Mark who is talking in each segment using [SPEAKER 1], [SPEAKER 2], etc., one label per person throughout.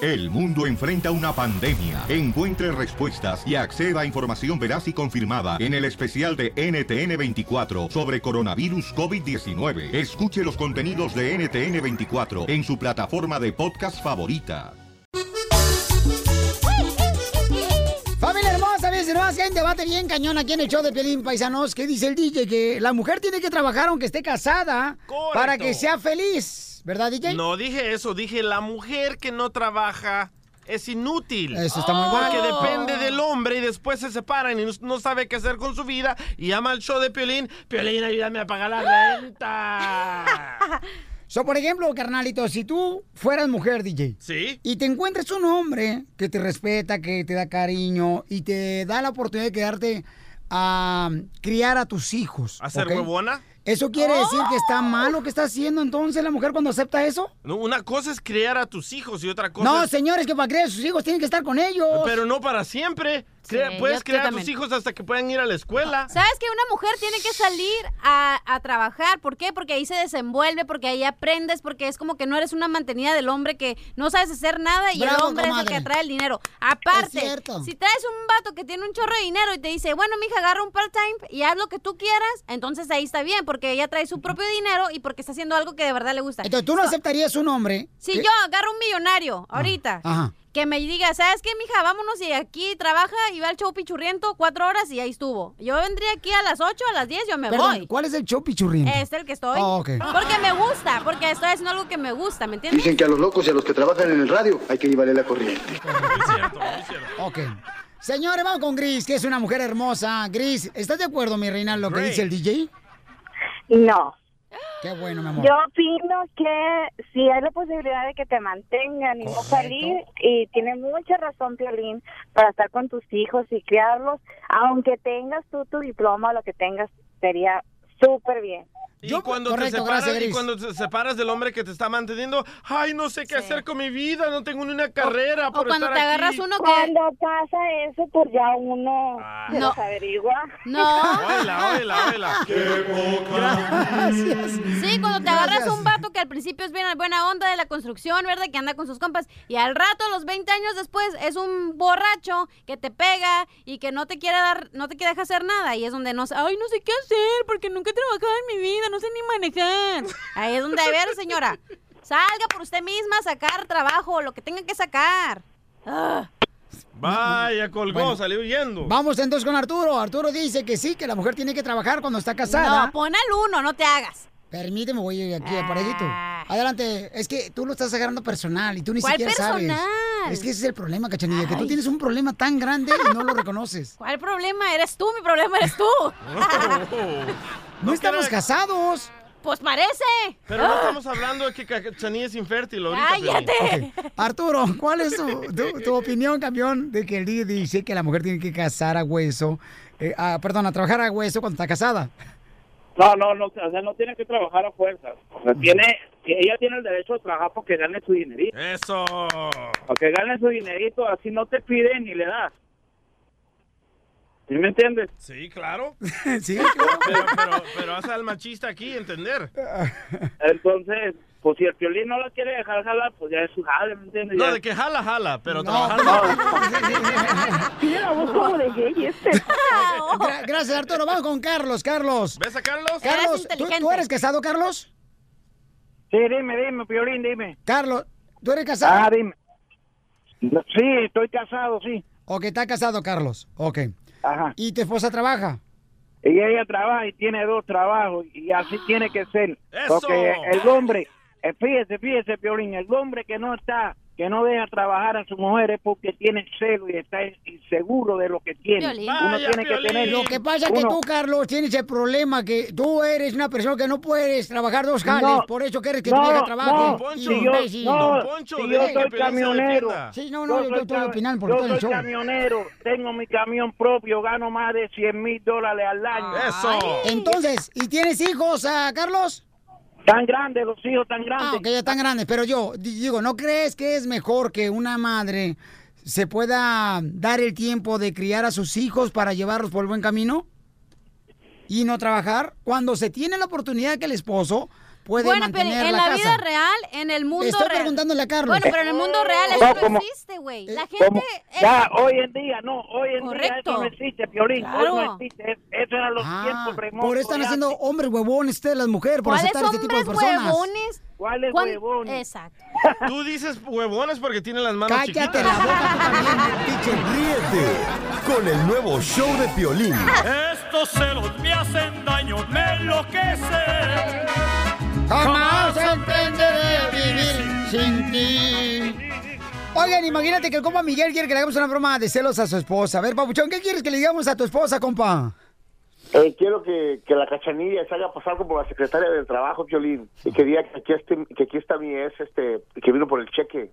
[SPEAKER 1] El mundo enfrenta una pandemia. Encuentre respuestas y acceda a información veraz y confirmada en el especial de NTN24 sobre coronavirus COVID-19. Escuche los contenidos de NTN24 en su plataforma de podcast favorita.
[SPEAKER 2] Familia hermosa, veces no que hay un debate bien cañón aquí en el show de Pielín Paisanos que dice el DJ que la mujer tiene que trabajar aunque esté casada
[SPEAKER 3] Correcto.
[SPEAKER 2] para que sea feliz. ¿Verdad, DJ?
[SPEAKER 3] No dije eso, dije la mujer que no trabaja es inútil.
[SPEAKER 2] Eso está muy mal.
[SPEAKER 3] Porque depende del hombre y después se separan y no- no sabe qué hacer con su vida y llama al show de Piolín. Piolín, ayúdame a pagar la renta.
[SPEAKER 2] So, por ejemplo, carnalito, si tú fueras mujer, DJ,
[SPEAKER 3] ¿Sí?
[SPEAKER 2] y te encuentras un hombre que te respeta, que te da cariño y te da la oportunidad de quedarte a criar a tus hijos.
[SPEAKER 3] ¿Hacer
[SPEAKER 2] ¿ok?
[SPEAKER 3] huevona? ¡Oh!
[SPEAKER 2] ¿Eso quiere decir que está mal lo que está haciendo entonces la mujer cuando acepta eso?
[SPEAKER 3] No, una cosa es criar a tus hijos y otra cosa
[SPEAKER 2] No,
[SPEAKER 3] es...
[SPEAKER 2] señores, que para criar a sus hijos tienen que estar con ellos.
[SPEAKER 3] Pero no para siempre. Crea-
[SPEAKER 4] Sí, yo-
[SPEAKER 3] puedes
[SPEAKER 4] yo
[SPEAKER 3] criar a tus
[SPEAKER 4] también.
[SPEAKER 3] hijos hasta que puedan ir a la
[SPEAKER 2] Ah,
[SPEAKER 3] escuela.
[SPEAKER 4] ¿Sabes que una mujer tiene que salir a, a trabajar? ¿Por qué? Porque ahí se desenvuelve, porque ahí aprendes, porque es como que no eres una mantenida del hombre que no sabes hacer nada y el
[SPEAKER 5] Bravo,
[SPEAKER 4] hombre es el que
[SPEAKER 5] comadre.
[SPEAKER 4] atrae el dinero. Aparte,
[SPEAKER 5] Es cierto.
[SPEAKER 4] si traes un vato que tiene un chorro de dinero y te dice, bueno, mija, agarra un part-time y haz lo que tú quieras, entonces ahí está bien, porque ella trae su propio dinero y porque está haciendo algo que de verdad le gusta.
[SPEAKER 2] Entonces, ¿tú no aceptarías un hombre?
[SPEAKER 4] Si
[SPEAKER 2] que-
[SPEAKER 4] yo agarro un millonario ahorita,
[SPEAKER 2] Ah, Ajá.
[SPEAKER 4] que me diga, ¿sabes qué, mija? Vámonos y aquí trabaja y va al show pichurriento cuatro horas y ahí estuvo. Yo vendría aquí a las ocho, a las diez, yo me
[SPEAKER 2] Perdón,
[SPEAKER 4] voy.
[SPEAKER 2] ¿cuál es el show pichurriendo?
[SPEAKER 4] Es el que estoy.
[SPEAKER 2] Ah, ok.
[SPEAKER 4] Porque me gusta, porque estoy haciendo algo que me gusta, ¿me entiendes?
[SPEAKER 6] Dicen que a los locos y a los que trabajan en el radio hay que llevarle la corriente.
[SPEAKER 2] Ok. Señores, vamos con Gris, que es una mujer hermosa. Gris, ¿estás de acuerdo, mi reina, en lo que
[SPEAKER 7] Gris.
[SPEAKER 2] dice el DJ?
[SPEAKER 8] No.
[SPEAKER 2] Qué bueno, mi amor.
[SPEAKER 8] Yo opino que si hay la posibilidad de que te mantengan y no salir, y tiene mucha razón Piolín para estar con tus hijos y criarlos, aunque tengas tú tu diploma o lo que tengas, sería súper bien.
[SPEAKER 3] Y cuando,
[SPEAKER 8] correcto,
[SPEAKER 3] te separas,
[SPEAKER 8] gracias,
[SPEAKER 3] y
[SPEAKER 8] Gris.
[SPEAKER 3] cuando te separas del hombre que te está manteniendo, ay, no sé qué hacer con mi vida, no tengo ni una carrera por estar aquí".
[SPEAKER 8] Cuando pasa eso, pues ya uno
[SPEAKER 2] Ah,
[SPEAKER 8] se
[SPEAKER 3] No.
[SPEAKER 8] los averigua.
[SPEAKER 3] Oila, oila, oila.
[SPEAKER 4] Sí, cuando te
[SPEAKER 8] Gracias.
[SPEAKER 4] agarras un vato que al principio es bien buena onda de la construcción, ¿verdad? Que anda con sus compas. Y al rato, a los 20 años después, es un borracho que te pega y que no te quiere dar, no te quiere dejar hacer nada. Y es donde no sé, ay, no sé qué hacer porque nunca he trabajado en mi vida, no sé ni manejar. Ahí es donde, a ver, señora, salga por usted misma a sacar trabajo, lo que tenga que sacar. Ah.
[SPEAKER 3] Vaya, colgó,
[SPEAKER 2] Bueno.
[SPEAKER 3] salió huyendo.
[SPEAKER 2] Vamos entonces con Arturo. Arturo dice que sí, que la mujer tiene que trabajar cuando está casada.
[SPEAKER 4] No, pon al uno, no te hagas. Ah.
[SPEAKER 2] Permíteme, voy aquí al parejito. Adelante, es que tú lo estás agarrando personal y tú ni
[SPEAKER 4] ¿Cuál
[SPEAKER 2] siquiera
[SPEAKER 4] personal?
[SPEAKER 2] sabes. Es que ese es el problema, cachanilla, que tú tienes un problema tan grande y no lo reconoces.
[SPEAKER 4] ¿Cuál problema? Eres tú, mi problema eres tú.
[SPEAKER 2] No estamos casados.
[SPEAKER 4] pues parece.
[SPEAKER 3] Pero no
[SPEAKER 4] Ah.
[SPEAKER 3] estamos hablando de que Cachanilla es infértil ahorita. Piolín.
[SPEAKER 2] Ok. Arturo, ¿cuál es tu, tu- tu opinión, campeón, de que el DJ dice que la mujer tiene que casar a hueso, eh, ah, perdón, a trabajar a hueso cuando está casada?
[SPEAKER 9] No, no, no, o sea, no tiene que trabajar a fuerzas. O sea, tiene, que ella tiene el derecho a trabajar porque gane su dinerito.
[SPEAKER 3] Eso.
[SPEAKER 9] Porque gane su dinerito, así no te piden ni le das. ¿Sí me entiendes?
[SPEAKER 3] Sí, claro.
[SPEAKER 2] sí,
[SPEAKER 3] Pero, pero, pero haz al machista aquí entender.
[SPEAKER 9] Entonces, pues si el piolín no la quiere dejar jalar, pues ya es su jale, ¿me entiendes?
[SPEAKER 3] No,
[SPEAKER 9] Ya-
[SPEAKER 3] de que jala, jala,
[SPEAKER 9] No,
[SPEAKER 3] pero trabajar
[SPEAKER 8] Tiene la voz como de gay este.
[SPEAKER 2] Gra- gracias, Arturo. Vamos con Carlos, Carlos.
[SPEAKER 3] ¿Ves a Carlos?
[SPEAKER 2] Carlos, ¿tú- ¿tú, eres casado, Carlos?
[SPEAKER 10] Sí, dime, dime, Piolín, dime.
[SPEAKER 2] Carlos, ¿tú eres casado?
[SPEAKER 10] Ah, dime. Sí, estoy casado, sí.
[SPEAKER 2] Ok, está casado, Carlos. Ok.
[SPEAKER 10] Ajá.
[SPEAKER 2] ¿Y tu esposa trabaja?
[SPEAKER 10] Y ella trabaja y tiene dos trabajos y así tiene que ser.
[SPEAKER 2] ¡Eso!
[SPEAKER 10] Porque el hombre, eh, fíjese, fíjese, Piolín, el hombre que no está, que no deja trabajar a su mujer es porque tiene celo y está inseguro de lo que tiene. Uno tiene que tener...
[SPEAKER 2] Lo que pasa es que
[SPEAKER 10] uno-
[SPEAKER 2] tú, Carlos, tienes el problema que tú eres una persona que no puedes trabajar dos jales.
[SPEAKER 10] No.
[SPEAKER 2] por eso quieres que
[SPEAKER 10] No,
[SPEAKER 2] tu vieja
[SPEAKER 10] no,
[SPEAKER 2] trabaje.
[SPEAKER 10] Don Poncho, si yo-
[SPEAKER 2] imbécil.
[SPEAKER 10] no, Don Poncho, si yo deja que soy Piolín se camionero. defienda.
[SPEAKER 2] Sí, no, no,
[SPEAKER 10] Yo
[SPEAKER 2] yo,
[SPEAKER 10] soy
[SPEAKER 2] estoy
[SPEAKER 10] cam-
[SPEAKER 2] opinando por
[SPEAKER 10] yo
[SPEAKER 2] todo el
[SPEAKER 10] soy
[SPEAKER 2] show.
[SPEAKER 10] camionero, tengo mi camión propio, gano más de 100 mil dólares al año.
[SPEAKER 2] Entonces, ¿y tienes hijos, ah, Carlos?
[SPEAKER 10] Tan grandes, los hijos tan grandes.
[SPEAKER 2] Ah, ok, ya tan grandes. Pero yo di- digo, ¿no crees que es mejor que una madre se pueda dar el tiempo de criar a sus hijos para llevarlos por el buen camino? Y no trabajar. Cuando se tiene la oportunidad que el esposo puede
[SPEAKER 4] bueno, pero
[SPEAKER 2] mantener
[SPEAKER 4] en
[SPEAKER 2] la,
[SPEAKER 4] la,
[SPEAKER 2] casa.
[SPEAKER 4] vida real, en el mundo
[SPEAKER 2] Estoy
[SPEAKER 4] real.
[SPEAKER 2] preguntándole a Carlos. Eh,
[SPEAKER 4] Bueno, pero en el mundo real eso
[SPEAKER 11] No,
[SPEAKER 4] no,
[SPEAKER 11] como-
[SPEAKER 4] existe, güey. La
[SPEAKER 11] ¿Cómo?
[SPEAKER 4] gente...
[SPEAKER 11] Ya, hoy en día, no, hoy en día
[SPEAKER 4] Correcto.
[SPEAKER 11] eso no existe, Piolín,
[SPEAKER 4] Claro.
[SPEAKER 11] hoy no existe, es- eso eran los
[SPEAKER 2] Ah,
[SPEAKER 11] tiempos remotos.
[SPEAKER 2] por eso están
[SPEAKER 11] de
[SPEAKER 2] haciendo
[SPEAKER 11] antes.
[SPEAKER 2] hombres huevones ustedes las mujeres por
[SPEAKER 4] ¿Cuáles
[SPEAKER 2] aceptar este tipo de
[SPEAKER 4] hombres
[SPEAKER 2] personas.
[SPEAKER 4] huevones?
[SPEAKER 11] ¿Cuáles
[SPEAKER 4] ¿Cuán-
[SPEAKER 11] huevones?
[SPEAKER 4] Exacto.
[SPEAKER 3] Tú dices huevones porque tiene las manos
[SPEAKER 2] Cállate la
[SPEAKER 3] chiquitas.
[SPEAKER 2] boca tú también, teacher.
[SPEAKER 12] Ríete con el nuevo show de Piolín.
[SPEAKER 10] Estos celos me hacen daño, me enloquecen.
[SPEAKER 2] Jamás entenderé vivir sin ti. Oigan, imagínate que el compa Miguel quiere que le hagamos una broma de celos a su esposa. A ver, papuchón, ¿qué quieres que le digamos a tu esposa, compa?
[SPEAKER 13] Eh, quiero que, que la cachanilla se haga pasar como la secretaria del trabajo, Violín, y que diga que aquí, este- que aquí está mi ex, este, que vino por el cheque.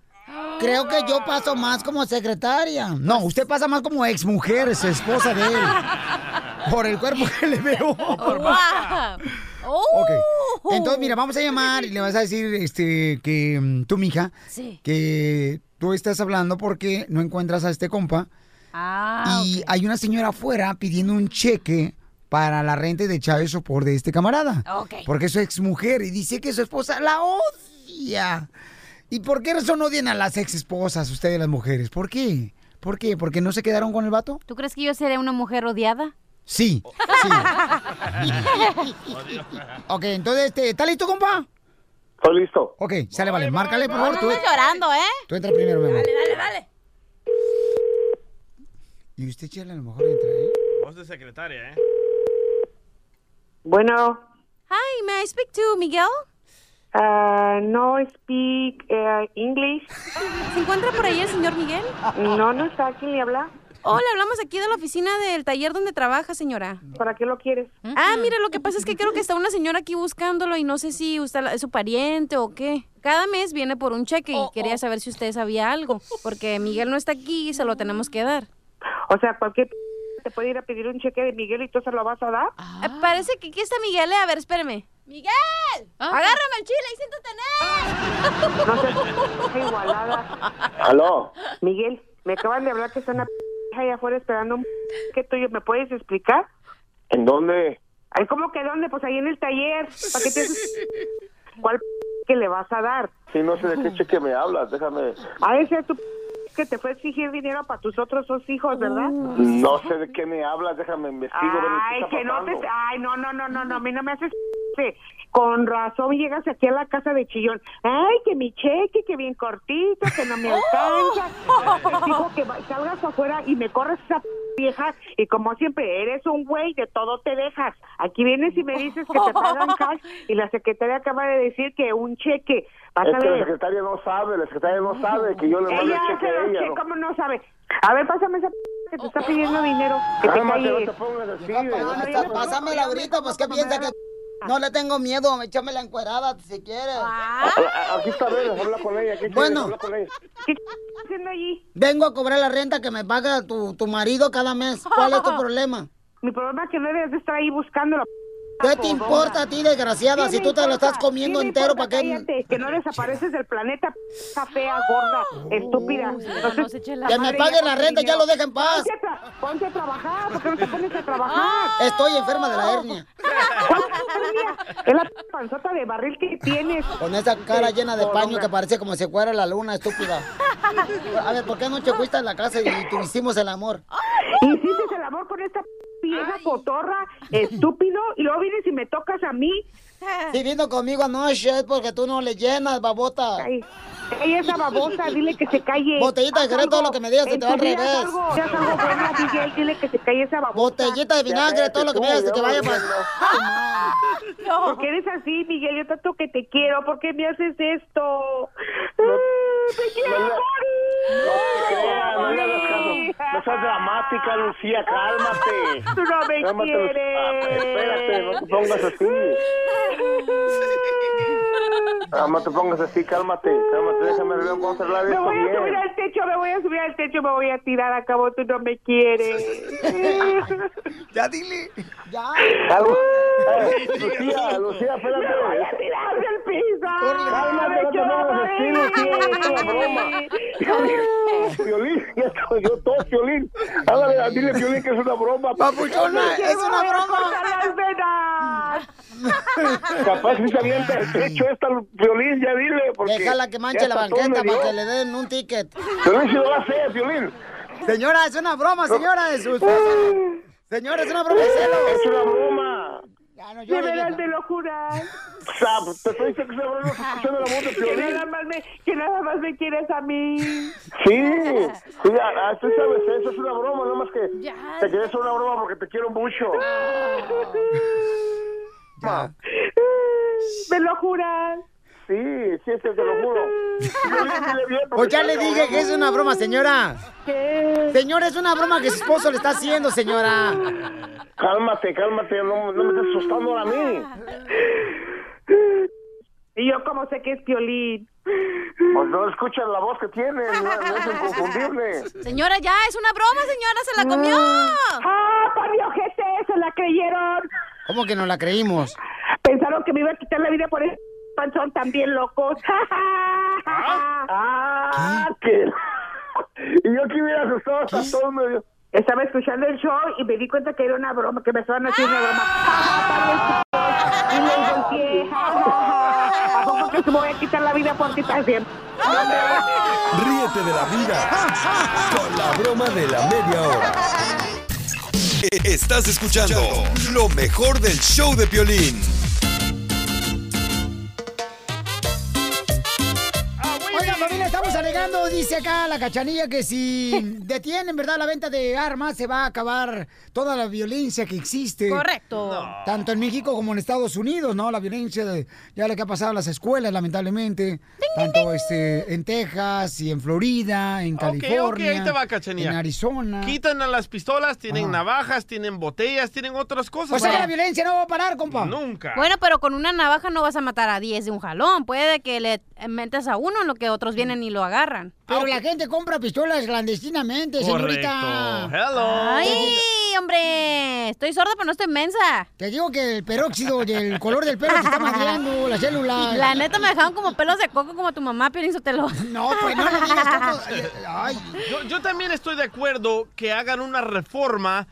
[SPEAKER 2] Creo que yo paso más como secretaria. No, usted pasa más como ex mujer, es esposa de él. Por el cuerpo que le veo. Ok.
[SPEAKER 4] Oh.
[SPEAKER 2] Entonces, mira, vamos a llamar y le vas a decir este, que mm, tú, mija,
[SPEAKER 4] Sí.
[SPEAKER 2] que tú estás hablando porque no encuentras a este compa.
[SPEAKER 4] Ah,
[SPEAKER 2] y hay una señora afuera pidiendo un cheque para la renta de Chávez Sopor de este camarada.
[SPEAKER 4] Ok.
[SPEAKER 2] Porque es su ex mujer y dice que su esposa la odia. ¿Y por qué razón odian a las ex esposas ustedes las mujeres? ¿Por qué? ¿Por qué? ¿Porque no se quedaron con el vato?
[SPEAKER 4] ¿Tú crees que yo seré una mujer odiada?
[SPEAKER 2] Sí. Ok, entonces, este, ¿está listo, compa?
[SPEAKER 13] Estoy listo.
[SPEAKER 2] Ok, sale, vale. Márcale, por
[SPEAKER 4] No,
[SPEAKER 2] favor.
[SPEAKER 4] no
[SPEAKER 2] Tú,
[SPEAKER 4] andes llorando, ¿eh?
[SPEAKER 2] tú entra primero, mi amor.
[SPEAKER 4] Dale, dale, dale.
[SPEAKER 2] Y usted, Chela, a lo mejor entra, ¿eh?
[SPEAKER 3] Voz de secretaria, ¿eh?
[SPEAKER 9] Bueno,
[SPEAKER 4] Hi, may I speak to Miguel?
[SPEAKER 9] ah, no speak eh, English.
[SPEAKER 4] ¿Se encuentra por ahí el señor Miguel?
[SPEAKER 9] No, no está. ¿Quién le habla?
[SPEAKER 4] Hola, hablamos aquí de la oficina del taller donde trabaja, señora.
[SPEAKER 9] ¿Para qué lo quieres?
[SPEAKER 4] Ah, mira, lo que pasa es que creo que está una señora aquí buscándolo y no sé si usted la- es su pariente o qué. Cada mes viene por un cheque y quería saber si usted sabía algo, porque Miguel no está aquí y se lo tenemos que dar.
[SPEAKER 9] O sea, cualquier p- te puede ir a pedir un cheque de Miguel y tú se lo vas a dar.
[SPEAKER 4] Eh, parece que aquí está Miguel, eh. a ver, espéreme. Ah. ¡Miguel! ¡Agárrame el chile y siéntate en él!
[SPEAKER 9] No sé, qué igualada.
[SPEAKER 13] Aló.
[SPEAKER 9] Miguel, me acaban de hablar que está una p- allá afuera esperando un que tuyo. ¿Me puedes explicar?
[SPEAKER 13] ¿En dónde?
[SPEAKER 9] Ay, ¿Cómo que dónde? Pues ahí en el taller. ¿Para qué te haces- ¿Cuál p- que le vas a dar?
[SPEAKER 13] Sí, no sé de qué cheque me hablas, déjame.
[SPEAKER 9] A ese es tu p- que te fue a exigir dinero para tus otros dos hijos, ¿verdad?
[SPEAKER 13] No sé de qué me hablas, déjame investigo. ver qué
[SPEAKER 9] Ay,
[SPEAKER 13] está
[SPEAKER 9] que no te... ah,
[SPEAKER 13] pasando.
[SPEAKER 9] Ay, no, no, no, no, no, a mí no me haces... p- Con razón llegas aquí a la casa de Chillón. Ay, que mi cheque, que bien cortito, que no me
[SPEAKER 13] Oh.
[SPEAKER 9] alcanza. Dijo que va- salgas afuera y me corres esa p- vieja. Y como siempre, eres un güey, de todo te dejas. Aquí vienes y me dices que te pagan cash. Y la secretaria acaba de decir que un cheque. Vas a
[SPEAKER 13] Es que la
[SPEAKER 9] ver.
[SPEAKER 13] secretaria no sabe, la secretaria no sabe que yo le mando el
[SPEAKER 9] Ella
[SPEAKER 13] cheque
[SPEAKER 9] hace
[SPEAKER 13] a
[SPEAKER 9] los
[SPEAKER 13] ella.
[SPEAKER 9] cheques,
[SPEAKER 13] ¿no?
[SPEAKER 9] ¿cómo no sabe? A ver, pásame esa p que te está pidiendo dinero. Que te
[SPEAKER 13] Cálmate,
[SPEAKER 9] calles.
[SPEAKER 13] no te pongas así. ¿no?
[SPEAKER 9] yo me pongo-
[SPEAKER 2] Pásamela ahorita, pues qué piensa que no le tengo miedo, échame la encuerada si quieres.
[SPEAKER 4] Ah.
[SPEAKER 13] A- a- Aquí está, ven, habla con ella. Aquí
[SPEAKER 2] Bueno.
[SPEAKER 13] habla con ella.
[SPEAKER 9] ¿Qué estás haciendo allí?
[SPEAKER 2] Vengo a cobrar la renta que me paga tu, tu marido cada mes. ¿Cuál es tu problema?
[SPEAKER 9] Mi problema es que no debes de estar ahí buscando la p-
[SPEAKER 2] ¿Qué te
[SPEAKER 9] codona.
[SPEAKER 2] importa a ti, desgraciada?
[SPEAKER 9] ¿Qué
[SPEAKER 2] Si
[SPEAKER 9] me
[SPEAKER 2] tú te lo estás
[SPEAKER 9] importa?
[SPEAKER 2] comiendo
[SPEAKER 9] ¿Qué me
[SPEAKER 2] entero, ¿para
[SPEAKER 9] importa?
[SPEAKER 2] qué?
[SPEAKER 9] Cállate, que no desapareces del planeta, p- esa fea, gorda, estúpida.
[SPEAKER 4] no se eche la
[SPEAKER 2] Que me
[SPEAKER 9] Madre,
[SPEAKER 2] paguen
[SPEAKER 9] ya
[SPEAKER 2] la
[SPEAKER 9] con
[SPEAKER 2] renta, ya
[SPEAKER 9] dinero.
[SPEAKER 2] lo deja en paz.
[SPEAKER 9] Ponte a, tra- ponte a trabajar, porque no te pones a trabajar?
[SPEAKER 2] Estoy enferma de la hernia.
[SPEAKER 9] Es la p- panzota de barril que tienes.
[SPEAKER 2] Con esa cara llena de paño
[SPEAKER 9] Corona.
[SPEAKER 2] que parece como si fuera la luna, estúpida. A ver, ¿por qué anoche fuiste a la casa y tu- hicimos el amor?
[SPEAKER 9] Hiciste el amor con esta p- vieja cotorra, estúpido, y luego vienes y me tocas a mí.
[SPEAKER 2] Si vino conmigo anoche es porque tú no le llenas, babota.
[SPEAKER 9] Ay, ay, esa babosa, dile que se calle.
[SPEAKER 2] Botellita de
[SPEAKER 9] Haz
[SPEAKER 2] jerez, todo
[SPEAKER 9] algo.
[SPEAKER 2] lo que me digas se
[SPEAKER 9] En
[SPEAKER 2] te va
[SPEAKER 9] tu
[SPEAKER 2] al
[SPEAKER 9] vida haz
[SPEAKER 2] revés.
[SPEAKER 9] algo, haz algo bueno, Miguel, dile que se calle esa babosa.
[SPEAKER 2] Botellita de vinagre, todo lo que me digas que vaya para...
[SPEAKER 9] Porque eres así, Miguel, yo tanto que te quiero, ¿por qué me haces esto? Ah, ¡Te quiero,
[SPEAKER 13] no, no. Crea, No
[SPEAKER 9] Mori!
[SPEAKER 13] le hagas caso. No seas dramática, Lucía, cálmate.
[SPEAKER 9] Tú no me
[SPEAKER 13] Cálmate, Lucía. Espérate, no te
[SPEAKER 9] quieres.
[SPEAKER 13] pongas así. Ah, No te pongas así, cálmate, cálmate, déjame ver cómo se habla de
[SPEAKER 9] Ah, Me
[SPEAKER 13] esto
[SPEAKER 9] voy a subir
[SPEAKER 13] bien.
[SPEAKER 9] al techo, me voy a subir al techo, me voy a tirar a cabo, tú no me quieres.
[SPEAKER 2] Ya dile. Ya.
[SPEAKER 13] Calma. Eh, Lucía, Lucía, espérate.
[SPEAKER 9] ¡Tirar del piso!
[SPEAKER 13] Cálmate, no te pongas así, Lucía, es una broma. Violín, ya estoy yo todo violín. Háblale, dile violín que es una broma.
[SPEAKER 2] Papuchona, es una broma.
[SPEAKER 9] ¡Corta las venas!
[SPEAKER 14] Capaz que se avienta el techo esta violín, ya dile. Porque
[SPEAKER 2] Déjala que
[SPEAKER 14] ya
[SPEAKER 2] manche la
[SPEAKER 14] está todo
[SPEAKER 2] banqueta para
[SPEAKER 14] medio-
[SPEAKER 2] que le den un ticket.
[SPEAKER 14] Violín, si lo va a hacer, violín.
[SPEAKER 2] Señora, es una broma, señora. Es su esposa. Señora, es una broma, celo.
[SPEAKER 14] Es una broma.
[SPEAKER 2] Ya Ah, no
[SPEAKER 15] De
[SPEAKER 2] llores,
[SPEAKER 15] veras,
[SPEAKER 2] vieja.
[SPEAKER 15] te lo juras.
[SPEAKER 14] te estoy diciendo que se broma escuchando la voz de
[SPEAKER 15] que
[SPEAKER 14] Piolín.
[SPEAKER 15] nada más me, que nada más me quieres a mí.
[SPEAKER 14] Sí, sí, a- a- tú sabes, eso es una broma, no más que te quería hacer una broma porque te quiero mucho. Ma,
[SPEAKER 15] Me lo juras.
[SPEAKER 14] Sí, sí, es que te lo juro. Piolín, dile bien, porque
[SPEAKER 2] Pues ya le
[SPEAKER 14] está
[SPEAKER 2] dije que es una broma, señora.
[SPEAKER 15] ¿Qué?
[SPEAKER 2] Señora, es una broma que su esposo le está haciendo, señora.
[SPEAKER 14] Cálmate, cálmate, no, no me estés asustando ahora a mí.
[SPEAKER 15] Y yo como sé que es Piolín.
[SPEAKER 14] Pues no escuchas la voz que tienes, no, no es inconfundible.
[SPEAKER 4] Señora, ya, es una broma, señora, se la comió.
[SPEAKER 15] ¡Ah, por Dios, gente! ¡Se la creyeron!
[SPEAKER 2] ¿Cómo que no la creímos?
[SPEAKER 15] Pensaron que me iba a quitar la vida por el panzón también, locos. ¡Ah!
[SPEAKER 14] ¿Qué? Y yo que hubiera asustado hasta todo medio.
[SPEAKER 15] Estaba escuchando el show y me di cuenta que era una broma, que me estaban haciendo una broma.
[SPEAKER 4] Ah.
[SPEAKER 15] ¡Ja, ja, pa' Dios! Y me volteé. ¡Ja, ja, ja! ¿A poco que se me voy a quitar la vida por ti también?
[SPEAKER 4] Ah.
[SPEAKER 5] Ríete de la vida con la broma de la media hora. E- Estás escuchando lo mejor del show de Piolín.
[SPEAKER 2] Oiga, familia, estamos alegando, dice acá la cachanilla, que si detienen, ¿verdad?, la venta de armas, se va a acabar toda la violencia que
[SPEAKER 4] Este,
[SPEAKER 2] existe.
[SPEAKER 4] Correcto.
[SPEAKER 2] Tanto en México como en Estados Unidos, ¿no? La violencia, de- ya lo que ha pasado en las escuelas, lamentablemente. Tanto Este, en Texas y en Florida, en California.
[SPEAKER 3] ok, ahí te va, Cachanilla.
[SPEAKER 2] En Arizona. Ah.
[SPEAKER 3] Quitan a las pistolas, tienen navajas, tienen botellas, tienen otras cosas.
[SPEAKER 2] O
[SPEAKER 4] Pues
[SPEAKER 2] sea que la
[SPEAKER 3] para-
[SPEAKER 2] violencia no va a parar, compa.
[SPEAKER 3] Nunca.
[SPEAKER 4] Bueno, pero con una navaja no vas a matar a 10 de un jalón. Puede que le metas a uno en lo que otros vienen y lo agarran.
[SPEAKER 2] Pero la gente compra pistolas clandestinamente, señorita.
[SPEAKER 4] Correcto. Hello. Ay, hombre. Estoy sorda, pero no estoy mensa.
[SPEAKER 2] Te digo que el peróxido del color del pelo te está madreando las células.
[SPEAKER 4] La neta me dejaron como pelos de coco como tu mamá, Piolinsotelo.
[SPEAKER 2] No, pues no le digas coco.
[SPEAKER 3] Yo, yo también estoy de acuerdo que hagan una reforma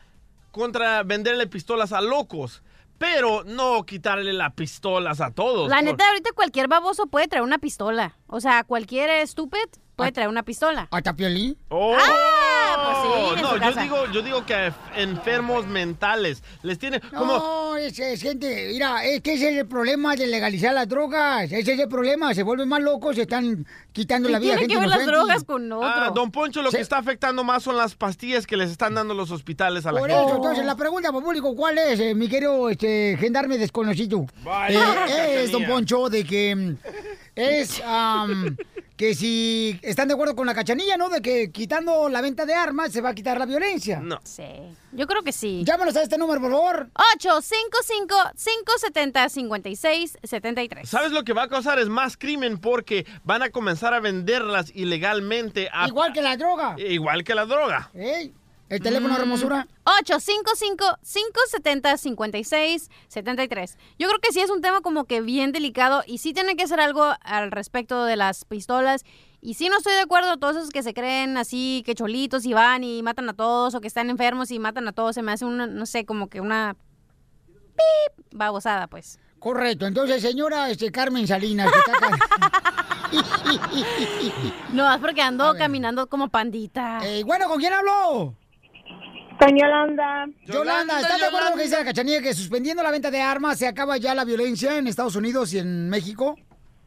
[SPEAKER 3] contra venderle pistolas a locos, pero no quitarle las pistolas a todos.
[SPEAKER 4] La
[SPEAKER 3] por-
[SPEAKER 4] neta, ahorita cualquier baboso puede traer una pistola. O sea, cualquier estúpido puede traer una pistola.
[SPEAKER 2] ¿Hasta Piolín?
[SPEAKER 3] ¡Oh!
[SPEAKER 4] pues sí, en
[SPEAKER 3] no,
[SPEAKER 4] su
[SPEAKER 3] yo
[SPEAKER 4] casa.
[SPEAKER 3] digo, yo digo que a enf- enfermos mentales les tienen como
[SPEAKER 2] No, es, es gente, mira, es que ese es el problema de legalizar las drogas, ese es el problema, se vuelven más locos, se están quitando la vida a gente inocente.
[SPEAKER 4] con
[SPEAKER 2] otro?
[SPEAKER 3] Ah, don Poncho, lo que está afectando más son las pastillas que les están dando los hospitales a la
[SPEAKER 2] Por
[SPEAKER 3] gente.
[SPEAKER 2] eso, entonces, la pregunta, público, ¿cuál es, eh, mi querido este, gendarme desconocido?
[SPEAKER 3] Vaya,
[SPEAKER 2] Eh, es, don
[SPEAKER 3] Cachanilla.
[SPEAKER 2] Poncho, de que mm, es am, que si están de acuerdo con la cachanilla, ¿no? De que quitando la venta de armas se va a quitar la violencia.
[SPEAKER 3] No.
[SPEAKER 4] Sí. Yo creo que sí.
[SPEAKER 2] Llámanos a este número, por favor.
[SPEAKER 4] 855-570-5673.
[SPEAKER 3] ¿Sabes lo que va a causar? Es más crimen porque van a comenzar a venderlas ilegalmente. A... Eh,
[SPEAKER 2] Igual que la droga.
[SPEAKER 3] Igual que la droga.
[SPEAKER 2] Ey, el teléfono,
[SPEAKER 4] Mm.
[SPEAKER 2] hermosura.
[SPEAKER 4] 855-570-5673. Yo creo que sí es un tema como que bien delicado y sí tiene que hacer algo al respecto de las pistolas. Y sí no estoy de acuerdo todos esos que se creen así, que cholitos y van y matan a todos o que están enfermos y matan a todos. Se me hace una, no sé, como que una... ¡Pip! Babosada, pues.
[SPEAKER 2] Correcto, entonces, señora este, Carmen Salinas, que está acá.
[SPEAKER 4] No, es porque ando caminando como pandita.
[SPEAKER 2] Eh, bueno, ¿con quién hablo?
[SPEAKER 15] Con Yolanda.
[SPEAKER 2] Yolanda, ¿estás de acuerdo con lo que dice la cachanilla que suspendiendo la venta de armas se acaba ya la violencia en Estados Unidos y en México?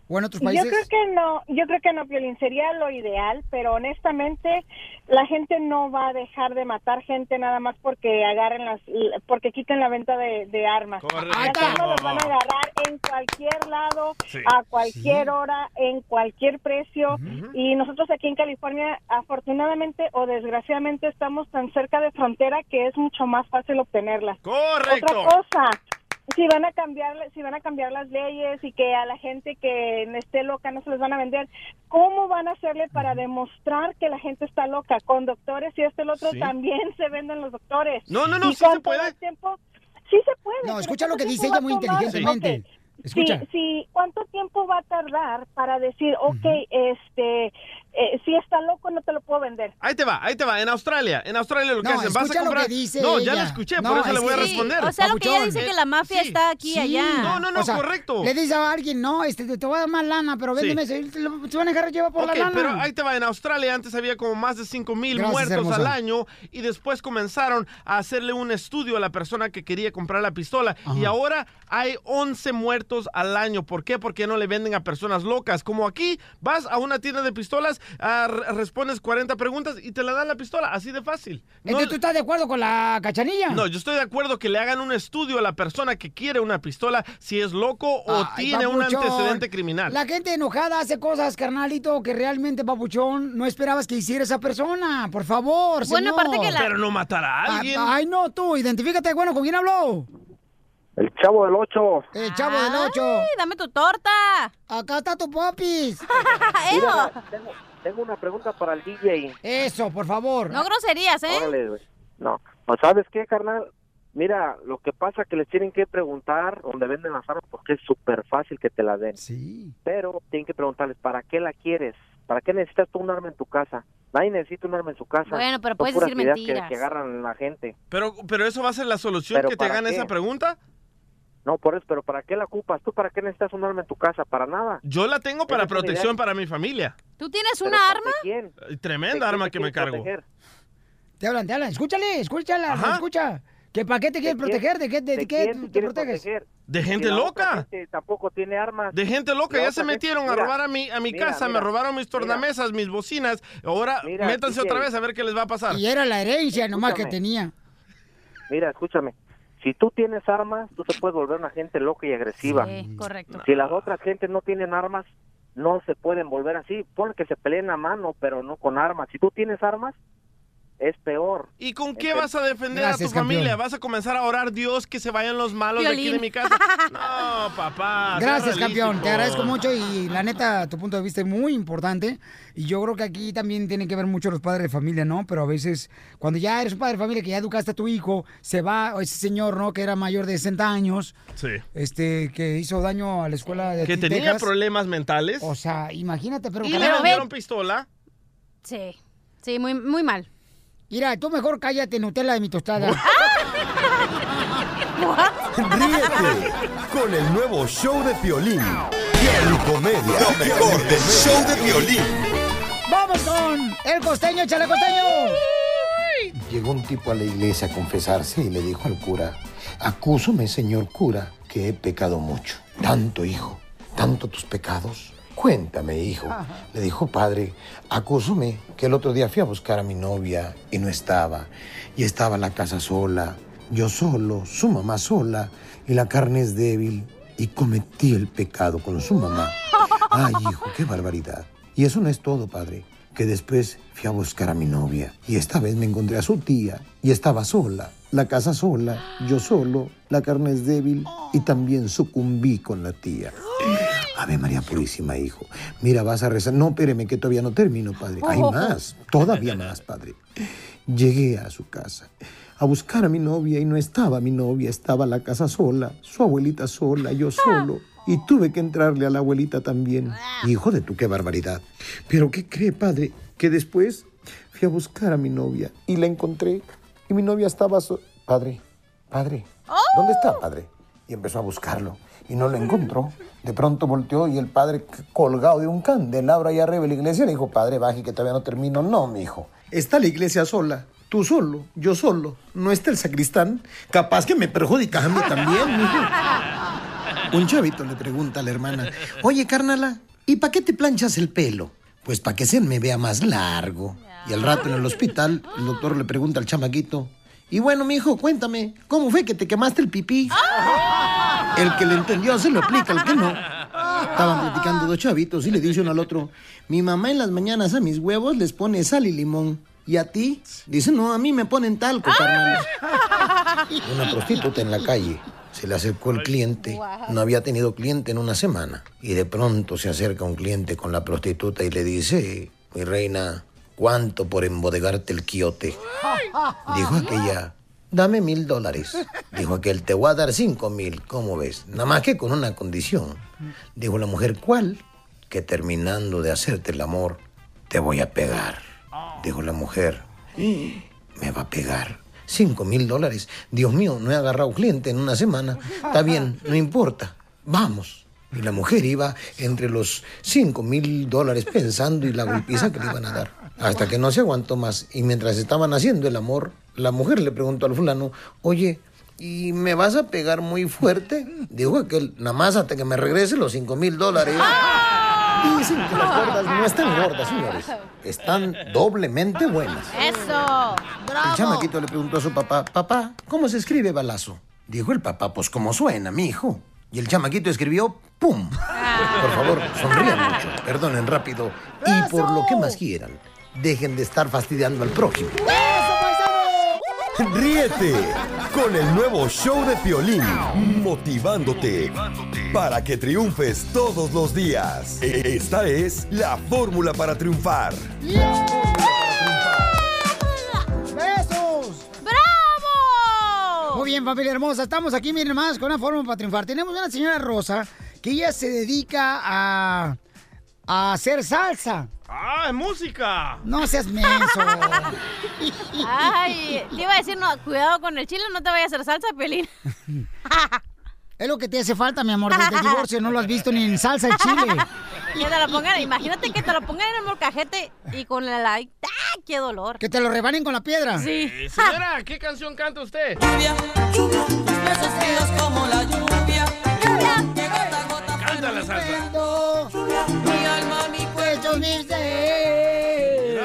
[SPEAKER 2] ¿O en otros países?
[SPEAKER 16] Yo creo que no, yo creo que no, Piolín, sería lo ideal, pero honestamente la gente no va a dejar de matar gente nada más porque agarren las, porque quiten la venta de, de armas.
[SPEAKER 17] Correcto.
[SPEAKER 16] Las armas las van a agarrar en cualquier lado,
[SPEAKER 17] Sí.
[SPEAKER 16] a cualquier hora, en cualquier precio. Y nosotros aquí en California, afortunadamente o desgraciadamente, estamos tan cerca de frontera que es mucho más fácil obtenerlas.
[SPEAKER 17] Correcto.
[SPEAKER 16] Otra cosa, si van a cambiar si van a cambiar las leyes y que a la gente que esté loca no se les van a vender cómo van a hacerle para demostrar que la gente está loca con doctores y esto el otro
[SPEAKER 17] Sí.
[SPEAKER 16] también se venden los doctores
[SPEAKER 17] No, no, no,
[SPEAKER 16] ¿Y
[SPEAKER 17] sí se
[SPEAKER 16] cuánto
[SPEAKER 17] puede.
[SPEAKER 16] va el tiempo? sí se puede
[SPEAKER 2] No,
[SPEAKER 16] pero
[SPEAKER 2] escucha lo
[SPEAKER 16] ¿cuánto
[SPEAKER 2] que dice
[SPEAKER 16] tiempo
[SPEAKER 2] ella muy
[SPEAKER 16] va a tomar?
[SPEAKER 2] inteligentemente.
[SPEAKER 16] Ok.
[SPEAKER 2] Escucha.
[SPEAKER 16] Sí, sí, ¿cuánto tiempo va a tardar para decir, ok, este, eh, si está loco no te lo puedo vender.
[SPEAKER 3] Ahí te va, ahí te va. En Australia, en Australia lo que
[SPEAKER 16] No,
[SPEAKER 3] hacen, vas a
[SPEAKER 16] escucha lo
[SPEAKER 3] comprar.
[SPEAKER 16] que dice
[SPEAKER 3] no, ya
[SPEAKER 16] ella.
[SPEAKER 3] lo escuché,
[SPEAKER 16] No,
[SPEAKER 3] por eso
[SPEAKER 16] es
[SPEAKER 3] le voy a
[SPEAKER 16] que-
[SPEAKER 3] responder.
[SPEAKER 4] O sea, lo que ella
[SPEAKER 16] Papuchón.
[SPEAKER 4] dice que la mafia está aquí y allá.
[SPEAKER 3] No, no, no,
[SPEAKER 2] O sea,
[SPEAKER 3] correcto.
[SPEAKER 2] Le dice a alguien, no, este, te, te voy a dar más lana, pero véndeme,
[SPEAKER 3] Sí.
[SPEAKER 2] eso. Y te lo- te van a dejar llevar por
[SPEAKER 3] Ok,
[SPEAKER 2] la lana.
[SPEAKER 3] pero ahí te va. En Australia antes había como más de 5 mil
[SPEAKER 2] Gracias,
[SPEAKER 3] muertos
[SPEAKER 2] hermosa.
[SPEAKER 3] al año y después comenzaron a hacerle un estudio a la persona que quería comprar la pistola. Y ahora hay 11 muertos al año. ¿Por qué? Porque no le venden a personas locas. Como aquí, vas a una tienda de pistolas, ah, re- respondes 40 preguntas y te la dan la pistola. Así de fácil. No-
[SPEAKER 2] Entonces, ¿tú estás de acuerdo con la cachanilla?
[SPEAKER 3] no, yo estoy de acuerdo que le hagan un estudio a la persona que quiere una pistola si es loco o
[SPEAKER 2] Ay,
[SPEAKER 3] tiene un
[SPEAKER 2] papuchón.
[SPEAKER 3] antecedente criminal.
[SPEAKER 2] La gente enojada hace cosas, carnalito, que realmente, papuchón, no esperabas que hiciera esa persona. Por favor, señor.
[SPEAKER 3] Pero no matar a
[SPEAKER 2] Ah,
[SPEAKER 3] alguien.
[SPEAKER 2] Ay, no, tú, identifícate. Bueno, ¿con quién habló?
[SPEAKER 17] El chavo del 8.
[SPEAKER 2] El chavo del 8.
[SPEAKER 4] dame tu torta.
[SPEAKER 2] Acá está tu popis.
[SPEAKER 17] tengo, tengo una pregunta para el DJ.
[SPEAKER 2] Eso, por favor.
[SPEAKER 4] No groserías, ¿eh?
[SPEAKER 17] Órale, güey. No, pues, ¿sabes qué, carnal? Mira, lo que pasa que les tienen que preguntar dónde venden las armas porque es súper fácil que te la den.
[SPEAKER 2] Sí.
[SPEAKER 17] Pero tienen que preguntarles, ¿para qué la quieres? ¿Para qué necesitas tú un arma en tu casa? Nadie necesita un arma en su casa.
[SPEAKER 3] Bueno, pero
[SPEAKER 17] Son
[SPEAKER 3] puedes
[SPEAKER 17] puras
[SPEAKER 3] decir
[SPEAKER 17] ideas que-
[SPEAKER 3] mentiras.
[SPEAKER 17] Que, agarran la gente.
[SPEAKER 3] Pero, pero eso va a ser la solución
[SPEAKER 17] ¿Pero
[SPEAKER 3] que te
[SPEAKER 17] para
[SPEAKER 3] gane
[SPEAKER 17] qué?
[SPEAKER 3] esa pregunta.
[SPEAKER 17] No, por eso, pero ¿para qué la ocupas? ¿Tú para qué necesitas un arma en tu casa? Para nada.
[SPEAKER 3] Yo la tengo para
[SPEAKER 17] Esa es una
[SPEAKER 3] protección
[SPEAKER 17] idea.
[SPEAKER 3] para mi familia.
[SPEAKER 4] ¿Tú tienes
[SPEAKER 17] ¿Pero
[SPEAKER 4] una
[SPEAKER 17] para
[SPEAKER 4] arma?
[SPEAKER 17] quién?
[SPEAKER 3] Eh, Tremenda arma que me cargo.
[SPEAKER 2] Te hablan, te hablan. Escúchale, escúchala,
[SPEAKER 3] Ajá.
[SPEAKER 2] escucha. ¿Que ¿Para qué te quieres proteger? ¿De qué, de,
[SPEAKER 17] ¿De
[SPEAKER 2] qué
[SPEAKER 17] quién te
[SPEAKER 2] te
[SPEAKER 17] quieres
[SPEAKER 2] proteges?
[SPEAKER 17] proteger?
[SPEAKER 3] De
[SPEAKER 17] Si
[SPEAKER 3] gente
[SPEAKER 17] la otra
[SPEAKER 3] loca.
[SPEAKER 17] gente tampoco tiene armas.
[SPEAKER 3] De gente loca,
[SPEAKER 17] La
[SPEAKER 3] ya
[SPEAKER 17] otra
[SPEAKER 3] se
[SPEAKER 17] gente-
[SPEAKER 3] metieron a
[SPEAKER 17] mira,
[SPEAKER 3] robar a mi, a mi
[SPEAKER 17] mira,
[SPEAKER 3] casa,
[SPEAKER 17] mira,
[SPEAKER 3] me robaron mis tornamesas, mis bocinas. Ahora
[SPEAKER 17] Mira,
[SPEAKER 3] métanse
[SPEAKER 17] DJ.
[SPEAKER 3] otra vez a ver qué les va a pasar.
[SPEAKER 2] Y era la herencia nomás que
[SPEAKER 17] Escúchame.
[SPEAKER 2] tenía.
[SPEAKER 17] Mira, escúchame. Si tú tienes armas, tú te puedes volver una gente loca y agresiva.
[SPEAKER 4] correcto.
[SPEAKER 17] Si las otras gentes no tienen armas, no se pueden volver así. Pon que se peleen a mano, pero no con armas. Si tú tienes armas, es peor.
[SPEAKER 3] ¿Y con qué vas a defender a
[SPEAKER 17] Gracias,
[SPEAKER 3] tu
[SPEAKER 17] campeón.
[SPEAKER 3] familia? ¿Vas a comenzar a orar, Dios, que se vayan los malos de aquí
[SPEAKER 2] Violín.
[SPEAKER 3] de mi casa? No, papá. sea
[SPEAKER 2] Gracias, campeón. Te
[SPEAKER 3] realístico.
[SPEAKER 2] agradezco mucho y la neta, tu punto de vista es muy importante. Y yo creo que aquí también tienen que ver mucho los padres de familia, ¿no? Pero a veces, cuando ya eres un padre de familia que ya educaste a tu hijo, se va ese señor, ¿no? Que era mayor de 60 años,
[SPEAKER 3] Sí.
[SPEAKER 2] este, que hizo daño a la escuela de
[SPEAKER 3] Que
[SPEAKER 2] aquí,
[SPEAKER 3] tenía
[SPEAKER 2] Texas.
[SPEAKER 3] problemas mentales.
[SPEAKER 2] O sea, imagínate, pero...
[SPEAKER 4] Y
[SPEAKER 2] que
[SPEAKER 4] le vendieron
[SPEAKER 3] pistola?
[SPEAKER 4] Sí, sí, muy, Eh, muy mal.
[SPEAKER 2] Mira, tú mejor cállate, Nutella de mi tostada.
[SPEAKER 5] Ríete con el nuevo show de Piolín. Piel Comedia. Lo mejor del show de Piolín.
[SPEAKER 2] ¡Vamos con el costeño, échale costeño!
[SPEAKER 18] Llegó un tipo a la iglesia a confesarse y le dijo al cura, acúsome, señor cura, que he pecado mucho. Tanto, hijo, tanto tus pecados. Cuéntame, hijo. Le dijo, padre, acúsome, que el otro día fui a buscar a mi novia y no estaba. Y estaba en la casa sola, yo solo, su mamá sola, y la carne es débil. Y cometí el pecado con su mamá. Ay, hijo, qué barbaridad. Y eso no es todo, padre. Que después fui a buscar a mi novia. Y esta vez me encontré a su tía. Y estaba sola. La casa sola. Yo solo. La carne es débil. Y también sucumbí con la tía. Ave María Purísima, hijo. Mira, vas a rezar. No, espéreme, que todavía no termino, padre. Hay
[SPEAKER 19] Oh.
[SPEAKER 18] más. Todavía más, padre. Llegué a su casa a buscar a mi novia y no estaba mi novia, estaba la casa sola, su abuelita sola, yo solo. Y tuve que entrarle a la abuelita también. Hijo de tú, qué barbaridad. Pero ¿qué cree, padre? Que después fui a buscar a mi novia y la encontré y mi novia estaba so- Padre, padre, ¿dónde está, padre? Y empezó a buscarlo y no lo encontró. De pronto volteó y el padre c- colgado de un candelabro allá arriba de la iglesia le dijo, padre, baje que todavía no termino. No, mi hijo. Está la iglesia sola, tú solo, yo solo. No está el sacristán. Capaz que me perjudicas a mí también, mijo. Un chavito le pregunta a la hermana, oye, carnala, ¿y para qué te planchas el pelo? Pues para que se me vea más largo. Y al rato en el hospital, el doctor le pregunta al chamaquito, y bueno, mijo, cuéntame, ¿cómo fue que te quemaste el pipí? El que le entendió se lo explica, el que no. Estaban platicando dos chavitos y le dice uno al otro, mi mamá en las mañanas a mis huevos les pone sal y limón. ¿Y a ti? Dice, no, a mí me ponen talco, carnal. Una prostituta en la calle. Se le acercó el cliente. No había tenido cliente en una semana. Y de pronto se acerca un cliente con la prostituta y le dice, mi reina, ¿cuánto por embodegarte el quiote? Dijo aquella, dame mil dólares. Dijo aquel, te voy a dar cinco mil, ¿cómo ves? Nada más que con una condición. Dijo la mujer, ¿cuál? Que terminando de hacerte el amor, Te voy a pegar. Dijo la mujer. Me va a pegar. Cinco mil dólares. Dios mío, no he agarrado cliente en una semana. Está bien, no importa. Vamos. Y la mujer iba entre los cinco mil dólares pensando y la golpiza que le iban a dar. Hasta que no se aguantó más. Y mientras estaban haciendo el amor, la mujer le preguntó al fulano, oye, ¿y me vas a pegar muy fuerte? Dijo aquel, nada más hasta que me regrese los cinco mil dólares. Dicen que las gordas no están gordas, señores. Están doblemente buenas.
[SPEAKER 4] Eso.
[SPEAKER 18] El chamaquito le preguntó a su papá, papá, ¿cómo se escribe balazo? Dijo el papá, pues como suena, mi hijo. Y el chamaquito escribió, ¡pum!
[SPEAKER 2] Ah.
[SPEAKER 18] Por favor, sonrían mucho, perdonen rápido y por lo que más quieran, dejen de estar fastidiando al prójimo.
[SPEAKER 12] Ríete con el nuevo show de Piolín, motivándote para que triunfes todos los días. E- Esta es la fórmula para triunfar.
[SPEAKER 2] ¡Besos!
[SPEAKER 4] ¡Bravo!
[SPEAKER 2] Muy bien, familia hermosa. Estamos aquí, miren más, con una forma para triunfar. Tenemos una señora Rosa que ella se dedica a, a hacer salsa.
[SPEAKER 3] ¡Ah, es música!
[SPEAKER 2] No seas menso.
[SPEAKER 4] Ay, te iba a decir, no, cuidado con el chile, no te vayas a hacer salsa, Pelín.
[SPEAKER 2] es lo que te hace falta, mi amor, desde el divorcio. No lo has visto ni en salsa el chile.
[SPEAKER 4] Que te lo pongan, imagínate que te lo pongan en el molcajete y con la like, ¡ah, qué dolor!
[SPEAKER 2] Que te lo rebanen con la piedra.
[SPEAKER 4] Sí.
[SPEAKER 3] Eh, señora, ¿qué canción canta usted?
[SPEAKER 10] como la lluvia.
[SPEAKER 3] Canta la salsa.
[SPEAKER 10] Mi alma, mi
[SPEAKER 2] cuello, mis Eh,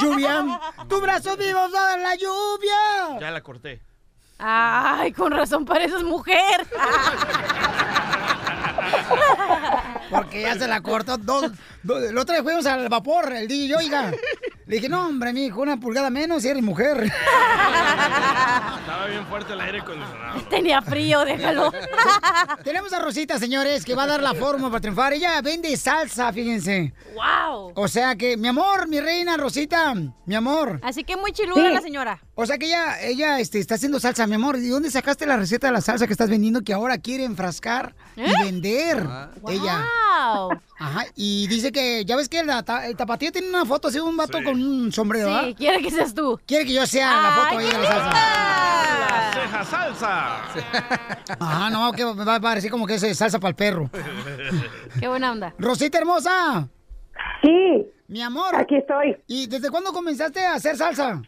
[SPEAKER 2] Lluvia, tus brazos vivos en la lluvia.
[SPEAKER 3] Ya la corté.
[SPEAKER 4] Ay, con razón pareces mujer.
[SPEAKER 2] Porque ya se la cortó. Dos, dos- la otra vez fuimos al vapor, el DJ, oiga. Le dije, no, hombre, mijo, una pulgada menos y eres mujer.
[SPEAKER 3] Estaba bien fuerte el aire acondicionado.
[SPEAKER 2] Este
[SPEAKER 4] Tenía frío, déjalo.
[SPEAKER 2] Tenemos a Rosita, señores, que va a dar la forma para triunfar. Ella vende salsa, fíjense.
[SPEAKER 4] ¡Wow!
[SPEAKER 2] O sea que, mi amor, mi reina Rosita, mi amor.
[SPEAKER 4] Así que muy chiluda
[SPEAKER 2] Sí.
[SPEAKER 4] la señora.
[SPEAKER 2] O sea que ella, ella este, está haciendo salsa, mi amor. ¿De dónde sacaste la receta de la salsa que estás vendiendo que ahora quiere enfrascar
[SPEAKER 4] ¿Eh?
[SPEAKER 2] y vender?
[SPEAKER 4] Ah.
[SPEAKER 2] Ella.
[SPEAKER 4] ¡Wow!
[SPEAKER 2] Ajá, y dice que, ya ves que la ta- el tapatío tiene una foto así de un vato con un sombrero,
[SPEAKER 4] Sí,
[SPEAKER 2] ¿verdad?
[SPEAKER 4] quiere que seas tú.
[SPEAKER 2] Quiere que yo sea la foto
[SPEAKER 4] ¡Ay,
[SPEAKER 2] ahí
[SPEAKER 4] qué
[SPEAKER 2] de la salsa.
[SPEAKER 3] La ceja salsa.
[SPEAKER 2] Ajá, no, que va a parecer como que eso es eh, salsa para el perro.
[SPEAKER 4] Qué buena onda.
[SPEAKER 2] Rosita hermosa.
[SPEAKER 8] Sí.
[SPEAKER 2] Mi amor.
[SPEAKER 8] Aquí estoy.
[SPEAKER 2] ¿Y desde cuándo comenzaste a hacer salsa?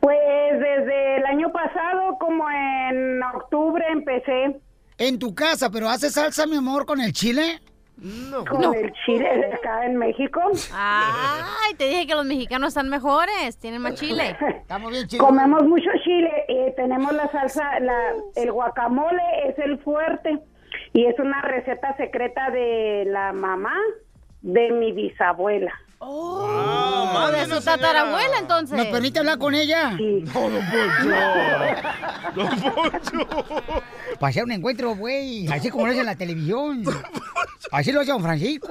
[SPEAKER 8] Pues desde el año pasado, como en octubre, empecé.
[SPEAKER 2] ¿En tu casa? ¿Pero haces salsa, mi amor, con el chile?
[SPEAKER 8] No. Con el chile de acá en México.
[SPEAKER 4] Ay, te dije que los mexicanos están mejores, tienen más chile.
[SPEAKER 2] Estamos bien
[SPEAKER 8] Comemos mucho chile, eh, tenemos la salsa, la, el guacamole es el fuerte y es una receta secreta de la mamá de mi bisabuela.
[SPEAKER 2] Ah.
[SPEAKER 4] O de su tatarabuela, entonces.
[SPEAKER 2] ¿Nos permite hablar con ella? No, no Para hacer un encuentro, güey. Así como lo hace en la televisión. Así lo hace don Francisco.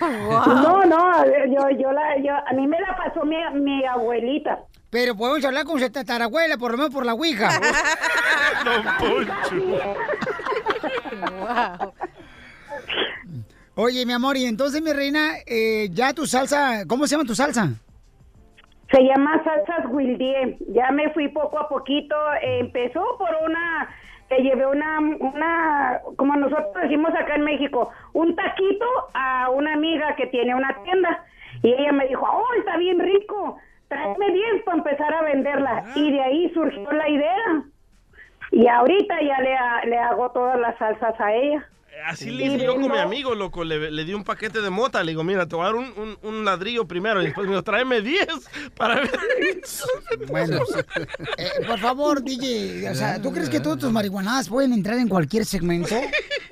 [SPEAKER 8] No, no, yo, yo la, yo, a mí me la pasó mi, mi abuelita.
[SPEAKER 2] Pero podemos hablar con su tatarabuela, por lo menos por la ouija. Oye, mi amor, y entonces, mi reina, eh, ya tu salsa, ¿cómo se llama tu salsa?
[SPEAKER 8] Se llama Salsas Wildie. Ya me fui poco a poquito. Eh, empezó por una, que llevé una, una, como nosotros decimos acá en México, un taquito a una amiga que tiene una tienda. Y ella me dijo, oh, está bien rico. Tráeme 10 para empezar a venderla. Y de ahí surgió la idea. Y ahorita ya le, ha- le hago todas las salsas a ella.
[SPEAKER 3] eh, Así le hice yo con mi amigo, loco. Le, le di un paquete de mota. Le digo, mira, te voy a dar un, un- un ladrillo primero. Y después me dijo, tráeme 10 para ver.
[SPEAKER 2] Bueno, eh, por favor, DJ, o sea, ¿tú crees que todas tus marihuanadas pueden entrar en cualquier segmento?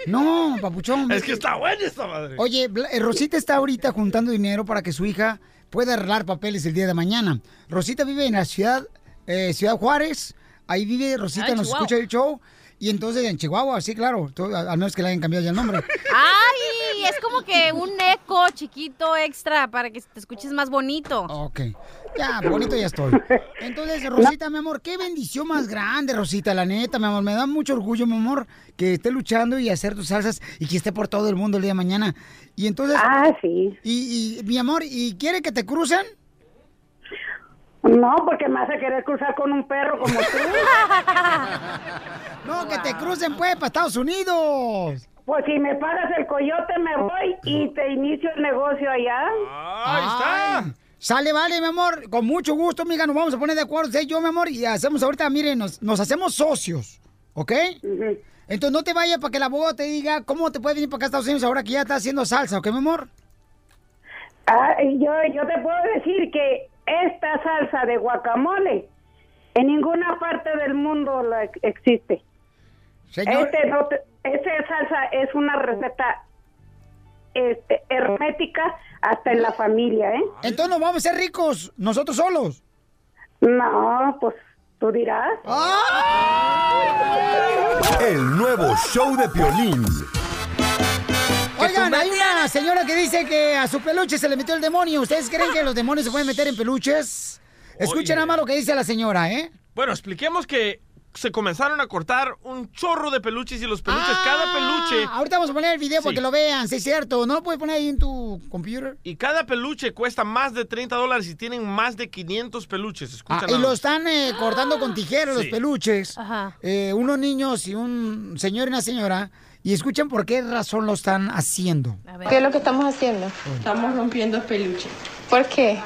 [SPEAKER 2] No, papuchón.
[SPEAKER 3] Es que está buena esta madre.
[SPEAKER 2] Oye, Bla- eh, Rosita está ahorita juntando dinero para que su hija pueda arreglar papeles el día de mañana. Rosita vive en la ciudad, eh, Ciudad Juárez. Ahí vive Rosita,
[SPEAKER 4] Ah,
[SPEAKER 2] nos
[SPEAKER 4] Chihuahua.
[SPEAKER 2] escucha el show. Y entonces en Chihuahua, sí, claro. to- a- Al menos que le hayan cambiado ya el nombre.
[SPEAKER 4] Ay, Sí, es como que un eco chiquito extra para que te escuches más bonito.
[SPEAKER 2] Ok. Oh, Ya, bonito ya estoy. Entonces, Rosita, mi amor, qué bendición más grande, Rosita, la neta, mi amor. Me da mucho orgullo, mi amor, que esté luchando y hacer tus salsas y que esté por todo el mundo el día de mañana. Y entonces.
[SPEAKER 15] Ah, sí.
[SPEAKER 2] Y, y, mi amor, ¿y quiere que te crucen?
[SPEAKER 15] No, porque me hace querer cruzar con un perro como tú.
[SPEAKER 2] No, que te crucen, pues, para Estados Unidos.
[SPEAKER 15] Pues si me pagas el coyote, me voy y te inicio el negocio allá.
[SPEAKER 2] Ay, Sale, vale, mi amor. Con mucho gusto, amiga, nos vamos a poner de acuerdo, usted y yo, mi amor, y hacemos ahorita, miren, nos, nos hacemos socios, ¿ok? Entonces no te vayas para que la abogado te diga cómo te puede venir para acá a Estados Unidos ahora que ya está haciendo salsa, ¿ok, mi amor?
[SPEAKER 15] Ah, y yo, yo te puedo decir que esta salsa de guacamole en ninguna parte del mundo la ex- existe.
[SPEAKER 2] Señor-
[SPEAKER 15] Este no te- esta salsa es una receta este, hermética hasta en la familia, ¿eh?
[SPEAKER 2] Entonces nos vamos a ser ricos, nosotros solos.
[SPEAKER 15] No, pues tú dirás.
[SPEAKER 2] ¡Ah!
[SPEAKER 5] El nuevo show de Piolín.
[SPEAKER 2] Oigan, hay una señora que dice que a su peluche se le metió el demonio. ¿Ustedes creen que los demonios se pueden meter en peluches? Escuchen
[SPEAKER 3] Oye.
[SPEAKER 2] nada más lo que dice la señora, ¿eh?
[SPEAKER 3] Bueno, expliquemos que se comenzaron a cortar un chorro de peluches y los peluches, cada peluche
[SPEAKER 2] Ah, ahorita vamos a poner el video para
[SPEAKER 3] Sí.
[SPEAKER 2] que lo vean, sí es cierto. ¿No lo puedes poner ahí en tu computer?
[SPEAKER 3] y cada peluche cuesta más de 30 dólares y tienen más de 500 peluches. Escucha
[SPEAKER 2] Ah, y
[SPEAKER 3] nada
[SPEAKER 2] lo
[SPEAKER 3] más.
[SPEAKER 2] están eh, cortando con tijeras los
[SPEAKER 3] Sí.
[SPEAKER 2] peluches.
[SPEAKER 4] Ajá.
[SPEAKER 2] Eh, unos niños y un señor y una señora. Y escuchen por qué razón lo están haciendo.
[SPEAKER 20] ¿Qué es lo que estamos haciendo? Estamos rompiendo peluches. ¿Por qué?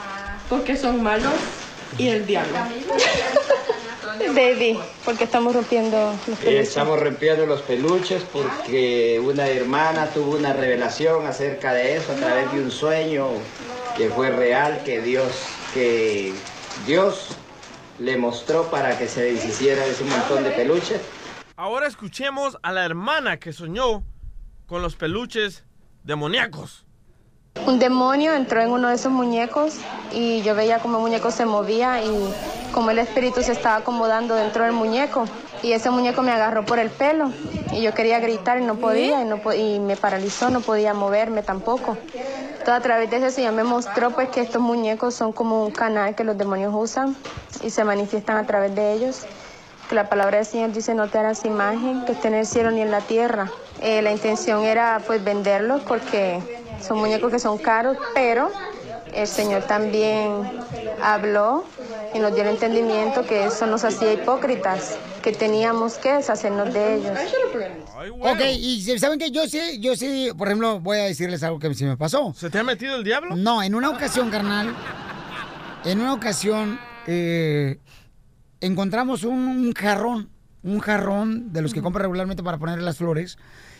[SPEAKER 20] Porque son malos y el diablo. Baby, porque estamos rompiendo los
[SPEAKER 21] Eh,
[SPEAKER 20] peluches.
[SPEAKER 21] Estamos rompiendo los peluches porque una hermana tuvo una revelación acerca de eso a través de un sueño que fue real, que Dios, que Dios le mostró para que se deshiciera de ese montón de peluches.
[SPEAKER 3] Ahora escuchemos a la hermana que soñó con los peluches demoníacos.
[SPEAKER 20] Un demonio entró en uno de esos muñecos y yo veía como el muñeco se movía y como el espíritu se estaba acomodando dentro del muñeco. Y ese muñeco me agarró por el pelo y yo quería gritar y no podía y, no po- y me paralizó, no podía moverme tampoco. Todo a través de eso el Señor me mostró pues que estos muñecos son como un canal que los demonios usan y se manifiestan a través de ellos que la palabra del Señor dice no te harás imagen que esté en el cielo ni en la tierra. Eh, la intención era pues venderlos porque son muñecos que son caros, pero el Señor también habló y nos dio el entendimiento que eso nos hacía hipócritas, que teníamos que deshacernos de ellos.
[SPEAKER 2] Ok, y se- saben que yo sí, yo sí, por ejemplo, voy a decirles algo que se me pasó.
[SPEAKER 3] ¿Se te ha metido el diablo?
[SPEAKER 2] No, en una ocasión, carnal, en una ocasión eh, encontramos un, un jarrón, un jarrón de los que compra regularmente para poner las flores.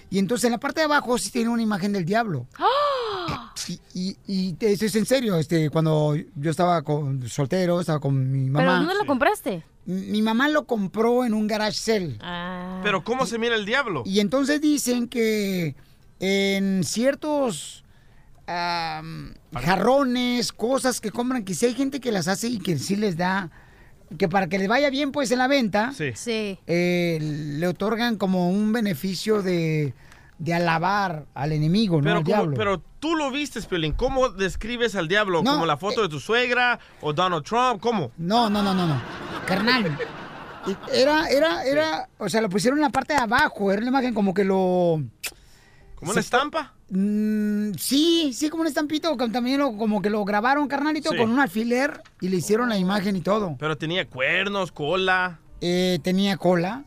[SPEAKER 2] Y entonces en la parte de abajo sí tiene una imagen del diablo.
[SPEAKER 4] ¡Ah!
[SPEAKER 2] Y, y, y te- eso es en serio, este, cuando yo estaba con- soltero, estaba con mi
[SPEAKER 4] ¿Pero
[SPEAKER 2] mamá.
[SPEAKER 4] dónde lo compraste?
[SPEAKER 2] Mi mamá lo compró en un garage sale.
[SPEAKER 3] Pero ¿cómo se mira el diablo?
[SPEAKER 2] Y entonces dicen que en ciertos am, jarrones, cosas que compran, que sí hay gente que las hace y que sí les da, que para que les vaya bien pues en la venta,
[SPEAKER 3] Sí.
[SPEAKER 2] eh, le otorgan como un beneficio de, de alabar al enemigo, ¿no?
[SPEAKER 3] Pero,
[SPEAKER 2] al
[SPEAKER 3] como-
[SPEAKER 2] diablo.
[SPEAKER 3] pero tú lo viste, Piolín. ¿Cómo describes al diablo?
[SPEAKER 2] No, eh,
[SPEAKER 3] ¿Como la foto de tu suegra o Donald Trump? ¿Cómo?
[SPEAKER 2] No, no, no, no, no. Carnal. Era, era, era, o sea, lo pusieron en la parte de abajo, era una imagen como que lo...
[SPEAKER 3] ¿Como una estampa?
[SPEAKER 2] Mm, sí, sí, como un estampito, como también lo- como que lo grabaron, carnalito,
[SPEAKER 3] Sí.
[SPEAKER 2] con un alfiler y le hicieron la imagen y todo.
[SPEAKER 3] Pero tenía cuernos, cola.
[SPEAKER 2] Eh, tenía cola,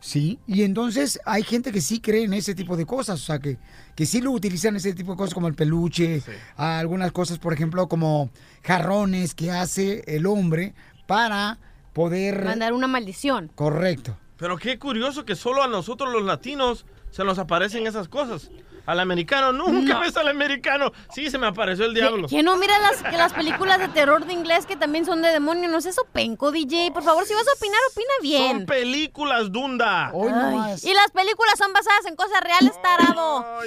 [SPEAKER 2] sí, y entonces hay gente que sí cree en ese tipo de cosas, o sea, que, que sí lo utilizan ese tipo de cosas como el peluche, a algunas cosas, por ejemplo, como jarrones que hace el hombre para poder...
[SPEAKER 4] Mandar una maldición.
[SPEAKER 2] Correcto.
[SPEAKER 3] Pero qué curioso que solo a nosotros los latinos se nos aparecen esas cosas. Al americano, nunca ves al americano. Sí, se me apareció el diablo.
[SPEAKER 4] ¿Quién no mira las, que las películas de terror de inglés que también son de demonio? No seas penco, DJ. Por favor, si vas a opinar, opina bien.
[SPEAKER 3] Son películas, Dunda.
[SPEAKER 4] Ay, y las películas son basadas en cosas reales, tarado.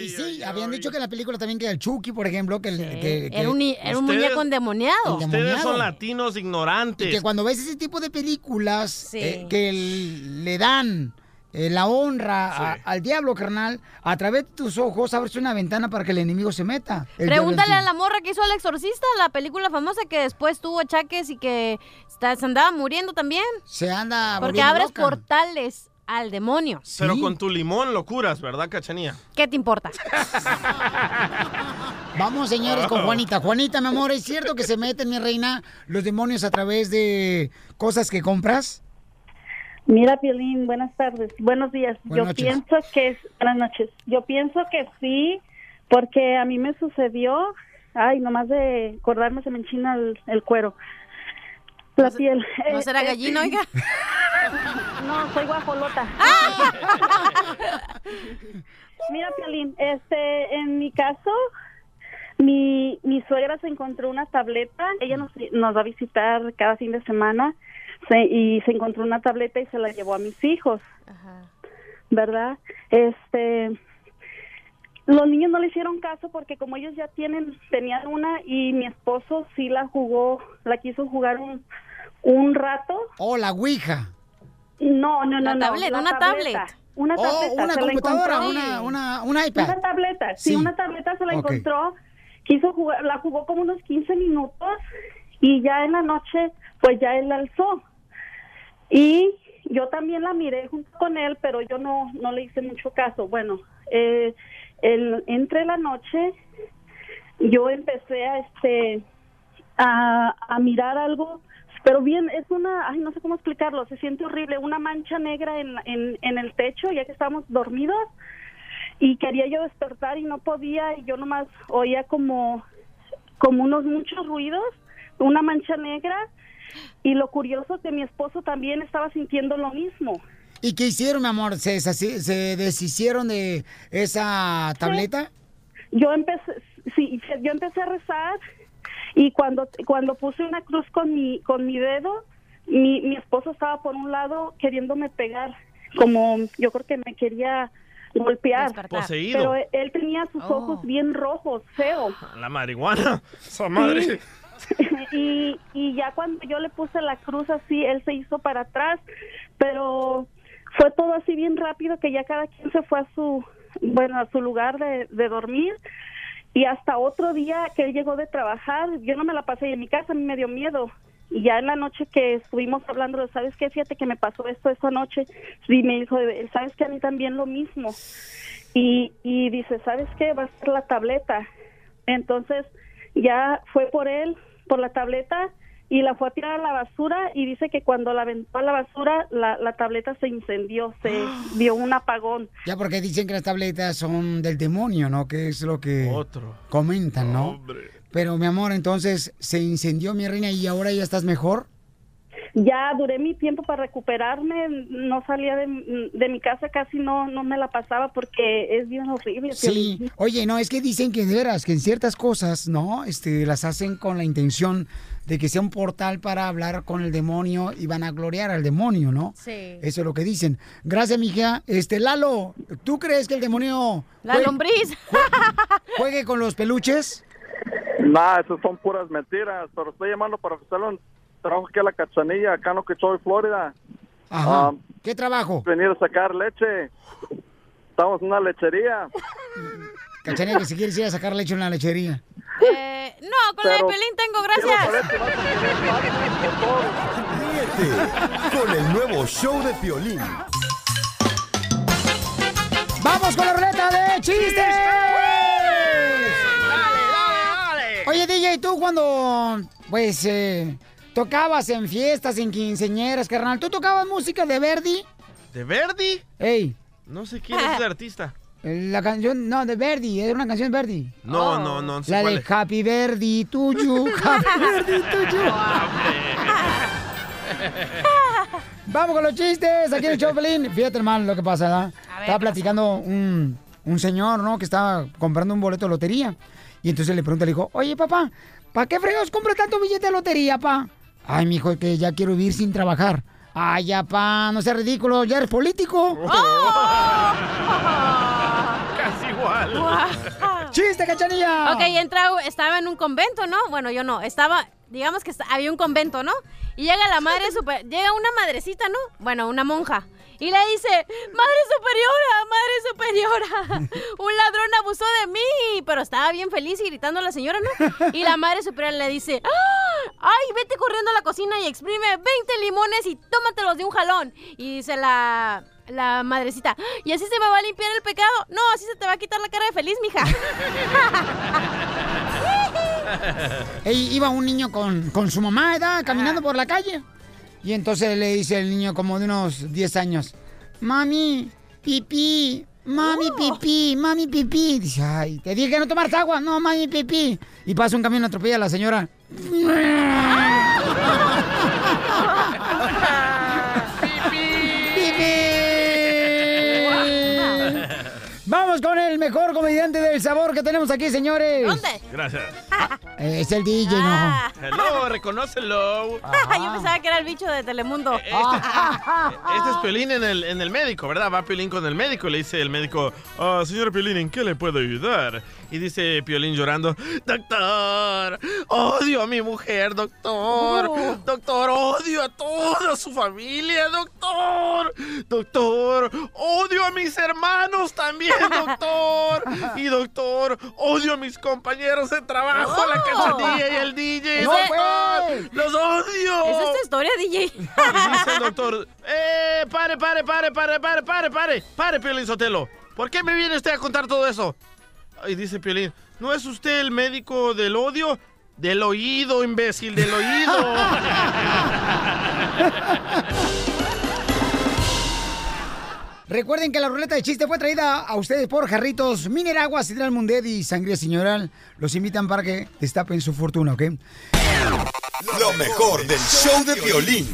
[SPEAKER 2] Y sí, habían dicho que en la película también que el Chucky, por ejemplo, que... el- que- que-
[SPEAKER 4] Era un, era un muñeco endemoniado.
[SPEAKER 3] Ustedes son latinos ignorantes.
[SPEAKER 2] Y que cuando ves ese tipo de películas eh, que l- le dan eh, la honra a- al diablo, carnal, a través de tus ojos abres una ventana para que el enemigo se meta. El diablo en
[SPEAKER 4] Pregúntale
[SPEAKER 2] ti.
[SPEAKER 4] a la morra que hizo El Exorcista, la película famosa que después tuvo achaques y que está- se andaba muriendo también.
[SPEAKER 2] Se anda
[SPEAKER 4] Porque
[SPEAKER 3] volviendo
[SPEAKER 4] abres
[SPEAKER 3] loca.
[SPEAKER 4] portales al demonio.
[SPEAKER 3] Pero con tu limón lo curas, ¿verdad, Cachanía?
[SPEAKER 4] ¿Qué te importa?
[SPEAKER 2] Vamos, señores, con Juanita. Juanita, mi amor, ¿es cierto que se meten, mi reina, los demonios a través de cosas que compras?
[SPEAKER 22] Mira, Piolín, buenas tardes, buenos días.
[SPEAKER 2] Buenas
[SPEAKER 22] yo
[SPEAKER 2] noches.
[SPEAKER 22] pienso que es, buenas noches. Yo pienso que sí, porque a mí me sucedió, ay, nomás de acordarme se me enchina el, el cuero, la piel. Este,
[SPEAKER 4] ¿No será gallina, oiga?
[SPEAKER 22] No, soy guajolota. Mira, Piolín, este, en mi caso, mi, mi suegra se encontró una tableta, ella nos, nos va a visitar cada fin de semana se- y se encontró una tableta y se la llevó a mis hijos, ¿verdad? Este, los niños no le hicieron caso porque como ellos ya tienen, tenían una y mi esposo sí la jugó, la quiso jugar un, un rato.
[SPEAKER 2] ¿O Oh, la Ouija?
[SPEAKER 22] No, no, no,
[SPEAKER 4] La
[SPEAKER 22] no,
[SPEAKER 4] tablet,
[SPEAKER 22] la
[SPEAKER 4] una
[SPEAKER 22] tableta,
[SPEAKER 4] tablet.
[SPEAKER 22] Una
[SPEAKER 2] Oh,
[SPEAKER 22] tableta.
[SPEAKER 2] una
[SPEAKER 22] se la
[SPEAKER 2] computadora,
[SPEAKER 22] encontró.
[SPEAKER 2] una- una- un iPad.
[SPEAKER 22] Una tableta, sí,
[SPEAKER 2] Sí.
[SPEAKER 22] una tableta se la
[SPEAKER 2] Ok.
[SPEAKER 22] encontró, quiso jugar, la jugó como unos 15 minutos y ya en la noche, pues ya él la alzó. Y yo también la miré junto con él, pero yo no, no le hice mucho caso. Bueno, eh, el- entre la noche yo empecé a este a, a mirar algo, pero bien, es una, ay, no sé cómo explicarlo, se siente horrible, una mancha negra en, en, en el techo, ya que estábamos dormidos, y quería yo despertar y no podía, y yo nomás oía como, como unos muchos ruidos, una mancha negra, y lo curioso que mi esposo también estaba sintiendo lo mismo.
[SPEAKER 2] ¿Y qué hicieron, mi amor? ¿Se, deshaci- se deshicieron de esa tableta?
[SPEAKER 22] Yo empecé, sí, yo empecé a rezar y cuando cuando puse una cruz con mi con mi dedo, mi, mi esposo estaba por un lado queriéndome pegar, como yo creo que me quería golpear,
[SPEAKER 3] Poseído.
[SPEAKER 22] pero él- él tenía sus ojos bien rojos, feo.
[SPEAKER 3] La marihuana. Esa madre.
[SPEAKER 22] y, y ya cuando yo le puse la cruz así, él se hizo para atrás, pero fue todo así bien rápido que ya cada quien se fue a su, bueno, a su lugar de, de dormir. Y hasta otro día que él llegó de trabajar, yo no me la pasé en mi casa, a mí me dio miedo. Y ya en la noche que estuvimos hablando, de, ¿sabes qué? Fíjate que me pasó esto esa noche. Y me dijo, ¿sabes qué? A mí también lo mismo. Y, y dice, ¿sabes qué? Va a ser la tableta. Entonces ya fue por él, por la tableta, y la fue a tirar a la basura y dice que cuando la aventó a la basura, la, la tableta se incendió, se dio un apagón.
[SPEAKER 2] Ya porque dicen que las tabletas son del demonio, ¿no? Que es lo que comentan, ¿no? Pero, mi amor, entonces se incendió mi reina y ahora ya estás mejor.
[SPEAKER 22] Ya duré mi tiempo para recuperarme, no salía de, de mi casa, casi no, no me la pasaba porque es bien horrible.
[SPEAKER 2] Sí, oye, no, es que dicen que de veras, que en ciertas cosas, ¿no? Este, las hacen con la intención de que sea un portal para hablar con el demonio y van a gloriar al demonio, ¿no?
[SPEAKER 4] Sí.
[SPEAKER 2] Eso es lo que dicen. Gracias, mija. Este, Lalo, ¿tú crees que el demonio...
[SPEAKER 4] La lombriz.
[SPEAKER 2] ¿Juegue con los peluches?
[SPEAKER 23] Nah, esas son puras mentiras, pero estoy llamando para ofrecerle un trabajo aquí a la cachanilla, acá en lo que soy, Florida.
[SPEAKER 2] Ajá.
[SPEAKER 23] Ah,
[SPEAKER 2] ¿Qué trabajo?
[SPEAKER 23] Venir a sacar leche. Estamos en una lechería.
[SPEAKER 2] Cachanilla, que si quieres ir a sacar leche en la lechería.
[SPEAKER 4] Eh, no, con la de
[SPEAKER 23] Pero-
[SPEAKER 4] Pelín tengo, gracias.
[SPEAKER 5] Ríete con el nuevo show de Piolín.
[SPEAKER 2] ¡Vamos con la ruleta de chistes! Oye, DJ, tú cuando, pues, eh, tocabas en fiestas, en quinceñeras, carnal, ¿tú tocabas música de Verdi?
[SPEAKER 3] ¿De Verdi?
[SPEAKER 2] Ey, eh,
[SPEAKER 3] No sé quién es ese artista.
[SPEAKER 2] la canción, no, de Verdi, era una canción Verdi.
[SPEAKER 3] No, no, no, no sé
[SPEAKER 2] La
[SPEAKER 3] cuál
[SPEAKER 2] de
[SPEAKER 3] es.
[SPEAKER 2] Happy Verdi, tuyo, Happy Verdi, tuyo. Vamos con los chistes. Aquí en el Choplin. Fíjate, hermano, lo que pasa, ¿verdad? Estaba platicando un, un señor, ¿no? Que estaba comprando un boleto de lotería. Y entonces le pregunta, le dijo, oye, papá, ¿para qué fregados compras tanto billete de lotería, pa? Ay, mijo, es que ya quiero vivir sin trabajar. Ay, ya, pa, no seas ridículo, ya eres político.
[SPEAKER 4] ¡Ah,
[SPEAKER 3] Casi igual.
[SPEAKER 2] ¡Chiste, cachanilla!
[SPEAKER 4] Ok, entra, estaba en un convento, ¿no? Bueno, yo no, estaba, digamos que est- había un convento, ¿no? Y llega la madre super, llega una madrecita, ¿no? Bueno, una monja. y le dice, madre superiora, madre superiora, un ladrón abusó de mí, pero estaba bien feliz y gritando a la señora, ¿no? Y la madre superiora le dice, "Ah, ay, vete corriendo a la cocina y exprime 20 limones y tómatelos de un jalón. Y dice la... La madrecita, ¿y así se me va a limpiar el pecado? No, así se te va a quitar la cara de feliz, mija.
[SPEAKER 2] Ey, iba un niño con, con su mamá, ¿verdad? Caminando por la calle. Y entonces le dice el niño como de unos 10 años, mami, pipí, mami, pipí, mami, pipí. Dice, ay, te dije que no tomaras agua, no, mami, pipí. Y pasa un camión, atropella a la señora. ¡Pipí! Vamos con el mejor comediante del sabor que tenemos aquí, señores.
[SPEAKER 3] Gracias.
[SPEAKER 2] Eh, Es el DJ, ¿no?
[SPEAKER 4] Ah.
[SPEAKER 3] Hello, reconócelo.
[SPEAKER 4] Yo pensaba que era el bicho de Telemundo. Ah,
[SPEAKER 3] Este es Piolín en el, en el médico, ¿verdad? Va Piolín con el médico y le dice el médico, "Ah, señor Piolín, ¿en qué le puedo ayudar? Y dice Piolín llorando, doctor, odio a mi mujer, doctor,
[SPEAKER 7] Oh.
[SPEAKER 3] doctor, odio a toda su familia, doctor, doctor, odio a mis hermanos también, doctor, y doctor, odio a mis compañeros de trabajo, la cachanilla y el DJ,
[SPEAKER 7] No,
[SPEAKER 3] doctor,
[SPEAKER 7] pues.
[SPEAKER 3] los odio.
[SPEAKER 7] ¿Esa es tu
[SPEAKER 4] historia, DJ?
[SPEAKER 3] Y dice el doctor, ¡eh! ¡Pare, pare, pare, pare, pare, pare, pare! ¡Pare, Piolín Sotelo! ¿Por qué me viene usted a contar todo eso? Y dice Piolín, ¿no es usted el médico del odio? Del oído, imbécil, del oído.
[SPEAKER 2] Recuerden que la ruleta de chiste fue traída a ustedes por Jarritos Mineragua, Sidral Mundet y Sangría Señoral. Los invitan para que destapen su fortuna, ¿ok?
[SPEAKER 5] Lo mejor del show de violín.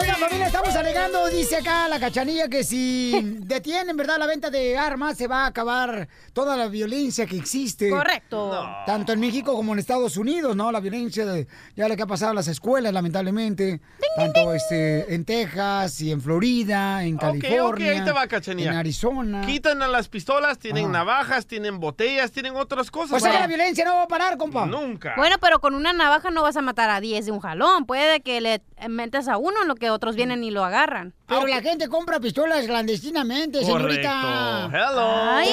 [SPEAKER 2] Oigan, familia, estamos alegando, dice acá la cachanilla, que si detienen, ¿verdad?, la venta de armas, se va a acabar toda la violencia que existe.
[SPEAKER 4] Correcto. No.
[SPEAKER 2] Tanto en México como en Estados Unidos, ¿no? La violencia, de- ya lo que ha pasado en las escuelas, lamentablemente. tanto Este, en Texas y en Florida, en
[SPEAKER 3] ok,
[SPEAKER 2] California.
[SPEAKER 3] ahí te va, Cachanilla.
[SPEAKER 2] En Arizona.
[SPEAKER 3] Quitan a las pistolas, tienen navajas, tienen botellas, tienen otras cosas.
[SPEAKER 4] O sea que
[SPEAKER 3] ¿verdad?
[SPEAKER 4] la
[SPEAKER 2] Pues, violencia no va a parar, compa.
[SPEAKER 3] Pues, Nunca.
[SPEAKER 4] Bueno, pero con una navaja no vas a matar a 10 de un jalón. Puede que le metas a uno en lo que otros vienen y lo agarran.
[SPEAKER 2] Pero la gente compra pistolas clandestinamente, señorita.
[SPEAKER 4] Correcto. Hello. Ay,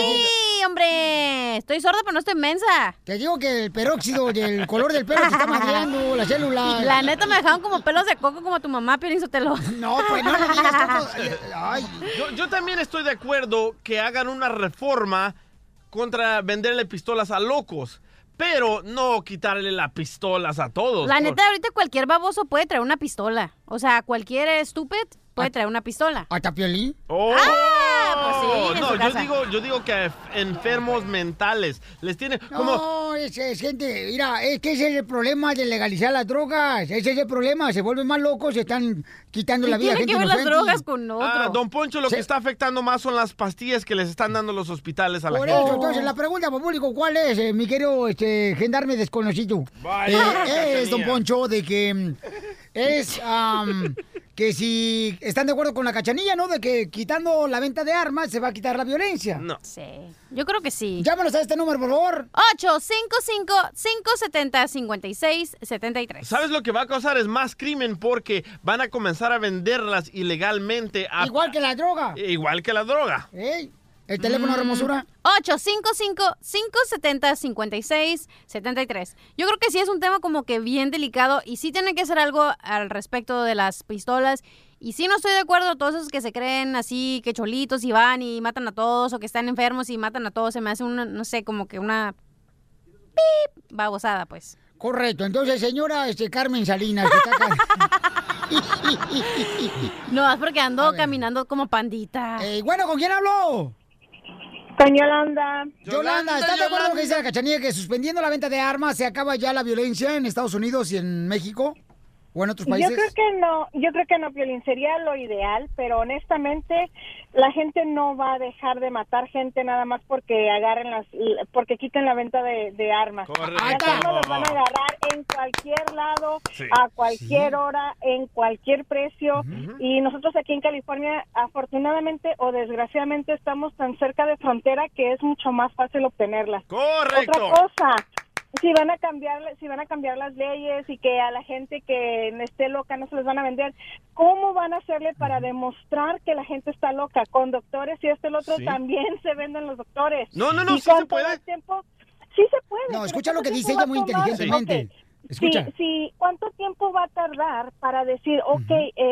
[SPEAKER 4] hombre. Estoy sorda, pero no estoy mensa.
[SPEAKER 2] Te digo que el peróxido del color del pelo te está madreando las células.
[SPEAKER 4] La neta me dejaron como pelos de coco como tu mamá, Piolín Sotelo.
[SPEAKER 2] No, pues no le digas eh, coco.
[SPEAKER 3] Yo, yo también estoy de acuerdo que hagan una reforma contra venderle pistolas a locos, pero no quitarle las pistolas a todos.
[SPEAKER 4] La
[SPEAKER 3] por-
[SPEAKER 4] neta, ahorita cualquier baboso puede traer una pistola. O sea, cualquier estúpido puede
[SPEAKER 2] Ah.
[SPEAKER 4] traer una pistola.
[SPEAKER 2] ¿Hasta Piolín?
[SPEAKER 3] ¡Oh!
[SPEAKER 4] pues sí, en
[SPEAKER 3] no,
[SPEAKER 4] su
[SPEAKER 3] yo
[SPEAKER 4] casa.
[SPEAKER 3] digo, yo digo que a enfermos mentales les tiene como
[SPEAKER 2] No, es, es gente, mira, es que ese es el problema de legalizar las drogas, ese es el problema, se vuelven más locos, se están quitando la vida a gente inocente.
[SPEAKER 3] Ah, don Poncho, lo que está afectando más son las pastillas que les están dando los hospitales a la
[SPEAKER 2] Por
[SPEAKER 3] gente.
[SPEAKER 2] eso, entonces, la pregunta para público, ¿cuál es, eh, mi querido este, gendarme desconocido?
[SPEAKER 3] Vaya,
[SPEAKER 2] Eh, es, don
[SPEAKER 3] Cachanilla.
[SPEAKER 2] Poncho, de que mm, es am, que si están de acuerdo con la cachanilla, ¿no? De que quitando la venta de armas se va a quitar la violencia.
[SPEAKER 3] No.
[SPEAKER 4] Sí. Yo creo que sí.
[SPEAKER 2] Llámanos a este número, por favor.
[SPEAKER 4] 855-570-5673.
[SPEAKER 3] ¿Sabes lo que va a causar? Es más crimen porque van a comenzar a venderlas ilegalmente. A...
[SPEAKER 2] Igual que la droga.
[SPEAKER 3] Igual que la droga.
[SPEAKER 2] Ey, El teléfono,
[SPEAKER 4] Mm.
[SPEAKER 2] hermosura.
[SPEAKER 4] 855-570-5673. Yo creo que sí es un tema como que bien delicado y sí tiene que hacer algo al respecto de las pistolas. Y sí no estoy de acuerdo todos esos que se creen así, que cholitos y van y matan a todos o que están enfermos y matan a todos. Se me hace una, no sé, como que una... ¡Pip! Babosada, pues.
[SPEAKER 2] Correcto, entonces, señora este, Carmen Salinas, que está acá.
[SPEAKER 4] No, es porque ando caminando como pandita.
[SPEAKER 2] Eh, bueno, ¿con quién hablo?
[SPEAKER 4] Con Yolanda.
[SPEAKER 2] Yolanda, ¿estás de acuerdo con lo que dice la cachanilla que suspendiendo la venta de armas se acaba ya la violencia en Estados Unidos y en México? ¿O en otros países?
[SPEAKER 16] Yo creo que no, yo creo que no, Piolín, sería lo ideal, pero honestamente la gente no va a dejar de matar gente nada más porque agarren las, porque quiten la venta de, de armas.
[SPEAKER 7] Correcto.
[SPEAKER 16] Las armas las van a agarrar en cualquier lado,
[SPEAKER 7] Sí.
[SPEAKER 16] a cualquier hora, en cualquier precio. Y nosotros aquí en California, afortunadamente o desgraciadamente, estamos tan cerca de frontera que es mucho más fácil obtenerlas.
[SPEAKER 3] Correcto.
[SPEAKER 16] Otra cosa, si van a cambiar si van a cambiar las leyes y que a la gente que esté loca no se les van a vender cómo van a hacerle para demostrar que la gente está loca con doctores y este el otro
[SPEAKER 3] Sí.
[SPEAKER 16] también se venden los doctores
[SPEAKER 3] No, no, no,
[SPEAKER 16] ¿Y
[SPEAKER 3] sí se
[SPEAKER 16] cuánto
[SPEAKER 3] puede.
[SPEAKER 16] más tiempo? sí se puede
[SPEAKER 2] No,
[SPEAKER 16] pero
[SPEAKER 2] escucha lo
[SPEAKER 16] ¿cuánto
[SPEAKER 2] que dice
[SPEAKER 16] tiempo
[SPEAKER 2] ella muy
[SPEAKER 16] va a tomar?
[SPEAKER 2] inteligentemente.
[SPEAKER 16] Ok.
[SPEAKER 2] Escucha.
[SPEAKER 16] Sí, sí, ¿cuánto tiempo va a tardar para decir, ok,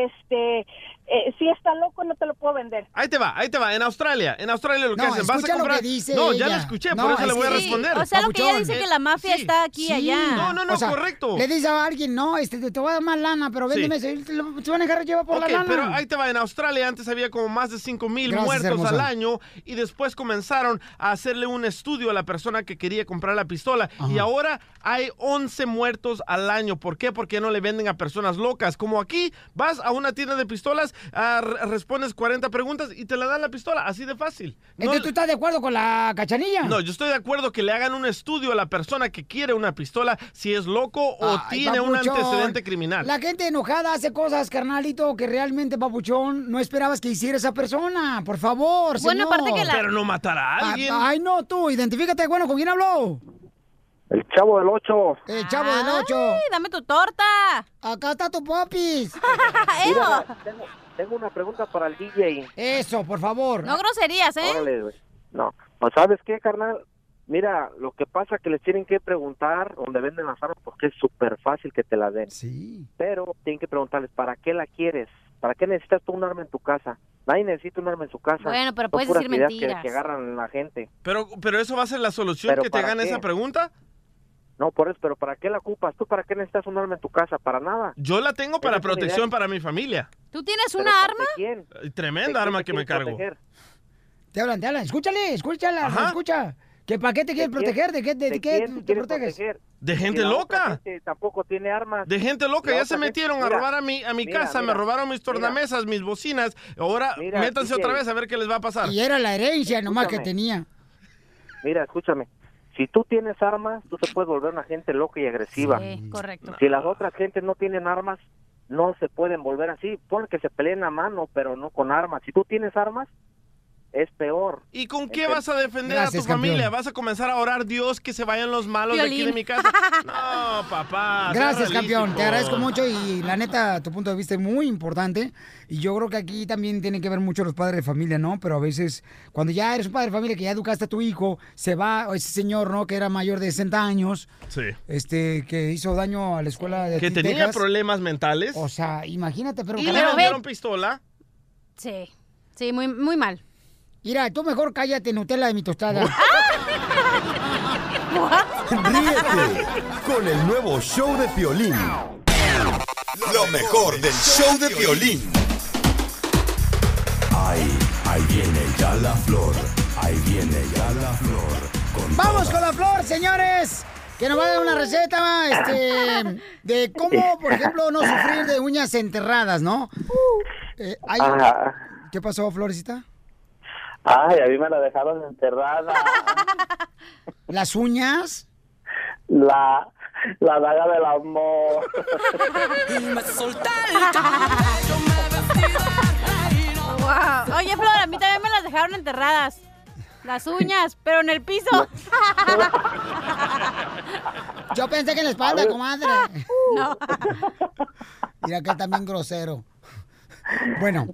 [SPEAKER 16] este, eh, si está loco no te lo puedo vender?
[SPEAKER 3] Ahí te va, ahí te va. En Australia, en Australia lo que
[SPEAKER 16] No,
[SPEAKER 3] hacen, vas a
[SPEAKER 16] escucha lo
[SPEAKER 3] comprar.
[SPEAKER 16] que dice
[SPEAKER 3] no, ya
[SPEAKER 16] ella.
[SPEAKER 3] la escuché,
[SPEAKER 16] No,
[SPEAKER 3] por eso
[SPEAKER 16] es
[SPEAKER 3] le voy a
[SPEAKER 16] que-
[SPEAKER 3] responder. Eh,
[SPEAKER 4] O sea, lo que ella dice que la mafia está aquí y allá.
[SPEAKER 3] No, no, no,
[SPEAKER 2] O sea,
[SPEAKER 3] correcto.
[SPEAKER 2] Le dice a alguien, no, este, te, te voy a dar más lana, pero
[SPEAKER 3] Sí.
[SPEAKER 2] véndeme, eso. Y te lo- te van a dejar llevar por
[SPEAKER 3] Ok,
[SPEAKER 2] la lana.
[SPEAKER 3] pero ahí te va. En Australia antes había como más de 5 mil
[SPEAKER 2] Gracias,
[SPEAKER 3] muertos
[SPEAKER 2] hermosa.
[SPEAKER 3] al año y después comenzaron a hacerle un estudio a la persona que quería comprar la pistola. Y ahora hay 11 muertos al año. ¿Por qué? Porque no le venden a personas locas. Como aquí, vas a una tienda de pistolas, ah, re- respondes 40 preguntas y te la dan la pistola. Así de fácil. No-
[SPEAKER 2] Entonces, ¿tú estás de acuerdo con la cachanilla?
[SPEAKER 3] no, yo estoy de acuerdo que le hagan un estudio a la persona que quiere una pistola si es loco o
[SPEAKER 2] Ay,
[SPEAKER 3] tiene un
[SPEAKER 2] papuchón.
[SPEAKER 3] antecedente criminal.
[SPEAKER 2] La gente enojada hace cosas, carnalito, que realmente, papuchón, no esperabas que hiciera esa persona. Por favor,
[SPEAKER 3] Bueno,
[SPEAKER 2] señor.
[SPEAKER 3] aparte que la- Pero no matar a
[SPEAKER 2] Ah,
[SPEAKER 3] alguien.
[SPEAKER 2] Ay, no, tú, identifícate. Bueno, ¿con quién habló?
[SPEAKER 10] El chavo del 8.
[SPEAKER 2] El chavo del 8.
[SPEAKER 4] dame tu torta.
[SPEAKER 2] Acá está tu popis.
[SPEAKER 17] Mira, tengo, tengo una pregunta para el DJ.
[SPEAKER 2] Eso, por favor.
[SPEAKER 4] No groserías, ¿eh?
[SPEAKER 17] Órale, güey. No, pues ¿sabes qué, carnal? Mira, lo que pasa que les tienen que preguntar dónde venden las armas porque es súper fácil que te la den.
[SPEAKER 2] Sí.
[SPEAKER 17] Pero tienen que preguntarles, ¿para qué la quieres? ¿Para qué necesitas tú un arma en tu casa? Nadie necesita un arma en su casa.
[SPEAKER 4] Bueno, pero
[SPEAKER 17] Son
[SPEAKER 4] puedes
[SPEAKER 17] puras
[SPEAKER 4] decir
[SPEAKER 17] ideas
[SPEAKER 4] mentiras.
[SPEAKER 17] Que, que agarran la gente.
[SPEAKER 3] Pero, pero eso va a ser la solución
[SPEAKER 17] ¿Pero
[SPEAKER 3] que te
[SPEAKER 17] para
[SPEAKER 3] gane
[SPEAKER 17] qué?
[SPEAKER 3] esa pregunta.
[SPEAKER 17] No, por eso, pero ¿para qué la ocupas? ¿Tú para qué necesitas un arma en tu casa? Para nada.
[SPEAKER 3] Yo la tengo para
[SPEAKER 17] Esa es una
[SPEAKER 3] protección
[SPEAKER 17] idea.
[SPEAKER 3] para mi familia.
[SPEAKER 4] ¿Tú tienes
[SPEAKER 17] ¿Pero
[SPEAKER 4] una
[SPEAKER 17] para
[SPEAKER 4] arma?
[SPEAKER 17] quién?
[SPEAKER 3] Eh, Tremenda arma que me cargo.
[SPEAKER 2] Te hablan, te hablan. Escúchale, escúchala,
[SPEAKER 3] Ajá.
[SPEAKER 2] escucha. ¿Que ¿Para qué te quieres proteger? ¿De qué, de,
[SPEAKER 17] ¿De
[SPEAKER 2] qué
[SPEAKER 17] quién te
[SPEAKER 2] te
[SPEAKER 17] quieres
[SPEAKER 2] proteges?
[SPEAKER 17] proteger?
[SPEAKER 3] De
[SPEAKER 17] Si
[SPEAKER 3] gente
[SPEAKER 17] la otra
[SPEAKER 3] loca.
[SPEAKER 17] gente tampoco tiene armas.
[SPEAKER 3] De gente loca,
[SPEAKER 17] La
[SPEAKER 3] ya
[SPEAKER 17] otra
[SPEAKER 3] se
[SPEAKER 17] gente-
[SPEAKER 3] metieron a
[SPEAKER 17] mira,
[SPEAKER 3] robar a mi, a mi
[SPEAKER 17] mira,
[SPEAKER 3] casa,
[SPEAKER 17] mira,
[SPEAKER 3] me robaron mis tornamesas, mis bocinas. Ahora
[SPEAKER 17] Mira,
[SPEAKER 3] métanse
[SPEAKER 17] DJ.
[SPEAKER 3] otra vez a ver qué les va a pasar.
[SPEAKER 2] Y era la herencia nomás que
[SPEAKER 17] Escúchame.
[SPEAKER 2] tenía.
[SPEAKER 17] Mira, escúchame. Si tú tienes armas, tú te puedes volver una gente loca y agresiva.
[SPEAKER 4] Sí, correcto.
[SPEAKER 17] Si las otras gentes no tienen armas, no se pueden volver así. Pon que se peleen a mano, pero no con armas. Si tú tienes armas, es peor.
[SPEAKER 3] ¿Y con qué vas a defender a
[SPEAKER 17] Gracias,
[SPEAKER 3] tu
[SPEAKER 17] campeón.
[SPEAKER 3] familia? ¿Vas a comenzar a orar, Dios, que se vayan los malos de aquí
[SPEAKER 2] Violín.
[SPEAKER 3] de mi casa? No, papá. sea
[SPEAKER 2] Gracias, campeón. Te
[SPEAKER 3] realístico.
[SPEAKER 2] agradezco mucho y la neta, tu punto de vista es muy importante. Y yo creo que aquí también tiene que ver mucho los padres de familia, ¿no? Pero a veces, cuando ya eres un padre de familia que ya educaste a tu hijo, se va o ese señor, ¿no? Que era mayor de 60 años,
[SPEAKER 3] Sí.
[SPEAKER 2] este, que hizo daño a la escuela de
[SPEAKER 3] Que
[SPEAKER 2] aquí,
[SPEAKER 3] tenía
[SPEAKER 2] Texas. Oh,
[SPEAKER 3] problemas mentales.
[SPEAKER 2] O sea, imagínate, pero...
[SPEAKER 4] Y
[SPEAKER 3] le vendieron pistola?
[SPEAKER 4] Sí, sí, muy, muy mal.
[SPEAKER 2] Mira, tú mejor cállate, Nutella de mi tostada.
[SPEAKER 5] Ríete con el nuevo show de Piolín.
[SPEAKER 12] Lo mejor del show de violín.
[SPEAKER 5] Ahí, ahí viene ya la flor. Ahí viene ya la flor.
[SPEAKER 2] Vamos con la flor, señores. Que nos va a dar una receta este, de cómo, por ejemplo, no sufrir de uñas enterradas, ¿no? Eh, hay-
[SPEAKER 13] Ajá.
[SPEAKER 2] ¿Qué pasó, Florecita?
[SPEAKER 13] Ay, a mí me la dejaron enterrada.
[SPEAKER 2] ¿Las uñas?
[SPEAKER 13] La, la daga del amor.
[SPEAKER 4] Wow. Oye, Flor, a mí también me las dejaron enterradas. Las uñas, pero en el piso.
[SPEAKER 2] Yo pensé que en la espalda, comadre.
[SPEAKER 4] No.
[SPEAKER 2] Mira que también grosero. Bueno,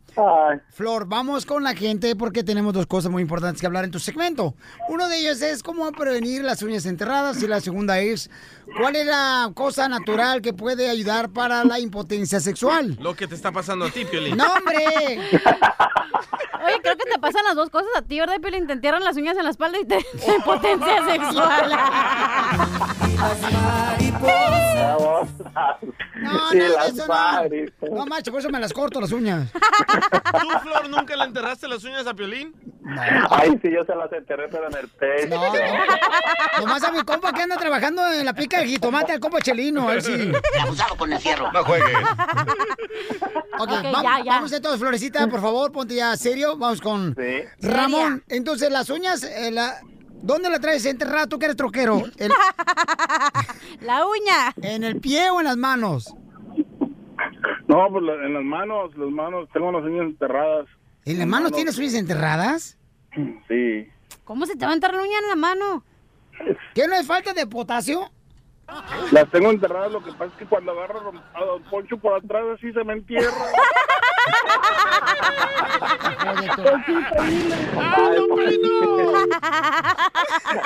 [SPEAKER 2] Flor, vamos con la gente porque tenemos dos cosas muy importantes que hablar en tu segmento. Uno de ellos es cómo prevenir las uñas enterradas y la segunda es cuál es la cosa natural que puede ayudar para la impotencia sexual.
[SPEAKER 3] Lo que te está pasando a ti, Piolín.
[SPEAKER 2] ¡No, hombre!
[SPEAKER 4] Oye, creo que te pasan las dos cosas a ti, ¿verdad? Pero te entierran las uñas en la espalda y te te potencia sexual.
[SPEAKER 2] No,
[SPEAKER 13] Sí,
[SPEAKER 2] nada de
[SPEAKER 13] las
[SPEAKER 2] eso,
[SPEAKER 13] madres.
[SPEAKER 2] no. No, macho, por eso me las corto las uñas.
[SPEAKER 3] ¿Tú, Flor, nunca le enterraste las uñas a Piolín?
[SPEAKER 13] Ay, sí, yo se las enterré, pero en el pecho.
[SPEAKER 2] Nomás a mi compa que anda trabajando en la pica de jitomate al compa Chelino, a ver si...
[SPEAKER 13] Abusado con el fierro.
[SPEAKER 5] No juegues.
[SPEAKER 4] Ok,
[SPEAKER 2] Ok, vam-
[SPEAKER 4] ya, ya.
[SPEAKER 2] vamos entonces, Florecita, por favor, ponte ya serio. Vamos con Ramón. Entonces, las uñas, eh, la- ¿dónde la traes enterrada? Tú que eres troquero.
[SPEAKER 4] la uña.
[SPEAKER 2] ¿En el pie o en las manos?
[SPEAKER 23] No, pues la- en las manos, las manos, tengo las uñas enterradas.
[SPEAKER 2] ¿En las manos tienes uñas enterradas?
[SPEAKER 23] Sí.
[SPEAKER 4] ¿Cómo se te va a enterrar la uña en la mano?
[SPEAKER 2] ¿Qué no es falta de potasio?
[SPEAKER 23] Las tengo enterradas, lo que pasa es que cuando agarro a don- a Ah, Don Poncho por atrás así se me entierra.
[SPEAKER 13] Ah,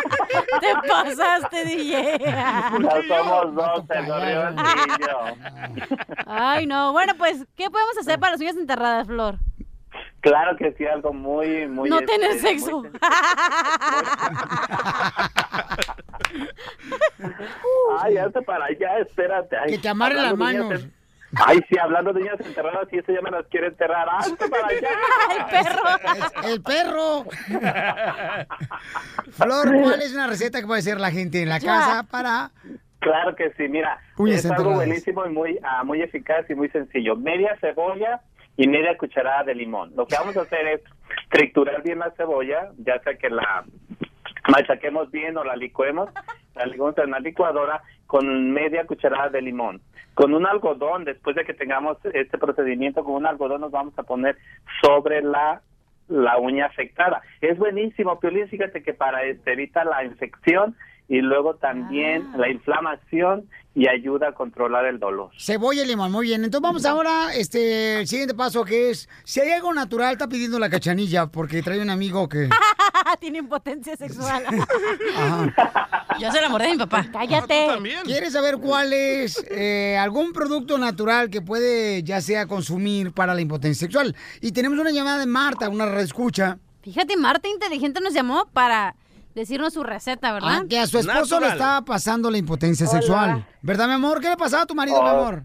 [SPEAKER 4] Te pasaste, DJ.
[SPEAKER 13] Ya somos dos, se corrió el niño.
[SPEAKER 4] Ay, no. Bueno, pues, ¿qué podemos hacer para las uñas enterradas, Flor?
[SPEAKER 13] Claro que sí, algo muy, muy...
[SPEAKER 4] no
[SPEAKER 13] este,
[SPEAKER 4] tener
[SPEAKER 13] muy
[SPEAKER 4] sexo.
[SPEAKER 13] Ay, hazte Ah, para allá, espérate. Ay,
[SPEAKER 2] Que te amarre las
[SPEAKER 13] hablando de
[SPEAKER 2] manos.
[SPEAKER 13] niñas en- Ay, sí, hablando de niñas enterradas, si ese ya me las quiere enterrar. Ah, Hazte para allá.
[SPEAKER 2] ¡El perro! ¡El perro! Flor, ¿cuál es una receta que puede hacer la gente en la
[SPEAKER 13] Ya.
[SPEAKER 2] casa para...
[SPEAKER 13] Claro que sí, mira,
[SPEAKER 2] Uñas
[SPEAKER 13] es algo
[SPEAKER 2] enterradas.
[SPEAKER 13] buenísimo y muy, ah, muy eficaz y muy sencillo. Media cebolla y media cucharada de limón. Lo que vamos a hacer es triturar bien la cebolla, ya sea que la machaquemos bien o la licuemos, la licuamos en una licuadora con media cucharada de limón. Con un algodón, después de que tengamos este procedimiento, con un algodón nos vamos a poner sobre la la uña afectada. Es buenísimo, Piolín, fíjate que para este, evita la infección y luego también
[SPEAKER 1] Ah.
[SPEAKER 13] la inflamación y ayuda a controlar el dolor.
[SPEAKER 2] Cebolla y limón, muy bien. Entonces vamos ahora, este, el siguiente paso que es, si hay algo natural, está pidiendo la cachanilla, porque trae un amigo que...
[SPEAKER 4] Tiene impotencia sexual.
[SPEAKER 2] Yo se la mordé a mi papá.
[SPEAKER 4] Ah,
[SPEAKER 2] Cállate. ¿Quieres saber cuál es eh, algún producto natural que puede ya sea consumir para la impotencia sexual? Y tenemos una llamada de Marta, una reescucha.
[SPEAKER 4] Fíjate, Marta inteligente nos llamó para decirnos su receta, ¿verdad?
[SPEAKER 2] Ah, que a su esposo le estaba pasando la impotencia
[SPEAKER 4] Hola.
[SPEAKER 2] sexual. ¿Verdad, mi amor? ¿Qué le pasaba a tu marido, mi
[SPEAKER 13] Oh.
[SPEAKER 2] amor?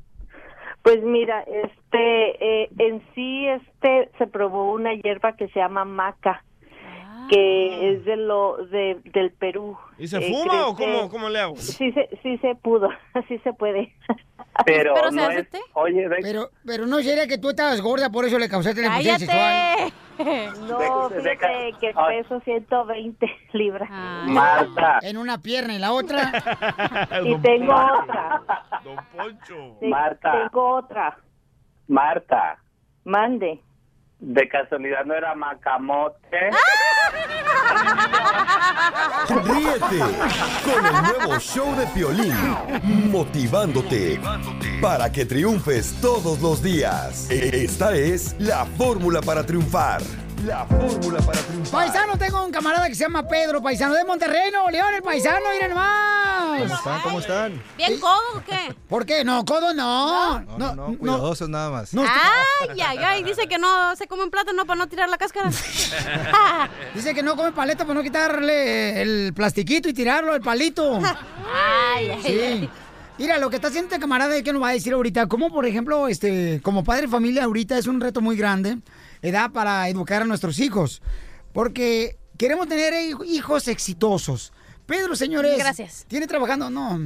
[SPEAKER 1] Pues mira, este, eh, en sí, este, se probó una hierba que se llama maca, que es de lo, de, del Perú.
[SPEAKER 3] ¿Y se
[SPEAKER 1] Eh,
[SPEAKER 3] fuma o
[SPEAKER 1] crece-
[SPEAKER 3] cómo, cómo le hago?
[SPEAKER 1] Sí se, sí se pudo, así se puede.
[SPEAKER 13] Pero,
[SPEAKER 1] Pero, ¿se
[SPEAKER 13] no
[SPEAKER 1] hace
[SPEAKER 13] es...
[SPEAKER 1] té?
[SPEAKER 13] Oye, de-
[SPEAKER 2] Pero, pero no sería que tú estabas gorda, por eso le causaste la impotencia sexual.
[SPEAKER 10] Oh,
[SPEAKER 1] No, Oh, fíjate que
[SPEAKER 3] Ah.
[SPEAKER 1] peso 120 libras.
[SPEAKER 10] Ah.
[SPEAKER 13] Marta.
[SPEAKER 2] En una pierna y la otra.
[SPEAKER 1] Y tengo otra. te-
[SPEAKER 13] Marta,
[SPEAKER 1] Tengo otra.
[SPEAKER 13] Marta,
[SPEAKER 1] Mande.
[SPEAKER 13] de casualidad no era macamote.
[SPEAKER 12] Ríete. Con el nuevo show de Piolín. Motivándote. Para que triunfes todos los días. Esta es la fórmula para triunfar. La fórmula para triunfar.
[SPEAKER 2] Paisano, tengo un camarada que se llama Pedro, paisano de Monterrey, Nuevo León, el paisano, miren
[SPEAKER 6] ¿Cómo
[SPEAKER 2] nomás.
[SPEAKER 6] están? ¿Cómo están?
[SPEAKER 4] ¿Bien codo o qué?
[SPEAKER 2] ¿Por qué? No, codo no.
[SPEAKER 6] No, no, no, cuidadosos nada más.
[SPEAKER 4] Ay, ay, ay, dice que no se come un plátano para no tirar la cáscara.
[SPEAKER 2] Dice que no come paleta para no quitarle el plastiquito y tirarlo, el palito.
[SPEAKER 4] Ay, ay,
[SPEAKER 2] Sí.
[SPEAKER 4] ay.
[SPEAKER 2] Mira, lo que está haciendo este camarada es que nos va a decir ahorita, como por ejemplo, este, como padre de familia, ahorita es un reto muy grande, edad para educar a nuestros hijos. Porque queremos tener hij- hijos exitosos. Pedro, señores.
[SPEAKER 4] Gracias.
[SPEAKER 2] ¿Tiene trabajando? No.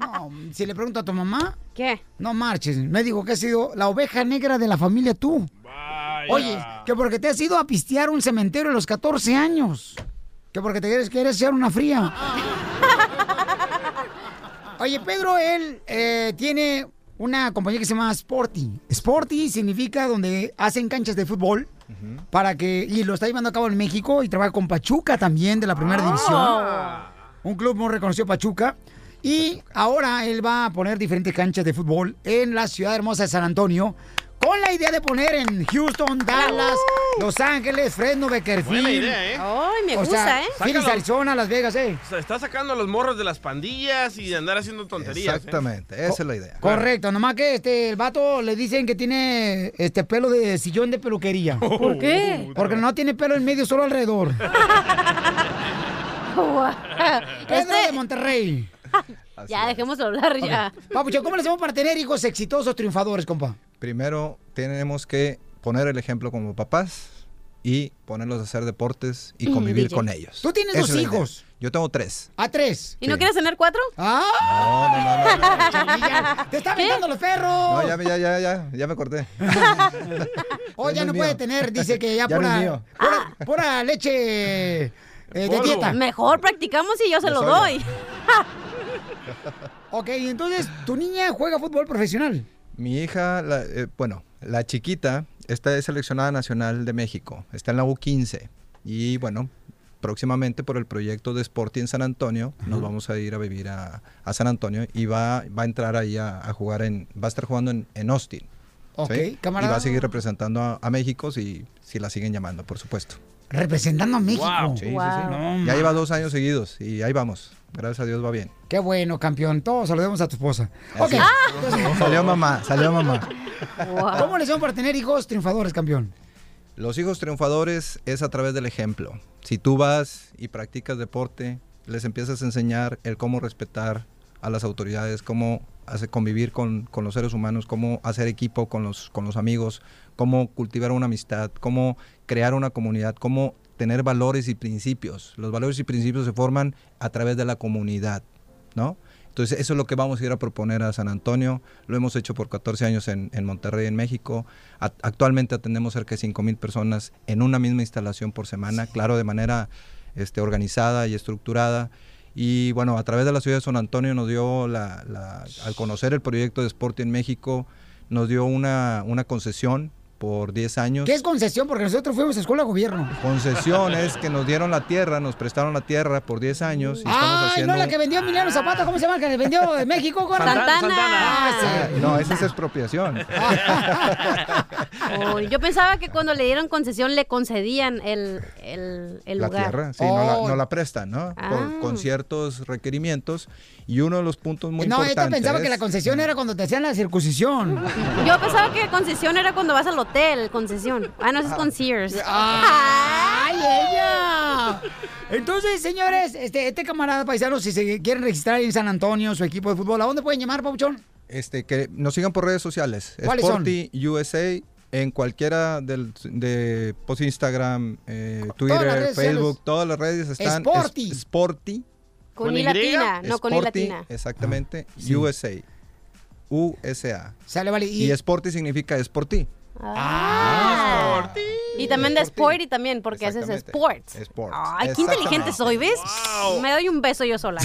[SPEAKER 2] No, si le pregunto a tu mamá.
[SPEAKER 4] ¿Qué?
[SPEAKER 2] No marches. Me dijo que has sido la oveja negra de la familia tú. Oye, que porque te has ido a pistear un cementerio a los 14 años. Que porque te quieres, quieres echar una fría. Oye, Pedro, él eh, tiene una compañía que se llama Sporty. Sporty significa donde hacen canchas de fútbol para que y lo está llevando a cabo en México y trabaja con Pachuca también de la primera
[SPEAKER 4] Ah.
[SPEAKER 2] división. Un club muy reconocido Pachuca y ahora él va a poner diferentes canchas de fútbol en la ciudad hermosa de San Antonio con la idea de poner en Houston, Dallas, Los Ángeles, Fresno, Beckerfield.
[SPEAKER 3] Buena idea, ¿eh? Ay, me
[SPEAKER 2] O sea,
[SPEAKER 3] gusta, ¿eh?
[SPEAKER 2] Phoenix,
[SPEAKER 3] Sácalo.
[SPEAKER 2] Arizona, Las Vegas, ¿eh?
[SPEAKER 3] Se está sacando a los morros de las pandillas y de andar haciendo tonterías. ¿eh?
[SPEAKER 6] Exactamente, esa es la idea.
[SPEAKER 2] Correcto, nomás que este el vato le dicen que tiene este pelo de sillón de peluquería.
[SPEAKER 6] ¿Por qué?
[SPEAKER 2] Porque no tiene pelo en medio, solo alrededor. Pedro de Monterrey.
[SPEAKER 4] Este, ya, dejémoslo hablar ya.
[SPEAKER 2] Ok. Papucho, ¿cómo le hacemos para tener hijos exitosos, triunfadores, Pues, compa?
[SPEAKER 6] Primero tenemos que poner el ejemplo como papás y ponerlos a hacer deportes y
[SPEAKER 2] Mm,
[SPEAKER 6] convivir
[SPEAKER 2] DJ.
[SPEAKER 6] con ellos.
[SPEAKER 2] Tú tienes
[SPEAKER 6] Esa
[SPEAKER 2] dos
[SPEAKER 6] es la idea.
[SPEAKER 2] hijos. Ah,
[SPEAKER 6] Yo tengo tres.
[SPEAKER 2] A tres.
[SPEAKER 4] ¿Y no quieres tener cuatro?
[SPEAKER 6] ¡Ah!
[SPEAKER 4] No, no,
[SPEAKER 2] ¡Te está aventando los perros!
[SPEAKER 6] No, ya, me- ya, ya, ya, ya me corté.
[SPEAKER 2] Oh, ya
[SPEAKER 6] no
[SPEAKER 2] no
[SPEAKER 6] es
[SPEAKER 2] puede
[SPEAKER 6] mío.
[SPEAKER 2] tener, dice que ya,
[SPEAKER 6] Ya no es
[SPEAKER 2] pura,
[SPEAKER 6] mío.
[SPEAKER 2] pura, pura leche eh, de
[SPEAKER 6] Polvo.
[SPEAKER 2] dieta.
[SPEAKER 4] Mejor practicamos y yo se
[SPEAKER 2] De
[SPEAKER 4] lo
[SPEAKER 2] soya.
[SPEAKER 4] doy.
[SPEAKER 2] Ok, entonces, ¿tu niña juega fútbol profesional?
[SPEAKER 6] Mi hija, la- eh, bueno, la chiquita, está seleccionada nacional de México. Está en la U15. Y bueno, próximamente por el proyecto de Sporting en San Antonio, nos vamos a ir a vivir a, a San Antonio y va, va a entrar ahí a, a jugar en, va a estar jugando en, en Austin.
[SPEAKER 2] Ok,
[SPEAKER 6] ¿sí? Y
[SPEAKER 2] camarada.
[SPEAKER 6] va a seguir representando a, a México si, si la siguen llamando, por supuesto.
[SPEAKER 2] Representando a México.
[SPEAKER 6] Sí, sí, sí. ya lleva dos años seguidos y ahí vamos. Gracias a Dios va bien.
[SPEAKER 2] Qué bueno, campeón. Todos saludemos a tu esposa. Ok. Ah.
[SPEAKER 6] Así es. Salió mamá, salió mamá.
[SPEAKER 2] ¿Cómo les son para tener hijos triunfadores, campeón?
[SPEAKER 6] Los hijos triunfadores es a través del ejemplo. Si tú vas y practicas deporte, les empiezas a enseñar el cómo respetar a las autoridades, cómo hace- convivir con, con los seres humanos, cómo hacer equipo con los, con los amigos, cómo cultivar una amistad, cómo crear una comunidad, cómo tener valores y principios. Los valores y principios se forman a través de la comunidad, ¿no? Entonces eso es lo que vamos a ir a proponer a San Antonio. Lo hemos hecho por 14 años en, en Monterrey, en México. A- actualmente atendemos cerca de 5 mil personas en una misma instalación por semana, claro, de manera este, organizada y estructurada. Y bueno, a través de la ciudad de San Antonio nos dio, la, la- al conocer el proyecto de Sporting en México, nos dio una, una concesión por 10 años.
[SPEAKER 2] ¿Qué es concesión? Porque nosotros fuimos a escuela de gobierno.
[SPEAKER 6] Concesión es que nos dieron la tierra, nos prestaron la tierra por 10 años. Y estamos
[SPEAKER 2] Ay,
[SPEAKER 6] haciendo...
[SPEAKER 2] no, la que vendió Emiliano Zapata, ¿cómo se llama? La que vendió de México, gorda?
[SPEAKER 4] Santana.
[SPEAKER 2] Ah, sí.
[SPEAKER 6] No, esa es expropiación.
[SPEAKER 4] Uy, yo pensaba que cuando le dieron concesión le concedían el, el, el
[SPEAKER 6] la
[SPEAKER 4] lugar. Ah.
[SPEAKER 6] tierra, sí, no,
[SPEAKER 2] Oh.
[SPEAKER 6] la, no la prestan, ¿no? Por, con ciertos requerimientos. Y uno de los puntos muy
[SPEAKER 2] No, esto
[SPEAKER 6] importantes.
[SPEAKER 2] pensaba que la concesión era cuando te hacían la circuncisión.
[SPEAKER 4] Yo pensaba que concesión era cuando vas al hotel, concesión. Ah, no, eso es con Sears.
[SPEAKER 2] ¡Ay, ella! Entonces, señores, este, este camarada paisano, si se quieren registrar en San Antonio, su equipo de fútbol, ¿a dónde pueden llamar, Pauchón?
[SPEAKER 6] Este, que nos sigan por redes sociales.
[SPEAKER 2] ¿Cuáles son?
[SPEAKER 6] Sporty USA, en cualquiera del, de post Instagram, eh,
[SPEAKER 2] las
[SPEAKER 6] Twitter,
[SPEAKER 2] redes
[SPEAKER 6] Facebook,
[SPEAKER 2] sociales.
[SPEAKER 6] todas las redes están.
[SPEAKER 2] Sporty.
[SPEAKER 6] es- Sporty.
[SPEAKER 4] Con ¿Con I Y? latina, no, con I
[SPEAKER 6] Sporty,
[SPEAKER 4] latina.
[SPEAKER 6] Exactamente.
[SPEAKER 2] Ah, sí.
[SPEAKER 6] USA. USA.
[SPEAKER 2] Sale, vale.
[SPEAKER 6] Y, Sporty significa es por ti.
[SPEAKER 2] Ah.
[SPEAKER 4] Ah. Y también de sport y también, porque haces sports.
[SPEAKER 6] Sports.
[SPEAKER 4] Ay, qué inteligente
[SPEAKER 6] Exactamente.
[SPEAKER 4] soy, ¿ves? Me doy un beso yo sola.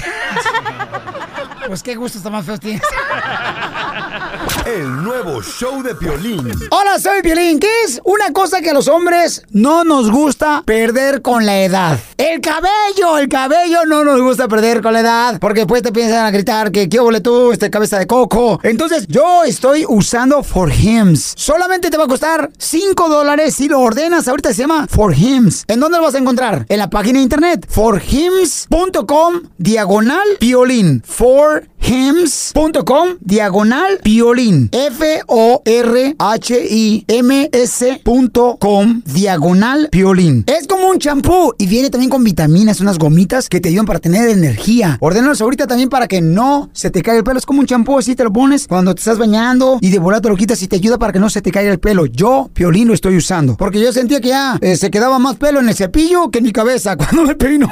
[SPEAKER 2] Pues qué gustos tan más feos tienes.
[SPEAKER 12] El nuevo show de Piolín.
[SPEAKER 2] Hola, soy Piolín. ¿Qué es una cosa que a los hombres no nos gusta perder con la edad? El cabello, el cabello no nos gusta perder con la edad, porque después te piensan a gritar que qué huele tú, este cabeza de coco. Entonces, yo estoy usando For Hims. Solamente te va a costar 5 dólares si lo ordenas. Ahorita se llama For Hims. ¿En dónde lo vas a encontrar? En la página de internet forhims.com diagonal piolín. forhims.com diagonal piolín. F-O-R-H-I-M-S.com diagonal piolín. Es como un champú y viene también con vitaminas, unas gomitas que te ayudan para tener energía. Ordenalos ahorita también para que no se te caiga el pelo. Es como un champú, así te lo pones cuando te estás bañando y de volada te lo quitas y te ayuda para que no se te caiga el pelo. Yo, piolín, lo estoy usando. Porque yo sentía que ya eh, se quedaba más pelo en el cepillo que en mi cabeza cuando me peino.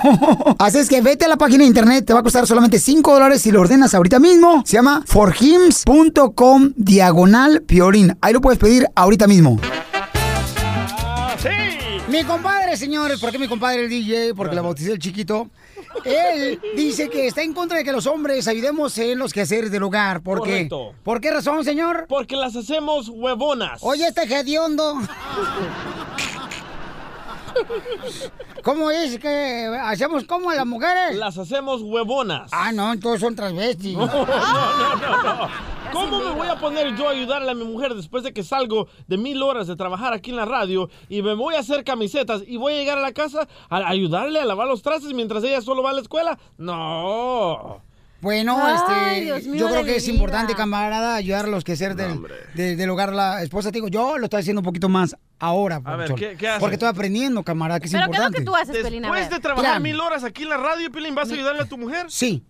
[SPEAKER 2] Así es que vete a la página de internet, te va a costar solamente 5 dólares si lo ordenas ahorita mismo. Se llama forhims.com diagonal piolín. Ahí lo puedes pedir ahorita mismo. Mi compadre, señores, porque mi compadre el DJ, porque la bauticé el chiquito, él dice que está en contra de que los hombres ayudemos en los quehaceres del hogar. ¿Por qué?
[SPEAKER 3] Correcto.
[SPEAKER 2] ¿Por qué razón, señor?
[SPEAKER 3] Porque las hacemos huevonas.
[SPEAKER 2] Oye, este hediondo.
[SPEAKER 10] Oh.
[SPEAKER 2] ¿Cómo es que hacemos como a las mujeres?
[SPEAKER 3] Las hacemos Ah. huevonas.
[SPEAKER 2] Ah, no, entonces son transvestis.
[SPEAKER 3] No, no, no, no, no. ¿Cómo me voy a poner yo a ayudarle a mi mujer después de que salgo de mil horas de trabajar aquí en la radio y me voy a hacer camisetas y voy a llegar a la casa a ayudarle a lavar los trastes mientras ella solo va a la escuela? No.
[SPEAKER 2] Bueno,
[SPEAKER 3] Ay,
[SPEAKER 2] este,
[SPEAKER 3] Dios mío
[SPEAKER 2] yo
[SPEAKER 3] de
[SPEAKER 2] creo
[SPEAKER 3] mi
[SPEAKER 2] que es
[SPEAKER 3] vida.
[SPEAKER 2] importante, camarada, ayudar a los quehaceres del, de- del hogar. La esposa, te digo, yo lo estoy haciendo un poquito más ahora.
[SPEAKER 3] A ver,
[SPEAKER 2] papuchón,
[SPEAKER 3] ¿qué- qué haces?
[SPEAKER 2] Porque estoy aprendiendo, camarada, que es importante.
[SPEAKER 3] Después de trabajar
[SPEAKER 2] Mira,
[SPEAKER 3] mil horas aquí en la radio, Pilín, ¿vas a ayudarle a tu mujer?
[SPEAKER 2] Sí.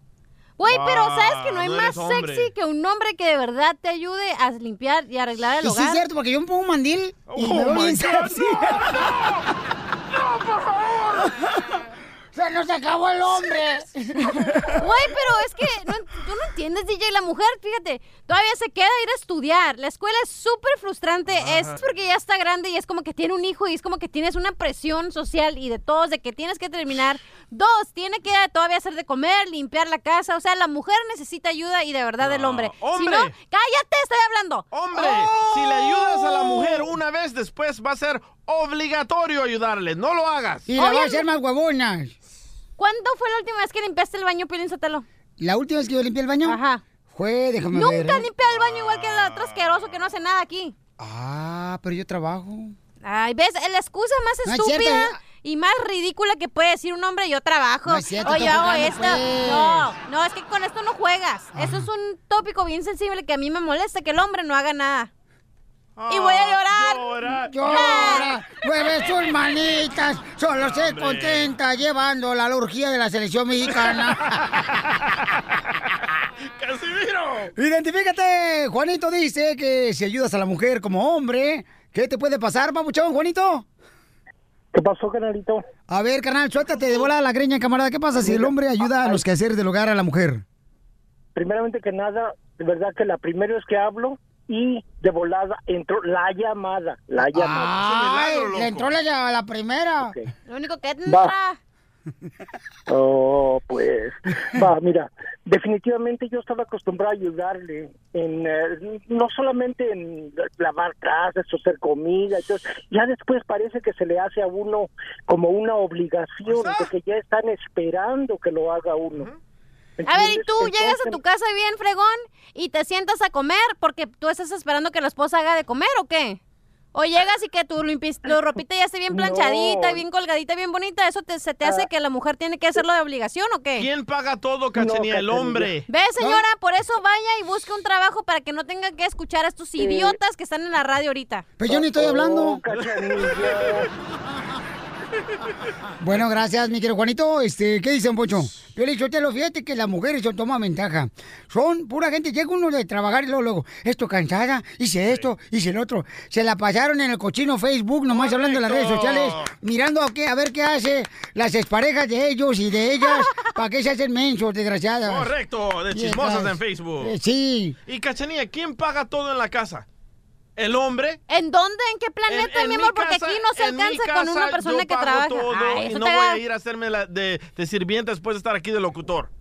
[SPEAKER 4] Güey, pero
[SPEAKER 3] Ah,
[SPEAKER 4] ¿sabes que no hay
[SPEAKER 3] no
[SPEAKER 4] más
[SPEAKER 3] eres hombre.
[SPEAKER 4] sexy que un hombre que de verdad te ayude a limpiar y arreglar el
[SPEAKER 2] Y sí
[SPEAKER 4] hogar?
[SPEAKER 2] es cierto, porque yo me pongo un mandil y
[SPEAKER 4] Oh
[SPEAKER 2] me veo
[SPEAKER 4] my
[SPEAKER 2] bien
[SPEAKER 4] God,
[SPEAKER 2] sexy. ¡Se nos acabó el hombre!
[SPEAKER 4] Güey, pero es que no, tú no entiendes, DJ. La mujer, fíjate, todavía se queda a ir a estudiar. La escuela es súper frustrante. Es porque ya está grande y es como que tiene un hijo y es como que tienes una presión social y de todos, de que tienes que terminar. Dos, tiene que todavía hacer de comer, limpiar la casa. O sea, la mujer necesita ayuda y de verdad del hombre. Si
[SPEAKER 3] ¡hombre!
[SPEAKER 4] no, cállate, estoy hablando. Oh.
[SPEAKER 3] Hombre, si le ayudas a la mujer una vez, después va a ser obligatorio ayudarle. No lo hagas.
[SPEAKER 2] Y la voy a hacer más huevonas.
[SPEAKER 4] ¿Cuándo fue la última vez que limpiaste el baño, Piolín Sotelo?
[SPEAKER 2] ¿La última vez que yo limpié el baño?
[SPEAKER 4] Ajá.
[SPEAKER 2] Fue, déjame
[SPEAKER 4] Nunca
[SPEAKER 2] ver. ¿eh?
[SPEAKER 4] limpia el baño igual que el otro asqueroso que no hace nada aquí.
[SPEAKER 2] Ah, pero yo trabajo.
[SPEAKER 4] Ay, ¿ves? La excusa más
[SPEAKER 2] No es
[SPEAKER 4] estúpida
[SPEAKER 2] cierto,
[SPEAKER 4] y más ridícula que puede decir un hombre, yo trabajo.
[SPEAKER 2] No es cierto,
[SPEAKER 4] o yo
[SPEAKER 2] está
[SPEAKER 4] hago
[SPEAKER 2] jugando,
[SPEAKER 4] esto.
[SPEAKER 2] pues.
[SPEAKER 4] No, no, es que con esto no juegas. Eso es un tópico bien sensible que a mí me molesta que el hombre no haga nada.
[SPEAKER 10] Ah,
[SPEAKER 4] y voy a llorar.
[SPEAKER 2] Llora, mueve sus manitas, solo se contenta llevando la urgía de la selección mexicana.
[SPEAKER 3] ¡Casimiro!
[SPEAKER 2] Identifícate, Juanito dice que si ayudas a la mujer como hombre, ¿qué te puede pasar, papuchón, Juanito?
[SPEAKER 8] ¿Qué pasó, canalito?
[SPEAKER 2] A ver, carnal, suéltate de volada la greña, camarada. ¿Qué pasa si el hombre ayuda a los quehaceres del hogar a la mujer?
[SPEAKER 8] Primeramente que nada, de verdad que la primera vez que hablo y de volada entró la llamada, la llamada.
[SPEAKER 2] Ay, le entró la, llave a la primera.
[SPEAKER 4] Lo único que
[SPEAKER 8] Va. Oh, pues. Va, mira, definitivamente yo estaba acostumbrado a ayudarle en eh, no solamente en lavar trastes o hacer comida, y todo, ya después parece que se le hace a uno como una obligación, porque ya están esperando que lo haga uno.
[SPEAKER 4] A ver, y
[SPEAKER 8] ¿Entiendes?
[SPEAKER 4] tú llegas a
[SPEAKER 8] Entonces,
[SPEAKER 4] tu casa bien fregón y te sientas a comer porque tú estás esperando que la esposa haga de comer o qué? O llegas y que tu, limpis- tu ropita ya esté bien planchadita,
[SPEAKER 8] No.
[SPEAKER 4] bien colgadita, bien bonita, ¿eso te- se te hace que la mujer tiene que hacerlo de obligación o qué?
[SPEAKER 3] ¿Quién paga todo, Cachanía? el hombre.
[SPEAKER 4] Ve, señora, por eso vaya y busque un trabajo para que no tenga que escuchar a estos idiotas que están en la radio ahorita.
[SPEAKER 2] Pero Pues yo ni
[SPEAKER 3] Oh.
[SPEAKER 2] estoy hablando. Bueno, gracias, mi querido Juanito. Este, ¿qué dicen, Poncho? Yo le te lo fíjate que las mujeres son toma ventaja. Son pura gente, llega uno de trabajar y luego, luego, esto cansada, hice esto, hice el otro. Se la pasaron en el cochino Facebook, nomás hablando en las redes sociales, mirando a qué, a ver qué hace las exparejas de ellos y de ellas, para que se hacen mensos, desgraciadas.
[SPEAKER 3] Correcto, de
[SPEAKER 2] Viejas.
[SPEAKER 3] chismosas en Facebook.
[SPEAKER 2] Eh, sí.
[SPEAKER 3] Y Cachanía, ¿quién paga todo en la casa? ¿El hombre? Eh,
[SPEAKER 4] ¿En dónde? ¿En qué planeta, mi amor? Porque aquí no se
[SPEAKER 3] en mi
[SPEAKER 4] alcanza con una
[SPEAKER 3] casa
[SPEAKER 4] persona
[SPEAKER 3] yo
[SPEAKER 4] que
[SPEAKER 3] pago
[SPEAKER 4] trabaja.
[SPEAKER 3] todo
[SPEAKER 4] Ay,
[SPEAKER 3] y
[SPEAKER 4] eso
[SPEAKER 3] no
[SPEAKER 4] te
[SPEAKER 3] voy
[SPEAKER 4] da-
[SPEAKER 3] a ir a hacerme la de, de sirvienta después de estar aquí de locutor.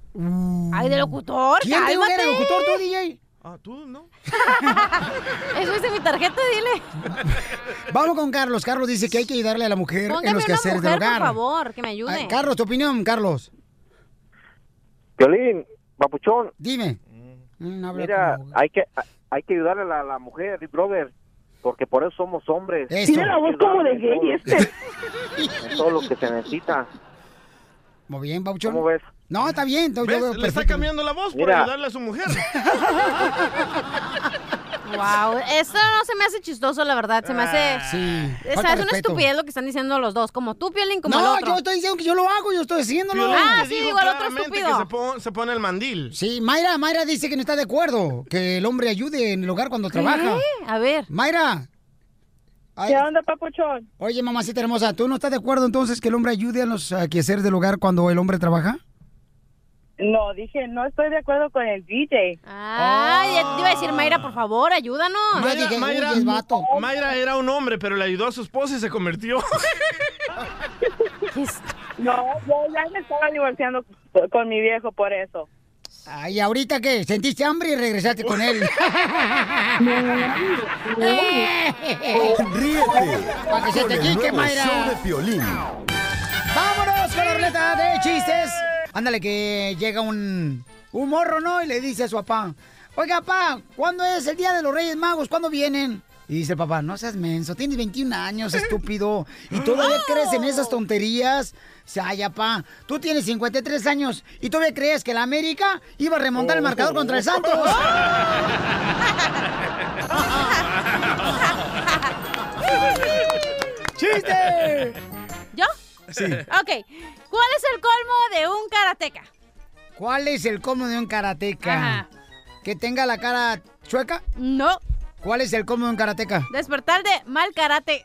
[SPEAKER 4] Ay, de locutor,
[SPEAKER 3] ¿Quién dijo que
[SPEAKER 4] cálmate.
[SPEAKER 3] era locutor tú,
[SPEAKER 2] DJ?
[SPEAKER 3] Ah, tú no.
[SPEAKER 4] Eso es de mi tarjeta, dile.
[SPEAKER 2] Vamos con Carlos. Carlos dice que hay que ayudarle a la mujer en
[SPEAKER 4] Póngame
[SPEAKER 2] los
[SPEAKER 4] una
[SPEAKER 2] quehaceres
[SPEAKER 4] mujer,
[SPEAKER 2] del hogar.
[SPEAKER 4] por favor, que me ayude.
[SPEAKER 2] Ay, Carlos, tu opinión, Carlos.
[SPEAKER 8] Violín, papuchón.
[SPEAKER 2] Dime. Mm,
[SPEAKER 8] Mira, hay que hay que ayudarle a la, la mujer, brother, porque por eso somos hombres.
[SPEAKER 2] Eso. Tiene la voz
[SPEAKER 8] como
[SPEAKER 2] de gay este.
[SPEAKER 8] Todo lo que se necesita.
[SPEAKER 2] Muy bien, Bauchón.
[SPEAKER 8] ¿Cómo ves?
[SPEAKER 2] No, está bien. entonces yo veo
[SPEAKER 3] ¿Ves? Le está
[SPEAKER 2] perfecto.
[SPEAKER 3] cambiando la voz por
[SPEAKER 8] Mira.
[SPEAKER 3] ayudarle a su mujer.
[SPEAKER 4] Wow, esto no se me hace chistoso, la verdad. Se me hace.
[SPEAKER 2] Sí.
[SPEAKER 4] O sea,
[SPEAKER 2] falta
[SPEAKER 4] es una
[SPEAKER 2] respeto.
[SPEAKER 4] estupidez lo que están diciendo los dos. Como tú, Piolín, como
[SPEAKER 2] No,
[SPEAKER 4] el otro.
[SPEAKER 2] yo estoy diciendo que yo lo hago, yo estoy diciéndolo.
[SPEAKER 4] Piolín Ah, te sí, dijo digo, el otro claramente estúpido. que se
[SPEAKER 3] se pone el mandil.
[SPEAKER 2] Sí, Mayra, Mayra dice que no está de acuerdo que el hombre ayude en el hogar cuando trabaja.
[SPEAKER 4] A ver.
[SPEAKER 2] Mayra. ¿Qué onda, papuchón? Oye, mamacita hermosa, ¿tú no estás de acuerdo entonces que el hombre ayude a los eh, quehaceres del hogar cuando el hombre trabaja?
[SPEAKER 9] No, dije, no estoy de acuerdo con el DJ.
[SPEAKER 4] Ay, ya te iba a decir, Mayra, por favor, ayúdanos.
[SPEAKER 3] Mayra, Mayra- Mayra era un hombre, pero le ayudó a su esposa y se convirtió.
[SPEAKER 9] No, yo ya me estaba divorciando con mi viejo por eso.
[SPEAKER 2] Ay, ¿ahorita qué? ¿Sentiste hambre y regresaste con él?
[SPEAKER 12] Ríete
[SPEAKER 2] Para que se
[SPEAKER 12] con
[SPEAKER 2] te
[SPEAKER 12] el
[SPEAKER 2] quique,
[SPEAKER 12] nuevo show de
[SPEAKER 2] Mayra.
[SPEAKER 12] Piolín.
[SPEAKER 2] ¡Vámonos con la ruleta de chistes! Ándale, que llega un, un morro, ¿no? Y le dice a su papá, oiga, papá, ¿cuándo es el Día de los Reyes Magos? ¿Cuándo vienen? Y dice el papá, no seas menso, tienes 21 años, estúpido. Y todavía crees en esas tonterías. O sea, ya, papá, tú tienes 53 años y todavía crees que la América iba a remontar el marcador contra el Santos.
[SPEAKER 10] Oh.
[SPEAKER 2] ¡Chiste!
[SPEAKER 4] ¿Yo?
[SPEAKER 2] Sí.
[SPEAKER 4] Ok. ¿Cuál es el colmo de un karateca?
[SPEAKER 2] ¿Cuál es el colmo de un karateca? ¿Que tenga la cara chueca?
[SPEAKER 4] No.
[SPEAKER 2] ¿Cuál es el colmo de un karateca?
[SPEAKER 4] Despertar de mal karate.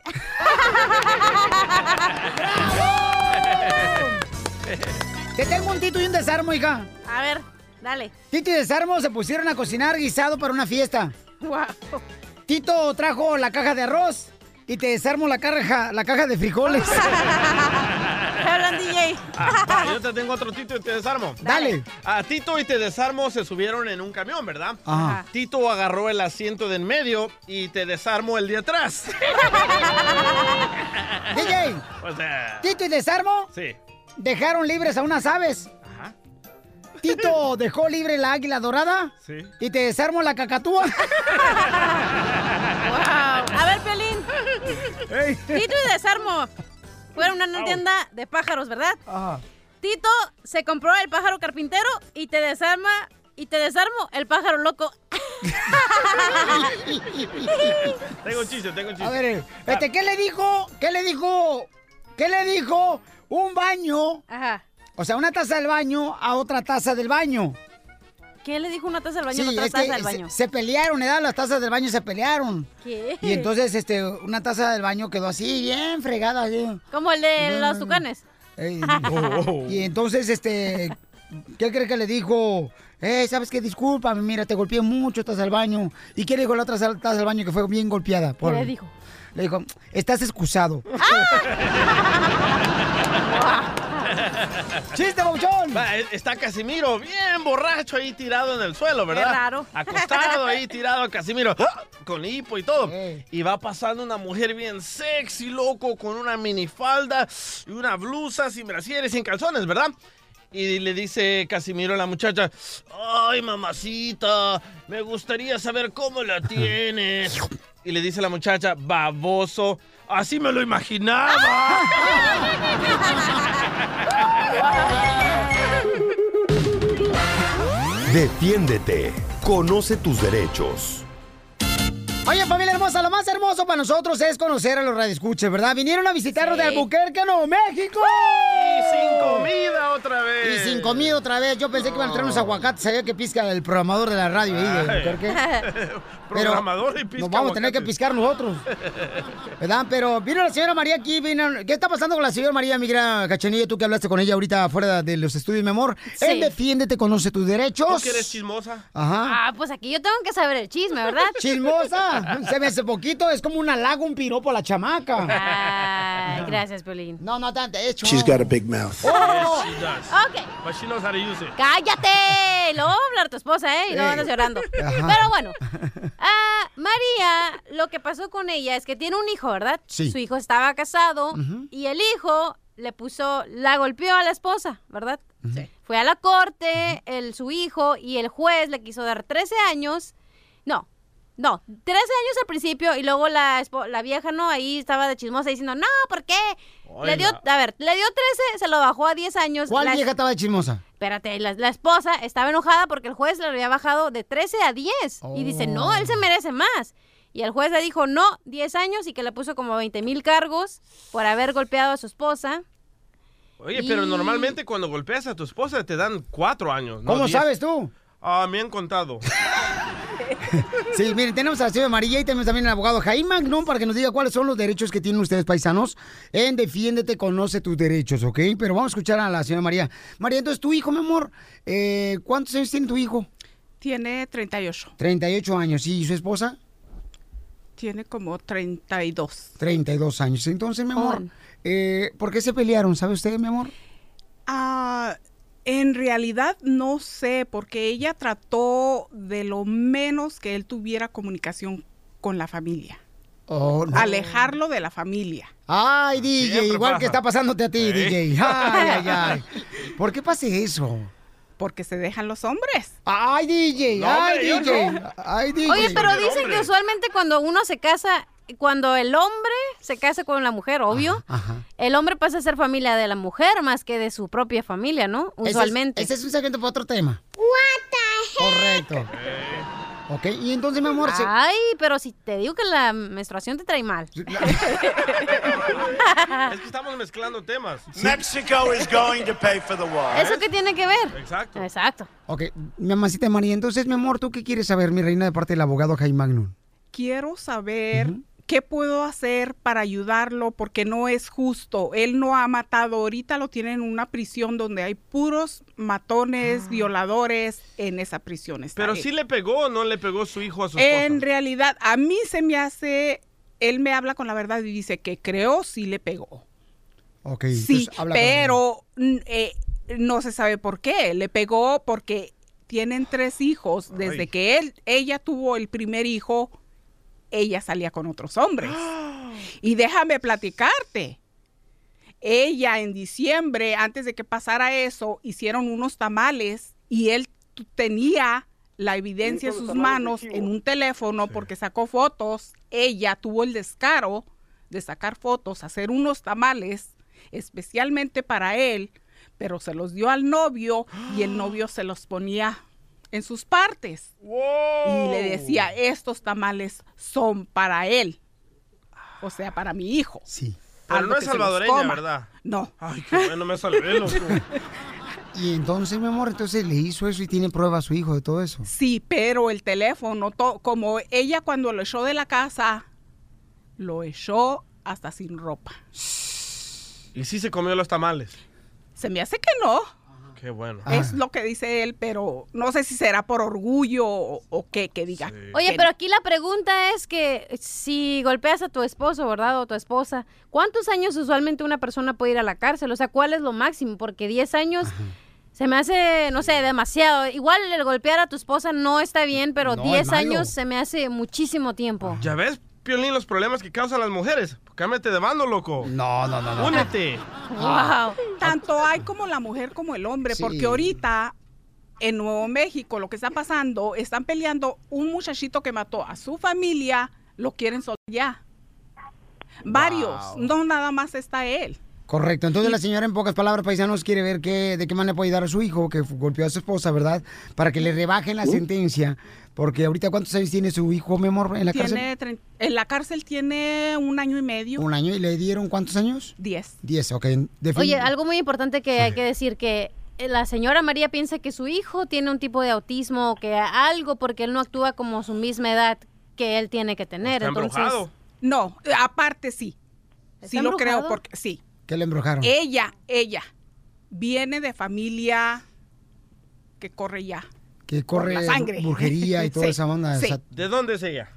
[SPEAKER 2] Te tengo un tito y un desarmo, hija.
[SPEAKER 4] A ver, dale.
[SPEAKER 2] Tito y desarmo se pusieron a cocinar guisado para una fiesta.
[SPEAKER 4] Wow.
[SPEAKER 2] Tito trajo la caja de arroz y te desarmo la caja, la caja de frijoles.
[SPEAKER 4] Hablan, DJ. DJ.
[SPEAKER 3] Ah, ah, yo te tengo otro Tito y te desarmo.
[SPEAKER 2] Dale.
[SPEAKER 3] A Tito y te desarmo se subieron en un camión, ¿verdad?
[SPEAKER 2] Ajá.
[SPEAKER 3] Tito agarró el asiento de en medio y te desarmo el de atrás.
[SPEAKER 2] DJ,
[SPEAKER 3] O sea,
[SPEAKER 2] Tito y Desarmo
[SPEAKER 3] sí.
[SPEAKER 2] dejaron libres a unas aves. Tito dejó libre la águila dorada
[SPEAKER 3] Sí.
[SPEAKER 2] y te desarmo la cacatúa.
[SPEAKER 4] A ver, Pelín. Tito y Desarmo fueron a una tienda de pájaros, ¿verdad? Tito se compró el pájaro carpintero y te desarma y te desarmo el pájaro loco.
[SPEAKER 3] Tengo un chiste, tengo un chiste.
[SPEAKER 2] A ver, eh, este, ¿qué le dijo? ¿Qué le dijo? ¿Qué le dijo un baño? O sea, una taza del baño a otra taza del baño.
[SPEAKER 4] ¿Qué le dijo una taza al baño
[SPEAKER 2] Sí,
[SPEAKER 4] y otra
[SPEAKER 2] es que
[SPEAKER 4] taza al
[SPEAKER 2] se-
[SPEAKER 4] baño?
[SPEAKER 2] Se, pelearon, ¿eh? Las tazas del baño se pelearon.
[SPEAKER 4] ¿Qué?
[SPEAKER 2] Y entonces, este, una taza del baño quedó así, bien fregada. así.
[SPEAKER 4] Como el de los tucanes.
[SPEAKER 2] Ey, Y entonces, este, ¿qué crees que le dijo? Eh, ¿sabes qué? Discúlpame, mira, te golpeé mucho, estás al baño. ¿Y qué le dijo la otra sal- taza al baño que fue bien golpeada? por-
[SPEAKER 4] le dijo?
[SPEAKER 2] Le dijo, estás excusado. ¡Chiste, babuchón!
[SPEAKER 3] eh, está Casimiro, bien borracho ahí tirado en el suelo, ¿verdad?
[SPEAKER 4] raro.
[SPEAKER 3] Acostado ahí tirado Casimiro, ¡ah! con hipo y todo. Y va pasando una mujer bien sexy, loco, con una minifalda y una blusa sin brasieres, sin calzones, ¿verdad? Y le dice Casimiro a la muchacha, ay mamacita, me gustaría saber cómo la tienes. Y le dice la muchacha, baboso, así me lo
[SPEAKER 10] Ah,
[SPEAKER 3] imaginaba.
[SPEAKER 12] Defiéndete. Conoce tus derechos.
[SPEAKER 2] Oye, familia hermosa, lo más hermoso para nosotros es conocer a los radioescuchas, ¿verdad? Vinieron a visitarnos
[SPEAKER 3] Sí.
[SPEAKER 2] de Albuquerque, Nuevo México.
[SPEAKER 3] Y sin comida otra vez.
[SPEAKER 2] Y sin comida otra vez. Yo pensé que iban a traer unos aguacates. Sabía que pizca el programador de la radio ahí de Albuquerque. Pero
[SPEAKER 3] Programador y pizca
[SPEAKER 2] Nos vamos a tener que piscar nosotros. ¿Verdad? Pero vino la señora María aquí. Vino... ¿Qué está pasando con la señora María Migra Cachanilla? Tú que hablaste con ella ahorita fuera de los estudios, mi amor.
[SPEAKER 4] Sí.
[SPEAKER 2] Él defiéndete, conoce tus derechos.
[SPEAKER 3] ¿Tú que eres chismosa?
[SPEAKER 2] Ajá.
[SPEAKER 4] Ah, pues aquí yo tengo que saber el chisme, ¿verdad?
[SPEAKER 2] Chismosa. Se me hace poquito. Es como un halago, un piropo a la chamaca.
[SPEAKER 4] Ay, gracias, Pelín.
[SPEAKER 2] No, no tanto. Hecho.
[SPEAKER 19] She's got a big mouth.
[SPEAKER 4] Oh.
[SPEAKER 3] Yes, she does.
[SPEAKER 4] Ok.
[SPEAKER 3] But she knows how to use it.
[SPEAKER 4] ¡Cállate! Lo va a hablar tu esposa, ¿eh? Y lo
[SPEAKER 3] Sí.
[SPEAKER 4] andas llorando.
[SPEAKER 3] Ajá.
[SPEAKER 4] Pero bueno, ah, María, lo que pasó con ella es que tiene un hijo, ¿verdad?
[SPEAKER 14] Sí.
[SPEAKER 4] Su hijo estaba casado
[SPEAKER 14] Ujú.
[SPEAKER 4] y el hijo le puso, la golpeó a la esposa, ¿verdad? Fue a la corte, el, su hijo y el juez le quiso dar 13 años. No, no, 13 años al principio y luego la, espo- la vieja, ¿no? Ahí estaba de chismosa diciendo, no, ¿por qué?
[SPEAKER 2] Ay,
[SPEAKER 4] le dio,
[SPEAKER 2] la-
[SPEAKER 4] a ver, le dio 13, se lo bajó a 10 años.
[SPEAKER 2] ¿Cuál
[SPEAKER 4] la-
[SPEAKER 2] vieja estaba de chismosa?
[SPEAKER 4] Espérate, la, la esposa estaba enojada porque el juez le había bajado de 13 a 10. Y dice, no, él se merece más. Y el juez le dijo, no, 10 años y que le puso como 20 mil cargos por haber golpeado a su esposa.
[SPEAKER 3] Oye, pero
[SPEAKER 4] Y-
[SPEAKER 3] normalmente cuando golpeas a tu esposa te dan cuatro años.
[SPEAKER 2] ¿Cómo sabes tú?
[SPEAKER 3] Ah, me han contado.
[SPEAKER 2] Sí, miren, tenemos a la señora María y tenemos también al abogado Jaime Magnón para que nos diga cuáles son los derechos que tienen ustedes, paisanos, en Defiéndete, conoce tus derechos, ¿ok? Pero vamos a escuchar a la señora María. María, entonces tu hijo, mi amor, eh, ¿cuántos años tiene tu hijo?
[SPEAKER 14] Tiene 38.
[SPEAKER 2] 38 años. ¿Y su esposa?
[SPEAKER 14] Tiene como 32.
[SPEAKER 2] 32 años. Entonces, mi amor, eh, ¿por qué se pelearon? ¿Sabe usted, mi amor?
[SPEAKER 14] Ah, en realidad no sé, porque ella trató de lo menos que él tuviera comunicación con la familia.
[SPEAKER 2] Oh, no.
[SPEAKER 14] Alejarlo de la familia.
[SPEAKER 2] Ay, DJ,
[SPEAKER 14] Siempre
[SPEAKER 2] igual
[SPEAKER 14] pasa.
[SPEAKER 2] que está pasándote a
[SPEAKER 14] Sí.
[SPEAKER 2] ti, DJ. Ay, ay, ay. ¿Por qué pasa eso?
[SPEAKER 14] Porque se dejan los hombres.
[SPEAKER 2] Ay, DJ, ay,
[SPEAKER 14] hombre, yo
[SPEAKER 2] DJ.
[SPEAKER 14] no.
[SPEAKER 2] Ay, DJ.
[SPEAKER 4] Oye, pero dicen que usualmente cuando uno se casa, cuando el hombre se casa con la mujer, obvio, el hombre pasa a ser familia de la mujer más que de su propia familia, ¿no?
[SPEAKER 2] Ese es-
[SPEAKER 4] Usualmente.
[SPEAKER 2] Ese es, un segmento para otro tema. Correcto. Ok, y entonces, mi amor, se-
[SPEAKER 4] Ay, pero si te digo que la menstruación te trae mal.
[SPEAKER 3] Es que estamos mezclando temas.
[SPEAKER 18] Mexico is going to pay for the war.
[SPEAKER 4] ¿Eso qué tiene que ver?
[SPEAKER 3] Exacto.
[SPEAKER 4] Exacto.
[SPEAKER 2] Ok, mi mamacita María, entonces, mi amor, ¿tú qué quieres saber, mi reina, de parte del abogado Jaime Magnum?
[SPEAKER 14] quiero saber qué puedo hacer para ayudarlo porque no es justo. Él no ha matado, ahorita lo tienen en una prisión donde hay puros matones, violadores en esa prisión. está
[SPEAKER 3] Ah. Pero
[SPEAKER 14] él.
[SPEAKER 3] sí le pegó o no le pegó su hijo a su esposa.
[SPEAKER 14] En realidad, a mí se me hace, él me habla con la verdad y dice que creo sí le pegó.
[SPEAKER 2] Ok,
[SPEAKER 14] Sí,
[SPEAKER 2] entonces habla con-
[SPEAKER 14] pero mm, eh, no se sabe por qué. Le pegó porque tienen tres hijos. Desde
[SPEAKER 2] Ay.
[SPEAKER 14] que él, ella tuvo el primer hijo, ella salía con otros hombres. Y déjame platicarte. Ella en diciembre, antes de que pasara eso, hicieron unos tamales y él t- tenía la evidencia en
[SPEAKER 15] Hizo los
[SPEAKER 14] sus
[SPEAKER 15] tamales de
[SPEAKER 14] manos
[SPEAKER 15] chivo.
[SPEAKER 14] en un teléfono porque sacó fotos. Ella tuvo el descaro de sacar fotos, hacer unos tamales especialmente para él, pero se los dio al novio y el novio se los ponía en sus partes. Y le decía, estos tamales son para él. O sea, para mi hijo.
[SPEAKER 2] Sí.
[SPEAKER 3] Pero
[SPEAKER 14] Hazlo
[SPEAKER 3] no
[SPEAKER 14] que
[SPEAKER 3] es
[SPEAKER 14] se los
[SPEAKER 3] salvadoreña,
[SPEAKER 14] coma.
[SPEAKER 3] ¿verdad?
[SPEAKER 14] No.
[SPEAKER 3] Ay, qué bueno, me salvé, loco.
[SPEAKER 2] Y entonces, mi amor, entonces le hizo eso y tiene prueba a su hijo de todo eso.
[SPEAKER 14] Sí, pero el teléfono, to- como ella cuando lo echó de la casa, lo echó hasta sin ropa.
[SPEAKER 3] Y sí se comió los tamales.
[SPEAKER 14] Se me hace que no.
[SPEAKER 3] Qué bueno.
[SPEAKER 14] Es lo que dice él, pero no sé si será por orgullo o, o qué que diga.
[SPEAKER 4] Oye,
[SPEAKER 14] que
[SPEAKER 4] pero aquí la pregunta es que si golpeas a tu esposo, ¿verdad? O tu esposa, ¿cuántos años usualmente una persona puede ir a la cárcel? O sea, ¿cuál es lo máximo? Porque 10 años se me hace, no sé, demasiado. Igual el golpear a tu esposa no está bien, pero
[SPEAKER 3] No, es
[SPEAKER 4] 10
[SPEAKER 3] malo.
[SPEAKER 4] años se me hace muchísimo tiempo.
[SPEAKER 3] ¿Ya ves, Piolín, los problemas que causan las mujeres? Cámete de bando, loco.
[SPEAKER 2] No, no,
[SPEAKER 14] no.
[SPEAKER 3] Únete.
[SPEAKER 14] Wow. Tanto hay como la mujer como el hombre,
[SPEAKER 3] Sí.
[SPEAKER 14] porque ahorita en Nuevo México lo que está pasando, están peleando un muchachito que mató a su familia, lo quieren soltar ya. Varios,
[SPEAKER 2] Wow.
[SPEAKER 14] no nada más está él.
[SPEAKER 2] Correcto. Entonces la señora, en pocas palabras, paisanos, quiere ver qué, de qué manera puede ayudar a su hijo que golpeó a su esposa, ¿verdad? Para que le rebajen la sentencia. Porque ahorita, ¿cuántos años tiene su hijo, mi amor, en la cárcel?
[SPEAKER 14] Tiene trein- en la cárcel tiene un año y medio.
[SPEAKER 2] Un año. ¿Y le dieron cuántos años?
[SPEAKER 14] Diez.
[SPEAKER 2] Diez, ok. Defin-
[SPEAKER 4] Oye, algo muy importante que hay que decir que eh, la señora María piensa que su hijo tiene un tipo de autismo o que algo porque él no actúa como su misma edad que él tiene que tener. Entonces,
[SPEAKER 14] No, aparte sí.
[SPEAKER 4] ¿Está
[SPEAKER 14] Sí lo creo
[SPEAKER 4] embrujado?
[SPEAKER 14] porque sí. Eh,
[SPEAKER 2] ¿Qué le embrujaron?
[SPEAKER 14] Ella, ella viene de familia que corre ya.
[SPEAKER 2] que corre
[SPEAKER 14] la sangre.
[SPEAKER 2] brujería y toda
[SPEAKER 14] Sí,
[SPEAKER 2] esa onda.
[SPEAKER 14] sí.
[SPEAKER 2] o sea,
[SPEAKER 3] ¿De dónde es ella?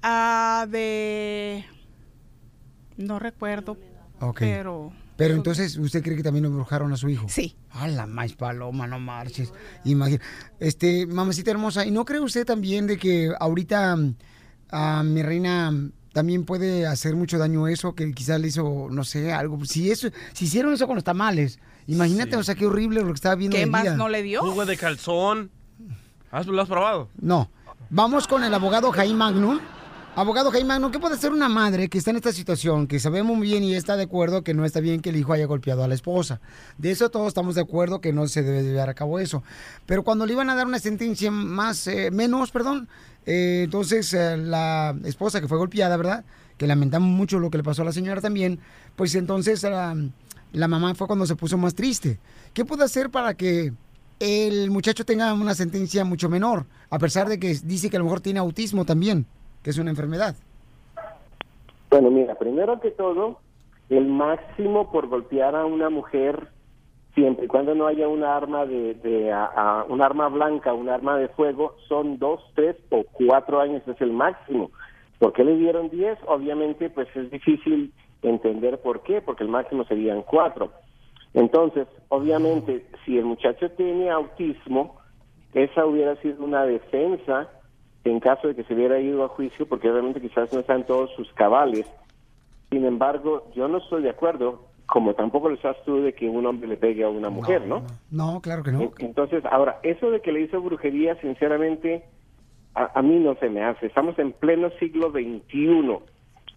[SPEAKER 14] Ah, de no recuerdo,
[SPEAKER 2] ok.
[SPEAKER 14] pero
[SPEAKER 2] Pero entonces, ¿usted cree que también embrujaron a su hijo?
[SPEAKER 14] Sí.
[SPEAKER 2] A la más paloma, no marches. Imagina. Este, mamacita hermosa, ¿y no cree usted también de que ahorita mm, a mi reina mm, también puede hacer mucho daño eso? Que quizás le hizo, no sé, algo. Si eso, si hicieron eso con los tamales, imagínate, o sea, qué horrible lo que estaba viendo. hoy día.
[SPEAKER 14] dio?
[SPEAKER 3] Jugo de calzón. ¿Has- ¿Lo has probado?
[SPEAKER 2] No. Vamos con el abogado Jaime Magnum. Abogado Jaime Magnum, ¿qué puede hacer una madre que está en esta situación, que sabemos muy bien y está de acuerdo que no está bien que el hijo haya golpeado a la esposa? De eso todos estamos de acuerdo que no se debe llevar a cabo eso. Pero cuando le iban a dar una sentencia más, eh, menos, perdón, eh, entonces eh, la esposa que fue golpeada, ¿verdad? Que lamentamos mucho lo que le pasó a la señora también, pues entonces la, la mamá fue cuando se puso más triste. ¿Qué puede hacer para que el muchacho tenga una sentencia mucho menor, a pesar de que dice que a lo mejor tiene autismo también, que es una enfermedad.
[SPEAKER 21] Bueno, mira, primero que todo, el máximo por golpear a una mujer, siempre y cuando no haya un arma de, de a- a- un arma blanca, un arma de fuego, son dos, tres o cuatro años es el máximo. ¿Por qué le dieron diez? Obviamente, pues es difícil entender por qué, porque el máximo serían cuatro. Entonces, obviamente, si el muchacho tiene autismo, esa hubiera sido una defensa en caso de que se hubiera ido a juicio, porque obviamente quizás no están todos sus cabales. Sin embargo, yo no estoy de acuerdo, como tampoco lo estás tú, de que un hombre le pegue a una mujer, ¿no?
[SPEAKER 2] No, claro que no.
[SPEAKER 21] E-, Entonces, ahora, eso de que le hizo brujería, sinceramente, a, a mí no se me hace. Estamos en pleno siglo XXI.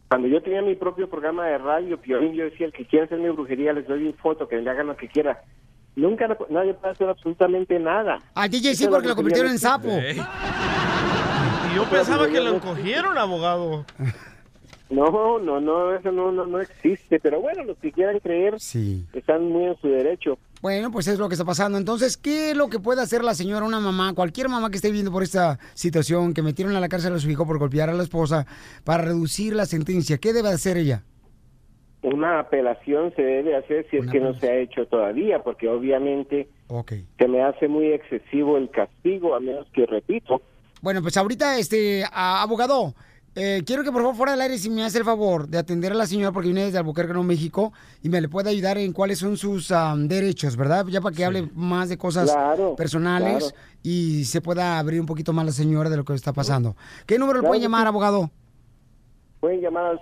[SPEAKER 21] Cuando yo tenía mi propio programa de radio, Piolín, yo decía, el que quiera hacerme brujería, les doy mi foto, que le hagan lo que quiera. Nunca na- nadie puede hacer absolutamente nada.
[SPEAKER 2] A DJ
[SPEAKER 21] Esa es
[SPEAKER 2] sí
[SPEAKER 21] la
[SPEAKER 2] porque lo
[SPEAKER 21] brujería
[SPEAKER 2] convirtieron
[SPEAKER 21] de-
[SPEAKER 2] en sapo.
[SPEAKER 3] Y yo pensaba que lo encogieron, abogado.
[SPEAKER 21] No, no, no, eso no, no, no existe. Pero bueno, los que quieran creer están muy en su derecho.
[SPEAKER 2] Bueno, pues es lo que está pasando. Entonces, ¿qué es lo que puede hacer la señora, una mamá, cualquier mamá que esté viviendo por esta situación, que metieron a la cárcel a su hijo por golpear a la esposa, para reducir la sentencia? ¿Qué debe hacer ella?
[SPEAKER 21] Una apelación se debe hacer si es que no se ha hecho todavía, porque obviamente
[SPEAKER 2] Ok.
[SPEAKER 21] se me hace muy excesivo el castigo, a menos que, repito,
[SPEAKER 2] Bueno, pues ahorita, este, a- abogado, eh, quiero que por favor fuera del aire si me hace el favor de atender a la señora porque viene desde Albuquerque, Nuevo México, y me le puede ayudar en cuáles son sus ah, derechos, ¿verdad? Ya para que hable más de cosas
[SPEAKER 15] Claro,
[SPEAKER 2] personales
[SPEAKER 15] claro.
[SPEAKER 2] y se pueda abrir un poquito más la señora de lo que está pasando. ¿Qué número le
[SPEAKER 15] Claro
[SPEAKER 2] pueden
[SPEAKER 15] que
[SPEAKER 2] llamar,
[SPEAKER 15] sí.
[SPEAKER 2] abogado?
[SPEAKER 15] Pueden llamar al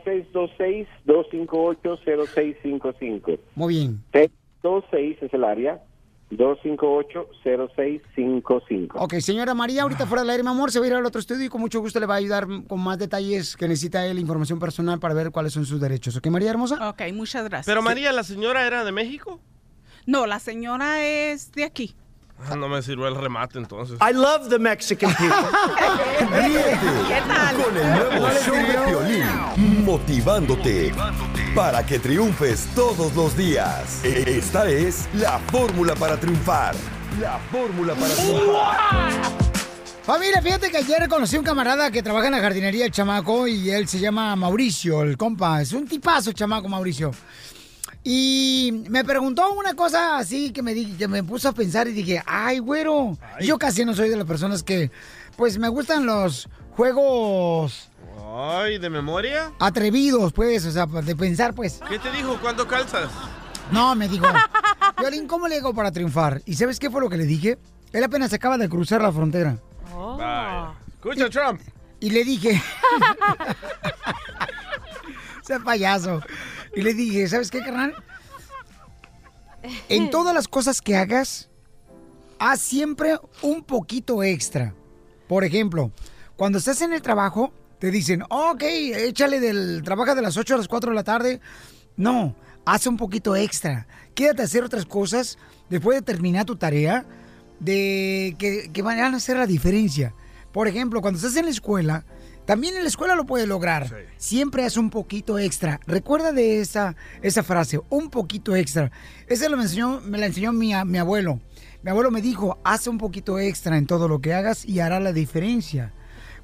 [SPEAKER 15] 626-258-0655.
[SPEAKER 2] Muy bien.
[SPEAKER 15] 626 es el área, 258-0655.
[SPEAKER 2] Ok, señora María, ahorita fuera del aire, mi amor, se va a ir al otro estudio y con mucho gusto le va a ayudar con más detalles que necesita él, información personal para ver cuáles son sus derechos. ¿Ok, María hermosa?
[SPEAKER 14] Ok, muchas gracias.
[SPEAKER 3] Pero María, ¿la señora era de México?
[SPEAKER 14] No, la señora es de aquí.
[SPEAKER 3] Ah, No me sirvió el remate entonces.
[SPEAKER 14] I
[SPEAKER 3] love the Mexican
[SPEAKER 14] ¿Qué tal?
[SPEAKER 12] Con el nuevo show de violín, motivándote para que triunfes todos los días. Esta es la fórmula para triunfar. La fórmula para triunfar.
[SPEAKER 2] Familia, fíjate que ayer conocí a un camarada que trabaja en la jardinería, el chamaco, y él se llama Mauricio, el compa. Es un tipazo, el chamaco, Mauricio. Y me preguntó una cosa así que me, di- que me puso a pensar y dije, ay, güero, yo casi no soy de las personas que, pues, me gustan los juegos
[SPEAKER 3] Ay, ¿de memoria?
[SPEAKER 2] atrevidos, pues, o sea, de pensar, pues.
[SPEAKER 3] ¿Qué te dijo? ¿Cuánto calzas?
[SPEAKER 2] No, me dijo, Violín, ¿cómo le hago para triunfar? ¿Y sabes qué fue lo que le dije? Él apenas acaba de cruzar la frontera. Oh.
[SPEAKER 3] Vaya. Escucha, Trump.
[SPEAKER 2] Y le dije. sea payaso. Y le dije, ¿sabes qué, carnal? En todas las cosas que hagas, haz siempre un poquito extra. Por ejemplo, cuando estás en el trabajo, te dicen, ok, échale del. Trabaja de las 8 a las 4 de la tarde. No, haz un poquito extra. Quédate a hacer otras cosas después de terminar tu tarea de que, que van a hacer la diferencia. Por ejemplo, cuando estás en la escuela, también en la escuela lo puedes lograr. Siempre haz un poquito extra. Recuerda de esa, esa frase, un poquito extra. Esa lo me, enseñó, me la enseñó mi, a- mi abuelo. Mi abuelo me dijo, haz un poquito extra en todo lo que hagas y hará la diferencia.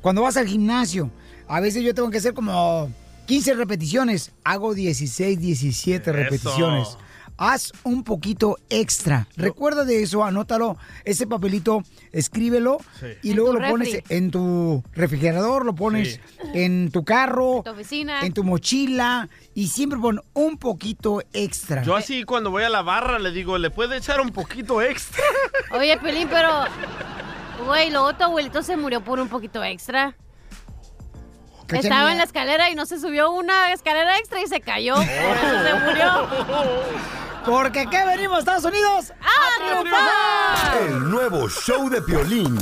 [SPEAKER 2] Cuando vas al gimnasio, a veces yo tengo que hacer como 15 repeticiones. Hago 16, 17
[SPEAKER 20] Eso.
[SPEAKER 2] repeticiones. Haz un poquito extra. Recuerda de eso, anótalo. Ese papelito, escríbelo
[SPEAKER 20] Sí.
[SPEAKER 2] y
[SPEAKER 20] En
[SPEAKER 2] luego
[SPEAKER 20] tu
[SPEAKER 2] lo pones
[SPEAKER 20] refri.
[SPEAKER 2] en tu refrigerador, lo pones en tu carro,
[SPEAKER 4] En tu oficina.
[SPEAKER 2] en tu mochila y siempre pon un poquito extra.
[SPEAKER 3] Yo así cuando voy a la barra le digo, ¿le puede echar un poquito extra?
[SPEAKER 4] Oye, Pelín, pero. Güey, luego tu abuelito se murió por un poquito extra.
[SPEAKER 2] Cachanilla.
[SPEAKER 4] Estaba en la escalera y no se subió una escalera extra y se cayó. Por eso se murió.
[SPEAKER 2] Porque acá venimos, Estados Unidos, a triunfar.
[SPEAKER 12] El nuevo show de violín.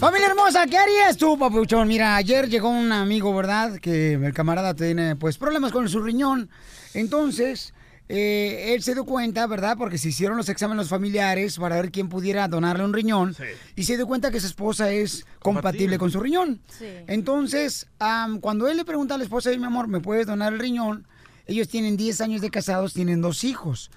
[SPEAKER 2] Familia hermosa, ¿qué harías tú, papuchón? Mira, ayer llegó un amigo, ¿verdad? Que el camarada tiene, pues, problemas con su riñón. Entonces, eh, él se dio cuenta, ¿verdad? Porque se hicieron los exámenes familiares para ver quién pudiera donarle un riñón. Y se dio cuenta que su esposa es compatible con su riñón. Entonces, am, cuando él le pregunta a la esposa, "Ey, mi amor, ¿me puedes donar el riñón? Ellos tienen 10 años de casados, tienen dos hijos.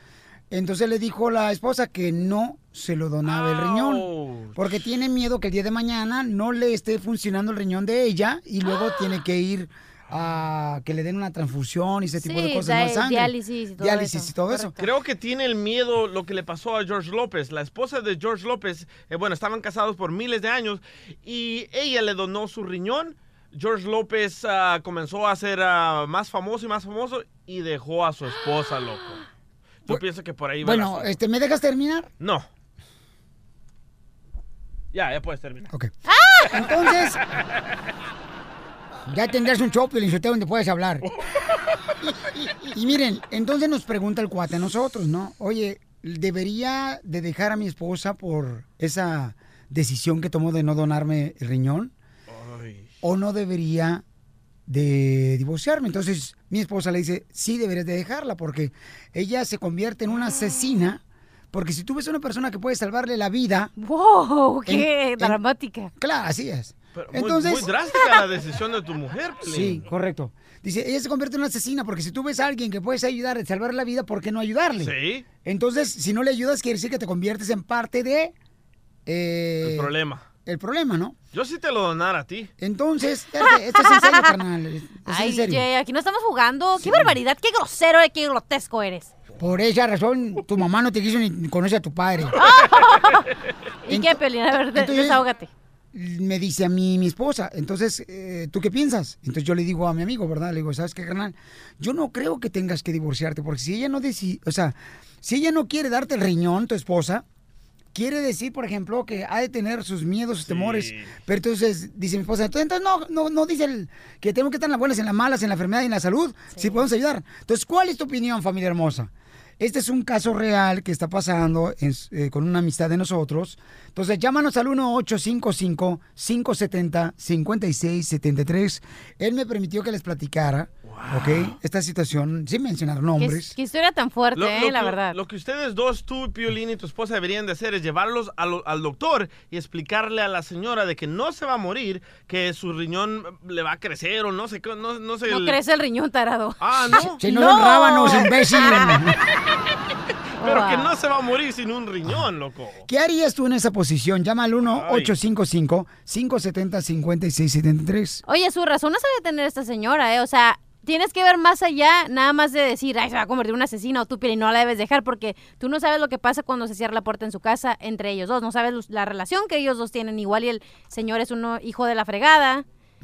[SPEAKER 2] Entonces le dijo la esposa que no se lo donaba el riñón, porque tiene miedo que el día de mañana no le esté funcionando el riñón de ella y
[SPEAKER 4] ¡Ah!
[SPEAKER 2] luego tiene que ir a que le den una transfusión y ese tipo de
[SPEAKER 4] Sí,
[SPEAKER 2] cosas. ¿no?
[SPEAKER 4] di-
[SPEAKER 2] Sangre.
[SPEAKER 4] diálisis y todo
[SPEAKER 2] Diálisis
[SPEAKER 4] eso.
[SPEAKER 2] y todo eso.
[SPEAKER 3] Creo que tiene el miedo lo que le pasó a George López. La esposa de George López, eh, bueno, estaban casados por miles de años y ella le donó su riñón. George López ah, comenzó a ser ah, más famoso y más famoso y dejó a su esposa, loco. ¿Tú piensas que por ahí va el
[SPEAKER 2] Bueno,
[SPEAKER 3] asunto?
[SPEAKER 2] este, ¿me dejas terminar?
[SPEAKER 3] No. Ya, ya puedes terminar.
[SPEAKER 2] Ok. Entonces, ya tendrás un show, Piolinsotelo, donde puedes hablar. Y miren, entonces nos pregunta el cuate a nosotros, ¿no? Oye, ¿debería de dejar a mi esposa por esa decisión que tomó de no donarme el riñón? ¿O no debería de divorciarme? Entonces mi esposa le dice, sí deberías de dejarla porque ella se convierte en una asesina. Porque si tú ves a una persona que puede salvarle la vida...
[SPEAKER 4] ¡Wow! ¡Qué
[SPEAKER 2] dramática! Claro, así es.
[SPEAKER 3] Pero muy- muy, drástica la decisión de tu mujer, Pelín.
[SPEAKER 2] Sí, correcto. Dice, ella se convierte en una asesina porque si tú ves a alguien que puedes ayudar, salvar la vida, ¿por qué no ayudarle?
[SPEAKER 3] Sí.
[SPEAKER 2] Entonces, si no le ayudas, quiere decir que te conviertes en parte de... eh,
[SPEAKER 3] El problema.
[SPEAKER 2] El problema, ¿no?
[SPEAKER 3] Yo sí te lo donara a ti.
[SPEAKER 2] Entonces, espérate, esto es en serio, carnal. es- es
[SPEAKER 4] Ay,
[SPEAKER 2] en serio.
[SPEAKER 4] DJ, aquí no estamos jugando. ¡Qué barbaridad! ¡Qué grosero y qué grotesco eres!
[SPEAKER 2] Por esa razón, tu mamá no te quiso ni conoce a tu padre.
[SPEAKER 4] ¿Y qué, Pelín? A ver, de-
[SPEAKER 2] entonces-
[SPEAKER 4] desahógate.
[SPEAKER 2] me dice a mí mi esposa, entonces, eh, ¿tú qué piensas? Entonces yo le digo a mi amigo, ¿verdad? Le digo, ¿sabes qué, carnal? Yo no creo que tengas que divorciarte, porque si ella no deci- o sea, si ella no quiere darte el riñón, tu esposa, quiere decir, por ejemplo, que ha de tener sus miedos, sus temores. Pero entonces, dice mi esposa, entonces, entonces no, no, no dice el- que tenemos que estar en las buenas, en las malas, en la enfermedad y en la salud, si podemos ayudar. Entonces, ¿cuál es tu opinión, familia hermosa? Este es un caso real que está pasando en s- eh, con una amistad de nosotros. Entonces, llámanos al 1-855-570-5673. Él me permitió que les platicara, ¿ok? Esta situación, sin mencionar
[SPEAKER 4] Qué,
[SPEAKER 2] nombres.
[SPEAKER 4] qué historia tan fuerte,
[SPEAKER 3] Lo-
[SPEAKER 4] eh,
[SPEAKER 3] lo
[SPEAKER 4] la
[SPEAKER 3] que-
[SPEAKER 4] verdad.
[SPEAKER 3] Lo que ustedes dos, tú, Piolín y tu esposa, deberían de hacer es llevarlos a lo- al doctor y explicarle a la señora de que no se va a morir, que su riñón le va a crecer o no sé qué, no, no sé.
[SPEAKER 4] No crece el riñón, tarado.
[SPEAKER 3] Ah, no.
[SPEAKER 2] Si no, son rábanos, imbécil.
[SPEAKER 3] Pero que no se va a morir sin un riñón, loco.
[SPEAKER 2] ¿Qué harías tú en esa posición? Llama al
[SPEAKER 3] Ay.
[SPEAKER 2] 1-855-570-5673.
[SPEAKER 4] Oye, su razón no sabe tener esta señora, ¿eh? O sea, tienes que ver más allá, nada más de decir, ay, se va a convertir en un asesino, tú, Pili, no la debes dejar, porque tú no sabes lo que pasa cuando se cierra la puerta en su casa entre ellos dos, no sabes los- la relación que ellos dos tienen, igual y el señor es un hijo de la fregada.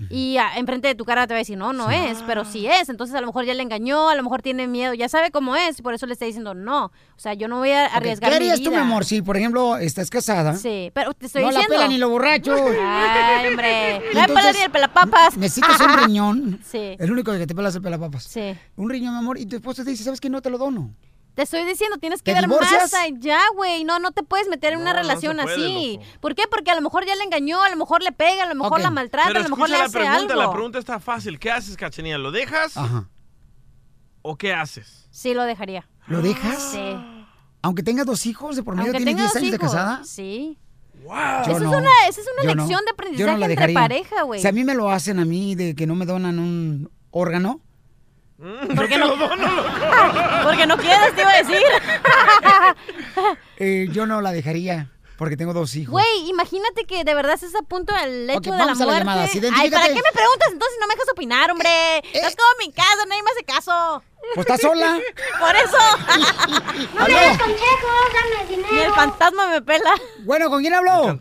[SPEAKER 4] Y ah, enfrente de tu cara te va a decir, no, no
[SPEAKER 20] Sí.
[SPEAKER 4] es, pero sí es. Entonces a lo mejor ya le engañó, a lo mejor tiene miedo, ya sabe cómo es, por eso le está diciendo, no. O sea, yo no voy a
[SPEAKER 2] Ok,
[SPEAKER 4] arriesgar
[SPEAKER 2] ¿Qué harías
[SPEAKER 4] mi
[SPEAKER 2] tú, mi
[SPEAKER 4] vida.
[SPEAKER 2] amor, si, por ejemplo, estás casada?
[SPEAKER 4] Sí, este, pero te estoy
[SPEAKER 2] No la
[SPEAKER 4] diciendo.
[SPEAKER 2] pelan ni los borrachos.
[SPEAKER 4] Ay, hombre. No la
[SPEAKER 2] Entonces, eh,
[SPEAKER 4] pelan ni el pelapapas.
[SPEAKER 2] Necesitas un riñón.
[SPEAKER 4] Sí.
[SPEAKER 2] El único que te pelas el pelapapas.
[SPEAKER 4] Sí.
[SPEAKER 2] Un riñón, mi amor, y tu esposa te dice, ¿sabes qué? No te lo dono.
[SPEAKER 4] Te estoy diciendo, tienes
[SPEAKER 2] ¿Te
[SPEAKER 4] que ver
[SPEAKER 2] divorcias?
[SPEAKER 4] más allá, güey. No, no te puedes meter en una
[SPEAKER 2] No, no
[SPEAKER 4] relación
[SPEAKER 2] se puede,
[SPEAKER 4] así. ¿Por qué? Porque a lo mejor ya le engañó, a lo mejor le pega, a lo mejor
[SPEAKER 3] Ok.
[SPEAKER 4] la maltrata,
[SPEAKER 3] Pero
[SPEAKER 4] a lo mejor le
[SPEAKER 3] escucha
[SPEAKER 4] hace
[SPEAKER 3] la pregunta,
[SPEAKER 4] algo.
[SPEAKER 3] La pregunta está fácil. ¿Qué haces, Cachenía? ¿Lo dejas? ¿O qué haces?
[SPEAKER 4] Sí, lo dejaría.
[SPEAKER 2] ¿Lo dejas?
[SPEAKER 4] Sí.
[SPEAKER 2] Aunque tengas dos hijos, de por medio
[SPEAKER 4] Aunque
[SPEAKER 2] tienes
[SPEAKER 4] tenga
[SPEAKER 2] 10
[SPEAKER 4] dos
[SPEAKER 2] años de
[SPEAKER 4] hijos,
[SPEAKER 2] casada.
[SPEAKER 4] Sí.
[SPEAKER 2] Yo
[SPEAKER 4] Esa
[SPEAKER 2] no,
[SPEAKER 4] es una, esa es una
[SPEAKER 2] yo no.
[SPEAKER 4] lección de
[SPEAKER 2] Yo no
[SPEAKER 4] aprendizaje
[SPEAKER 2] la
[SPEAKER 4] entre
[SPEAKER 2] dejaría.
[SPEAKER 4] pareja, güey.
[SPEAKER 2] Si a mí me lo hacen a mí de que no me donan un órgano,
[SPEAKER 4] ¿Por qué no? Porque no quieres, te iba a decir.
[SPEAKER 2] eh, yo no la dejaría porque tengo dos hijos.
[SPEAKER 4] Güey, imagínate que de verdad estás a punto del hecho
[SPEAKER 2] Ok,
[SPEAKER 4] de la
[SPEAKER 2] vamos a las
[SPEAKER 4] muerte.
[SPEAKER 2] llamadas,
[SPEAKER 4] Ay, ¿para
[SPEAKER 2] identifícate. Eh,
[SPEAKER 4] qué me preguntas entonces si no me dejas opinar, hombre? Estás como en mi casa, nadie me hace caso.
[SPEAKER 2] Pues estás sola.
[SPEAKER 4] Por eso.
[SPEAKER 2] No me des
[SPEAKER 4] consejos, dame dinero. Ni el fantasma me pela.
[SPEAKER 2] Bueno, ¿con quién habló?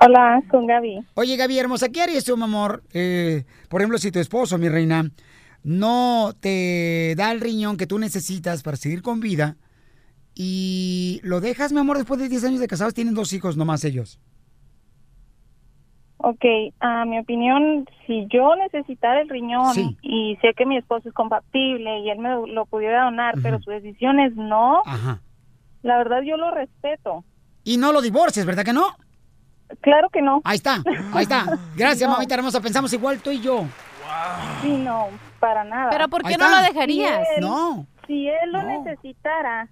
[SPEAKER 16] Hola, con Gaby.
[SPEAKER 2] Oye, Gaby hermosa, ¿qué harías tú, mi amor? Eh, por ejemplo, si tu esposo, mi reina, no te da el riñón que tú necesitas para seguir con vida y lo dejas, mi amor, después de 10 años de casados, tienen dos hijos nomás ellos.
[SPEAKER 16] Ok, a mi opinión, si yo necesitara el riñón
[SPEAKER 2] Sí.
[SPEAKER 16] y sé que mi esposo es compatible y él me lo pudiera donar,
[SPEAKER 2] Ujú.
[SPEAKER 16] pero su decisión es no,
[SPEAKER 4] Ah.
[SPEAKER 2] Ajá.
[SPEAKER 16] la verdad yo lo respeto.
[SPEAKER 2] Y no lo divorcias, ¿verdad que no?
[SPEAKER 16] Claro que no.
[SPEAKER 2] Ahí está, ahí está. Gracias, mamita hermosa. Pensamos igual tú y yo.
[SPEAKER 16] Sí, no, para nada.
[SPEAKER 4] Pero ¿por Ahí qué no está. lo dejarías?
[SPEAKER 16] Si él-
[SPEAKER 4] No.
[SPEAKER 16] Si él lo necesitara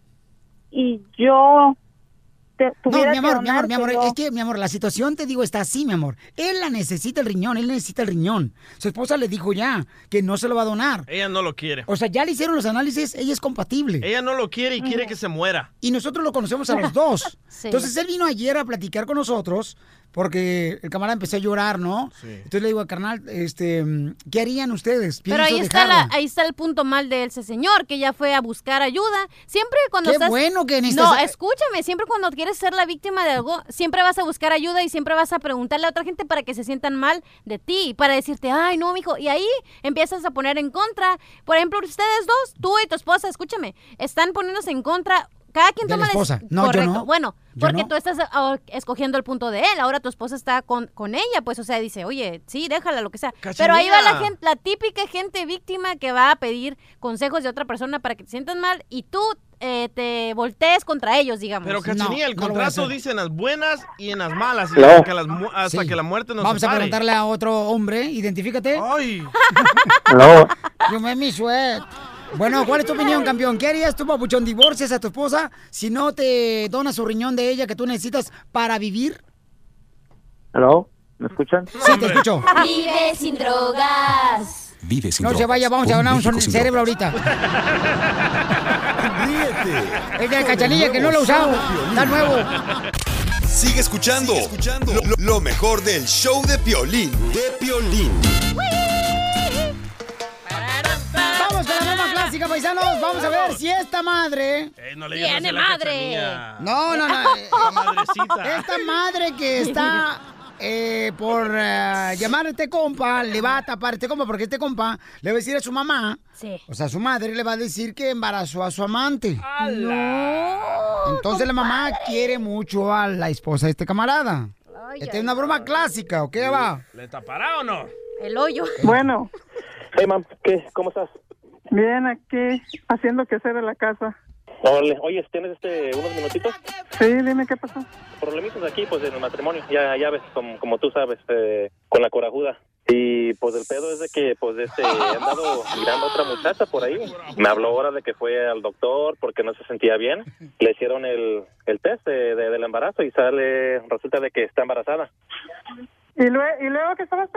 [SPEAKER 16] y yo te,
[SPEAKER 2] No,
[SPEAKER 16] tuviera
[SPEAKER 2] mi amor,
[SPEAKER 16] que
[SPEAKER 2] mi amor, mi amor,
[SPEAKER 16] donárselo,
[SPEAKER 2] es que, mi amor, la situación te digo está así, mi amor. Él la necesita el riñón, él necesita el riñón. Su esposa le dijo ya que no se lo va a donar.
[SPEAKER 3] Ella no lo quiere.
[SPEAKER 2] O sea, ya le hicieron los análisis, ella es compatible.
[SPEAKER 3] Ella no lo quiere y quiere que se muera.
[SPEAKER 2] Y nosotros lo conocemos a los dos.
[SPEAKER 3] Sí.
[SPEAKER 2] Entonces él vino ayer a platicar con nosotros porque el camarada empezó a llorar, ¿no?
[SPEAKER 3] Sí.
[SPEAKER 2] Entonces le digo, carnal, este, ¿qué harían ustedes?
[SPEAKER 4] Pero
[SPEAKER 2] Pienso
[SPEAKER 4] ahí está, la-
[SPEAKER 2] dejarla".
[SPEAKER 4] ahí está el punto mal de ese señor, que ya fue a buscar ayuda. Siempre cuando
[SPEAKER 2] Qué
[SPEAKER 4] estás...
[SPEAKER 2] bueno que necesitas-
[SPEAKER 4] No, escúchame, siempre cuando quieres ser la víctima de algo, siempre vas a buscar ayuda y siempre vas a preguntarle a otra gente para que se sientan mal de ti, para decirte, ay, no, mijo. Y ahí empiezas a poner en contra. Por ejemplo, ustedes dos, tú y tu esposa, escúchame, están poniéndose en contra... Cada quien
[SPEAKER 2] De la
[SPEAKER 4] toma dec-
[SPEAKER 2] esposa. No, yo
[SPEAKER 4] Correcto.
[SPEAKER 2] no.
[SPEAKER 4] Bueno,
[SPEAKER 2] Yo
[SPEAKER 4] porque
[SPEAKER 2] no.
[SPEAKER 4] tú estás ah, escogiendo el punto de él. Ahora tu esposa está con, con ella, pues, o sea, dice, oye, sí, déjala, lo que sea. Pero ahí va la
[SPEAKER 20] Cachanilla.
[SPEAKER 4] gente la típica gente víctima que va a pedir consejos de otra persona para que te sientas mal y tú eh, te voltees contra ellos, digamos.
[SPEAKER 3] Pero Cachanilla, el contrato dice en las buenas y en las malas. y
[SPEAKER 2] No.
[SPEAKER 3] hasta que, las mu- hasta
[SPEAKER 2] Sí.
[SPEAKER 3] que la muerte nos
[SPEAKER 2] Vamos a
[SPEAKER 3] separe.
[SPEAKER 2] preguntarle a otro hombre, identifícate.
[SPEAKER 3] ¡Ay!
[SPEAKER 2] No. Yo me mi suet. Bueno, ¿cuál es tu opinión, campeón? ¿Qué harías tú, papuchón? ¿Divorcias a tu esposa si no te dona su riñón de ella que tú necesitas para vivir?
[SPEAKER 22] ¿Aló? ¿Me escuchan?
[SPEAKER 2] Sí, te escucho.
[SPEAKER 4] Vive sin drogas.
[SPEAKER 22] Vive
[SPEAKER 2] No se vaya, vamos a donar un son- cerebro ahorita.
[SPEAKER 12] Ríete.
[SPEAKER 2] Es de cachanilla que no lo he usado. Está nuevo.
[SPEAKER 5] Sigue escuchando, Lo, lo mejor del show de Piolín. De Piolín.
[SPEAKER 2] Vamos con la norma clásica, paisanos. Vamos a ver si esta madre.
[SPEAKER 3] no
[SPEAKER 2] le
[SPEAKER 3] digas
[SPEAKER 2] ¡Tiene
[SPEAKER 3] así a la
[SPEAKER 2] madre! No, no, no. Esta madre que está eh, por eh, llamar a este compa, le va a tapar a este compa, porque este compa le va a decir a su mamá,
[SPEAKER 4] Sí.
[SPEAKER 2] o sea, a su madre le va a decir que embarazó a su amante. Entonces la mamá quiere mucho a la esposa de este camarada. Esta es una broma clásica, ¿o qué va?
[SPEAKER 3] ¿Le tapará o no?
[SPEAKER 4] El hoyo.
[SPEAKER 7] Bueno,
[SPEAKER 24] Hey, mam, ¿qué? ¿Cómo estás?
[SPEAKER 7] bien aquí, haciendo que hacer en la casa.
[SPEAKER 24] Órale, oye, ¿tienes este, unos minutitos?
[SPEAKER 7] Sí, dime qué pasó.
[SPEAKER 24] Problemitas aquí, pues, en el matrimonio. Ya, ya ves, como, como tú sabes, eh, con la corajuda. Y, pues, el pedo es de que, pues, este, he andado mirando a otra muchacha por ahí. Me habló ahora de que fue al doctor porque no se sentía bien. Le hicieron el, el test de- de- del embarazo y sale, resulta de que está embarazada.
[SPEAKER 7] Y, lue- y luego que estabas...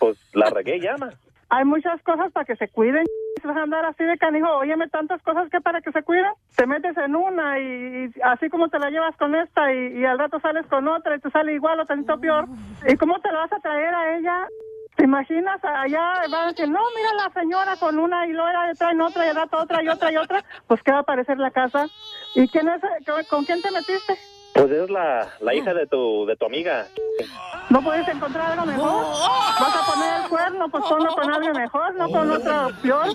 [SPEAKER 24] Pues, la regué, llama.
[SPEAKER 7] Hay muchas cosas para que se cuiden. Si vas a andar así de canijo, óyeme tantas cosas que para que se cuiden. Te metes en una y, y así como te la llevas con esta y, y al rato sales con otra y te sale igual o tantito peor. ¿Y cómo te la vas a traer a ella? ¿Te imaginas? Allá van a decir, no, mira la señora con una y luego era de traen otra y al rato otra y otra y otra. Pues qué va a parecer la casa. ¿Y quién es, con- con quién te metiste?
[SPEAKER 24] Pues, es la, la hija de tu, de tu amiga.
[SPEAKER 7] ¿No puedes encontrar algo mejor? ¿Vas a poner el cuerno? Pues ponlo con algo mejor, no con otra peor.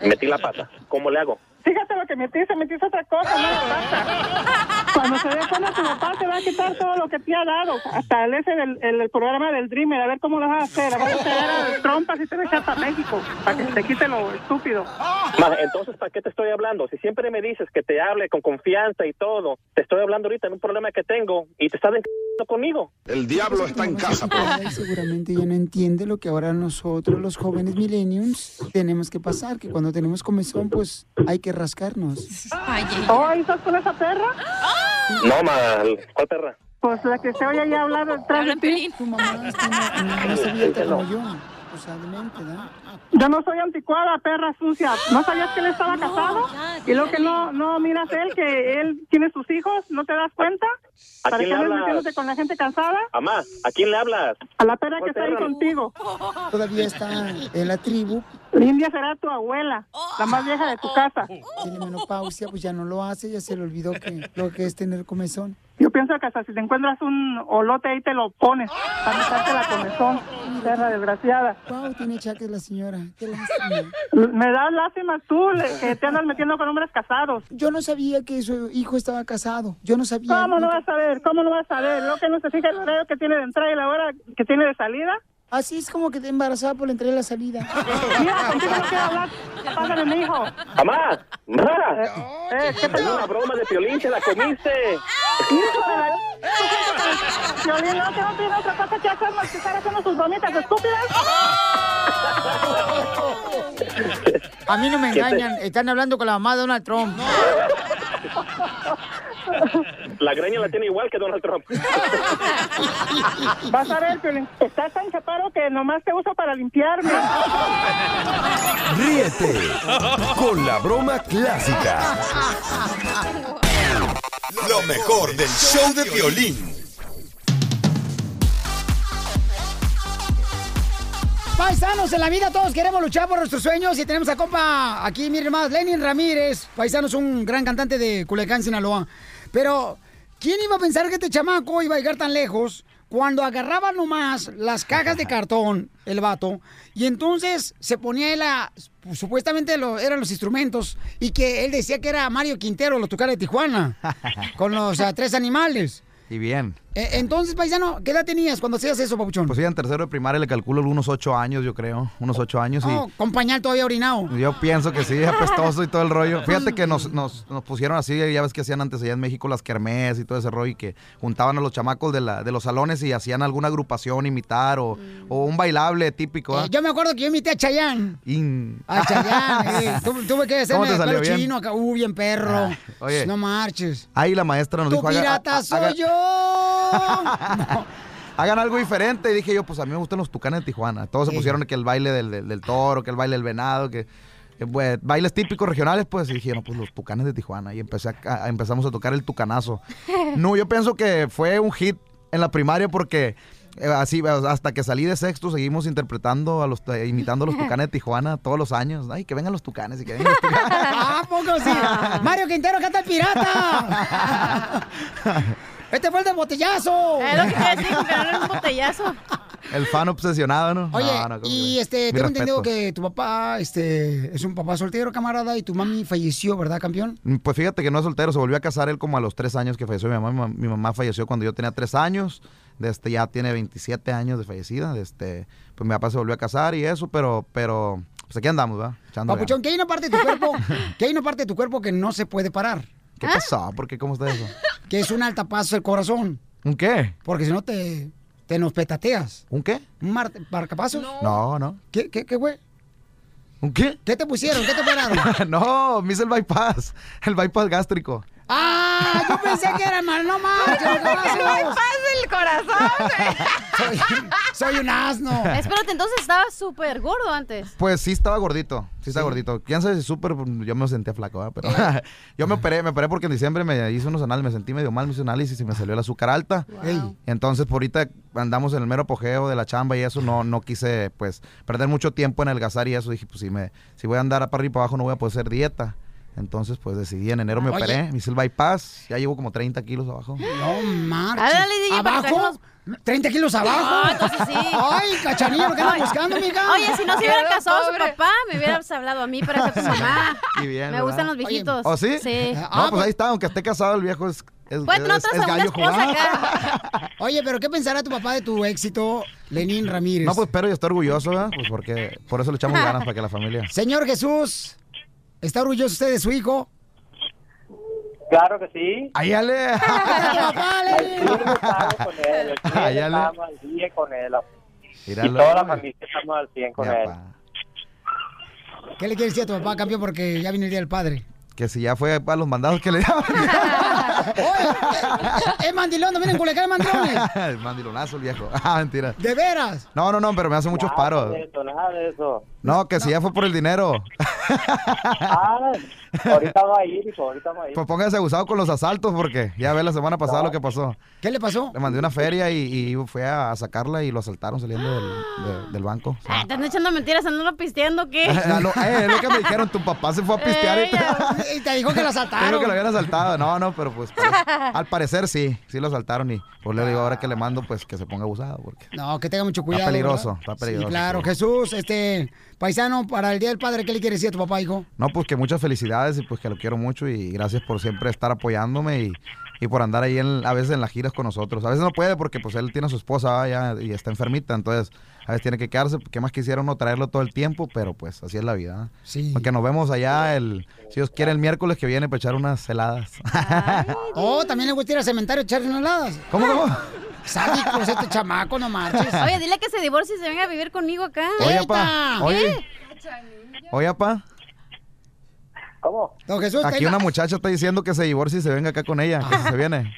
[SPEAKER 24] Metí la pata. ¿Cómo le hago?
[SPEAKER 7] Fíjate lo que metiste, metiste otra cosa, no la pasta. Cuando se dé cuenta tu papá te va a quitar todo lo que te ha dado. Hasta el, ese del- el, el programa del Dreamer, a ver cómo lo vas a hacer. Vas a hacer trompas y te dejas para México, para que se te quite lo estúpido.
[SPEAKER 24] Ma, entonces, ¿para qué te estoy hablando? Si siempre me dices que te hable con confianza y todo, te estoy hablando ahorita en un problema que tengo y te estás encantando conmigo. El diablo está en casa. pues.
[SPEAKER 25] Ay, seguramente ya no entiende lo que ahora nosotros los jóvenes millennials tenemos que pasar, que cuando tenemos comezón pues hay que rascarnos.
[SPEAKER 7] Oh, ¿y estás con esa perra?
[SPEAKER 24] No, mal. ¿Cuál perra?
[SPEAKER 7] Pues la que se oye ahí hablar detrás de ti.
[SPEAKER 25] Tu mamá es una, una más abierta como yo, o sea, de mente, ¿verdad?
[SPEAKER 7] Yo no soy anticuada, perra sucia. ¿No sabías que él estaba casado? Y lo que no, no miras él, que él tiene sus hijos, ¿no te das cuenta?
[SPEAKER 24] ¿A
[SPEAKER 7] ¿Para
[SPEAKER 24] quién
[SPEAKER 7] qué
[SPEAKER 24] le
[SPEAKER 7] andas
[SPEAKER 24] hablas?
[SPEAKER 7] metiéndote con la gente cansada?
[SPEAKER 24] Amá, ¿a quién le hablas?
[SPEAKER 7] A la perra que
[SPEAKER 24] ¿Cuál
[SPEAKER 7] está ahí
[SPEAKER 24] perra?
[SPEAKER 7] contigo.
[SPEAKER 25] Todavía está en la tribu,
[SPEAKER 7] India será tu abuela, la más vieja de tu casa.
[SPEAKER 25] tiene menopausia, pues ya no lo hace, ya se le olvidó que lo que es tener comezón.
[SPEAKER 7] Yo pienso que hasta si te encuentras un olote ahí te lo pones para quitarte la comezón, perra desgraciada.
[SPEAKER 25] Wow, tiene chaques la señora, qué lástima.
[SPEAKER 7] Me da lástima tú le- que te andas metiendo con hombres casados.
[SPEAKER 25] Yo no sabía que su hijo estaba casado, yo no sabía.
[SPEAKER 7] ¿Cómo no vas a ver? ¿Cómo no vas a ver? Lo que no se fija el horario que tiene de entrada y la hora que tiene de salida.
[SPEAKER 25] Así es como que te embarazaba por la entrada y la salida.
[SPEAKER 7] Mira, contigo no quiero hablar. Pásale, mi hijo.
[SPEAKER 24] Amá, ma,
[SPEAKER 7] Eh, ¿qué
[SPEAKER 24] es
[SPEAKER 7] pasó?
[SPEAKER 24] una broma de violín, te la comiste.
[SPEAKER 7] Hijo de la... Violín, no, que no tiene otra cosa que hacer más que estar haciendo sus bromitas estúpidas.
[SPEAKER 2] A mí no me
[SPEAKER 24] ¿Qué te-
[SPEAKER 2] engañan, están hablando con la mamá de Donald Trump.
[SPEAKER 24] La greña la tiene igual que Donald Trump.
[SPEAKER 7] Vas a ver, Piolín, estás tan chaparo que nomás te uso para limpiarme.
[SPEAKER 12] Ríete con la broma clásica.
[SPEAKER 26] Lo mejor del show de violín.
[SPEAKER 2] Paisanos, en la vida todos queremos luchar por nuestros sueños y tenemos a compa aquí, miren más, Lenin Ramírez, paisanos, un gran cantante de Culiacán, Sinaloa. Pero, ¿quién iba a pensar que este chamaco iba a llegar tan lejos cuando agarraba nomás las cajas de cartón, el vato, y entonces se ponía él a, pues, supuestamente lo- eran los instrumentos, y que él decía que era Mario Quintero, los tucanes de Tijuana, con los ah, tres animales.
[SPEAKER 27] Y bien.
[SPEAKER 2] Eh, entonces, paisano, ¿qué edad tenías cuando hacías eso, papuchón?
[SPEAKER 27] Pues iba en tercero de primaria, le calculo unos ocho años, yo creo. Unos ocho años y...
[SPEAKER 2] Oh, con pañal todavía orinado.
[SPEAKER 27] Yo pienso que sí, apestoso y todo el rollo. Fíjate que nos, nos, nos pusieron así, ya ves que hacían antes allá en México las kermés y todo ese rollo, y que juntaban a los chamacos de, la, de los salones y hacían alguna agrupación, imitar o,
[SPEAKER 2] Mm.
[SPEAKER 27] o un bailable típico. ¿ah?
[SPEAKER 2] Yo me acuerdo que Eh, yo invité a Chayán.
[SPEAKER 27] In-
[SPEAKER 2] A Chayán, eh. Tu- tuve que
[SPEAKER 27] ¿Cómo
[SPEAKER 2] hacerme
[SPEAKER 27] te
[SPEAKER 2] el
[SPEAKER 27] salió
[SPEAKER 2] pelo
[SPEAKER 27] bien?
[SPEAKER 2] chino acá. Uh, bien perro.
[SPEAKER 27] Oye.
[SPEAKER 2] No marches.
[SPEAKER 27] Ahí la maestra nos
[SPEAKER 2] Tu
[SPEAKER 27] dijo... "Haga-
[SPEAKER 2] pirata
[SPEAKER 27] ha-
[SPEAKER 2] soy
[SPEAKER 27] haga-
[SPEAKER 2] yo.
[SPEAKER 27] hagan algo diferente. Y dije yo, pues a mí me gustan los tucanes de Tijuana. Todos se pusieron que el baile del, del- del toro, que el baile del venado, que, que, pues, bailes típicos regionales, pues y dije, no, pues los tucanes de Tijuana. Y empecé a, a- empezamos a tocar el tucanazo. No, yo pienso que fue un hit en la primaria porque eh, así hasta que salí de sexto seguimos interpretando a los eh, imitando a los tucanes de Tijuana todos los años. Ay, que vengan los tucanes y que vengan los tucanes.
[SPEAKER 2] Ah, ¿A poco sí? Mario Quintero canta el pirata. Este fue el del botellazo.
[SPEAKER 4] Eh, Es lo que te decía, que ganaron un botellazo.
[SPEAKER 27] El fan obsesionado, ¿no?
[SPEAKER 2] Oye,
[SPEAKER 27] No, no, ¿cómo
[SPEAKER 2] y
[SPEAKER 27] crees?
[SPEAKER 2] este,
[SPEAKER 27] Mis
[SPEAKER 2] tengo entendido
[SPEAKER 27] respetos.
[SPEAKER 2] que tu papá este, es un papá soltero, camarada, y tu mami falleció, ¿verdad, campeón?
[SPEAKER 27] Pues fíjate que no es soltero, se volvió a casar él como a los tres años que falleció mi mamá. Mi mam- Mi mamá falleció cuando yo tenía tres años, de este, ya tiene 27 años de fallecida. de este, pues mi papá se volvió a casar y eso, pero, pero pues aquí andamos, ¿verdad? Echándole
[SPEAKER 2] Papuchón, que hay una parte de tu cuerpo, que hay una parte de tu cuerpo que no se puede parar,
[SPEAKER 27] ganas. ¿Qué pasó? Ah, ¿Por qué? ¿Cómo está eso?
[SPEAKER 2] que es un altapazo del corazón,
[SPEAKER 27] ¿Un qué?
[SPEAKER 2] porque si no te, te nos petateas.
[SPEAKER 27] ¿Un qué?
[SPEAKER 2] ¿Un mar- marcapasos?
[SPEAKER 27] No, no.
[SPEAKER 2] ¿Qué, qué, qué, güey?
[SPEAKER 27] ¿Un qué?
[SPEAKER 2] ¿Qué te pusieron? ¿Qué te operaron?
[SPEAKER 27] no, me hice el bypass, el bypass gástrico.
[SPEAKER 2] ¡Ah! Yo pensé que era mal, no manches.
[SPEAKER 4] Ay,
[SPEAKER 2] no
[SPEAKER 4] que no hay
[SPEAKER 2] manches.
[SPEAKER 4] paz del corazón.
[SPEAKER 2] soy, soy un asno.
[SPEAKER 4] Espérate, entonces estaba súper gordo antes.
[SPEAKER 27] Pues sí estaba gordito, sí estaba gordito. Quién sabe si súper, pues, yo me sentía flaco, ¿verdad? pero
[SPEAKER 4] Eh.
[SPEAKER 27] yo me operé, me operé porque en diciembre me hice unos análisis, me sentí medio mal, me hice un análisis y me salió el azúcar alta.
[SPEAKER 2] Ey.
[SPEAKER 27] Entonces por ahorita andamos en el mero apogeo de la chamba y eso, no, no quise pues perder mucho tiempo en algazar y eso. Dije, pues si, me, si voy a andar para arriba y para abajo no voy a poder hacer dieta. Entonces pues decidí, en enero me
[SPEAKER 2] Oye.
[SPEAKER 27] operé, me hice el bypass, ya llevo como 30 kilos abajo.
[SPEAKER 2] No marches.
[SPEAKER 4] Háblale, DJ, para que
[SPEAKER 2] ¿Abajo? ¿30 kilos Pues abajo?
[SPEAKER 4] No, entonces sí.
[SPEAKER 2] Ay, cachanilla, ¿por qué andas buscando, mija?
[SPEAKER 4] Oye, si no se hubiera
[SPEAKER 2] Quedó
[SPEAKER 4] casado su
[SPEAKER 2] pobre.
[SPEAKER 4] papá, me hubieras hablado a mí para que tu mamá.
[SPEAKER 27] Y bien,
[SPEAKER 4] Me gustan los
[SPEAKER 27] ¿verdad?
[SPEAKER 4] viejitos.
[SPEAKER 27] ¿Oh, sí?
[SPEAKER 4] Sí. Pues,
[SPEAKER 27] No, pues ahí está, aunque esté casado el viejo es, es,
[SPEAKER 4] Puede tener
[SPEAKER 27] es-
[SPEAKER 4] otra
[SPEAKER 27] es
[SPEAKER 4] segunda
[SPEAKER 27] gallo
[SPEAKER 4] esposa
[SPEAKER 27] jugado.
[SPEAKER 2] Oye, pero ¿qué pensará tu papá de tu éxito, Lenín Ramírez?
[SPEAKER 27] No, pues pero yo estoy orgulloso, ¿verdad? Pues porque por eso le echamos ganas para que la familia.
[SPEAKER 2] Señor Jesús, ¿está orgulloso usted de su hijo?
[SPEAKER 13] Claro que sí.
[SPEAKER 27] ¡Ayale!
[SPEAKER 13] Estamos con él, el cliente
[SPEAKER 27] Ay, Ale.
[SPEAKER 13] estamos al día con él.
[SPEAKER 27] Míralo,
[SPEAKER 13] y toda la
[SPEAKER 27] güey.
[SPEAKER 13] familia estamos al 100 con
[SPEAKER 27] Ya,
[SPEAKER 13] él.
[SPEAKER 2] ¿Qué le quieres decir a tu papá, campeón? Porque ya viene el Día del Padre.
[SPEAKER 27] Que si ya fue para los mandados
[SPEAKER 2] Ah,
[SPEAKER 27] que le daban.
[SPEAKER 2] ¡Eh, mandilón! ¡No vienen culecar mandrones!
[SPEAKER 27] el mandilonazo el viejo. Ah, mentira.
[SPEAKER 2] ¡De veras!
[SPEAKER 27] No, no, no, pero me hace muchos
[SPEAKER 13] Nada
[SPEAKER 27] paros.
[SPEAKER 13] de eso, nada de eso.
[SPEAKER 27] No, que si ya fue por el dinero.
[SPEAKER 13] Ah, ahorita va a ir, hijo, ahorita va a ir.
[SPEAKER 27] Pues póngase abusado con los asaltos porque ya ve la semana pasada lo que pasó.
[SPEAKER 2] ¿Qué le pasó?
[SPEAKER 27] Le mandé una feria y, y fui a sacarla y lo asaltaron saliendo del, de- del banco.
[SPEAKER 4] Ah, Están echando mentiras, andan pisteando, ¿qué?
[SPEAKER 27] Ah, no, eh, es lo que me dijeron, tu papá se fue a
[SPEAKER 2] Eh,
[SPEAKER 27] pistear y te-
[SPEAKER 2] Y te dijo que la saltaron.
[SPEAKER 27] Dijo que lo habían asaltado. No, no, pero pues parece- al parecer sí, sí lo asaltaron y pues le digo ahora que le mando pues que se ponga abusado porque
[SPEAKER 2] No, que tenga mucho cuidado.
[SPEAKER 27] peligroso,
[SPEAKER 2] ¿verdad?
[SPEAKER 27] está peligroso,
[SPEAKER 2] Sí, claro,
[SPEAKER 27] sí.
[SPEAKER 2] Jesús, este, paisano, para el Día del Padre, ¿qué le quieres decir a tu papá, hijo?
[SPEAKER 27] no, pues que muchas felicidades y pues que lo quiero mucho y gracias por siempre estar apoyándome y, y por andar ahí en- a veces en las giras con nosotros. A veces no puede porque pues él tiene a su esposa ¿verdad? ya, y está enfermita, entonces a veces tiene que quedarse, qué más quisiera uno traerlo todo el tiempo, pero pues así es la vida. ¿no?
[SPEAKER 2] Sí.
[SPEAKER 27] Porque nos vemos allá el si Dios quiere el miércoles que viene para echar unas heladas.
[SPEAKER 2] Oh, también le gusta ir al cementerio a echarle unas heladas.
[SPEAKER 27] ¿Cómo, cómo?
[SPEAKER 2] Sádicos este chamaco, no marches.
[SPEAKER 4] Oye, dile que se divorcie y se venga a vivir conmigo acá. ¿Eh?
[SPEAKER 27] Oye, pa, oye, oye, pa.
[SPEAKER 13] ¿Cómo?
[SPEAKER 2] Don Jesús,
[SPEAKER 27] Aquí una muchacha está diciendo que se divorcie y se venga acá con ella, que si se viene.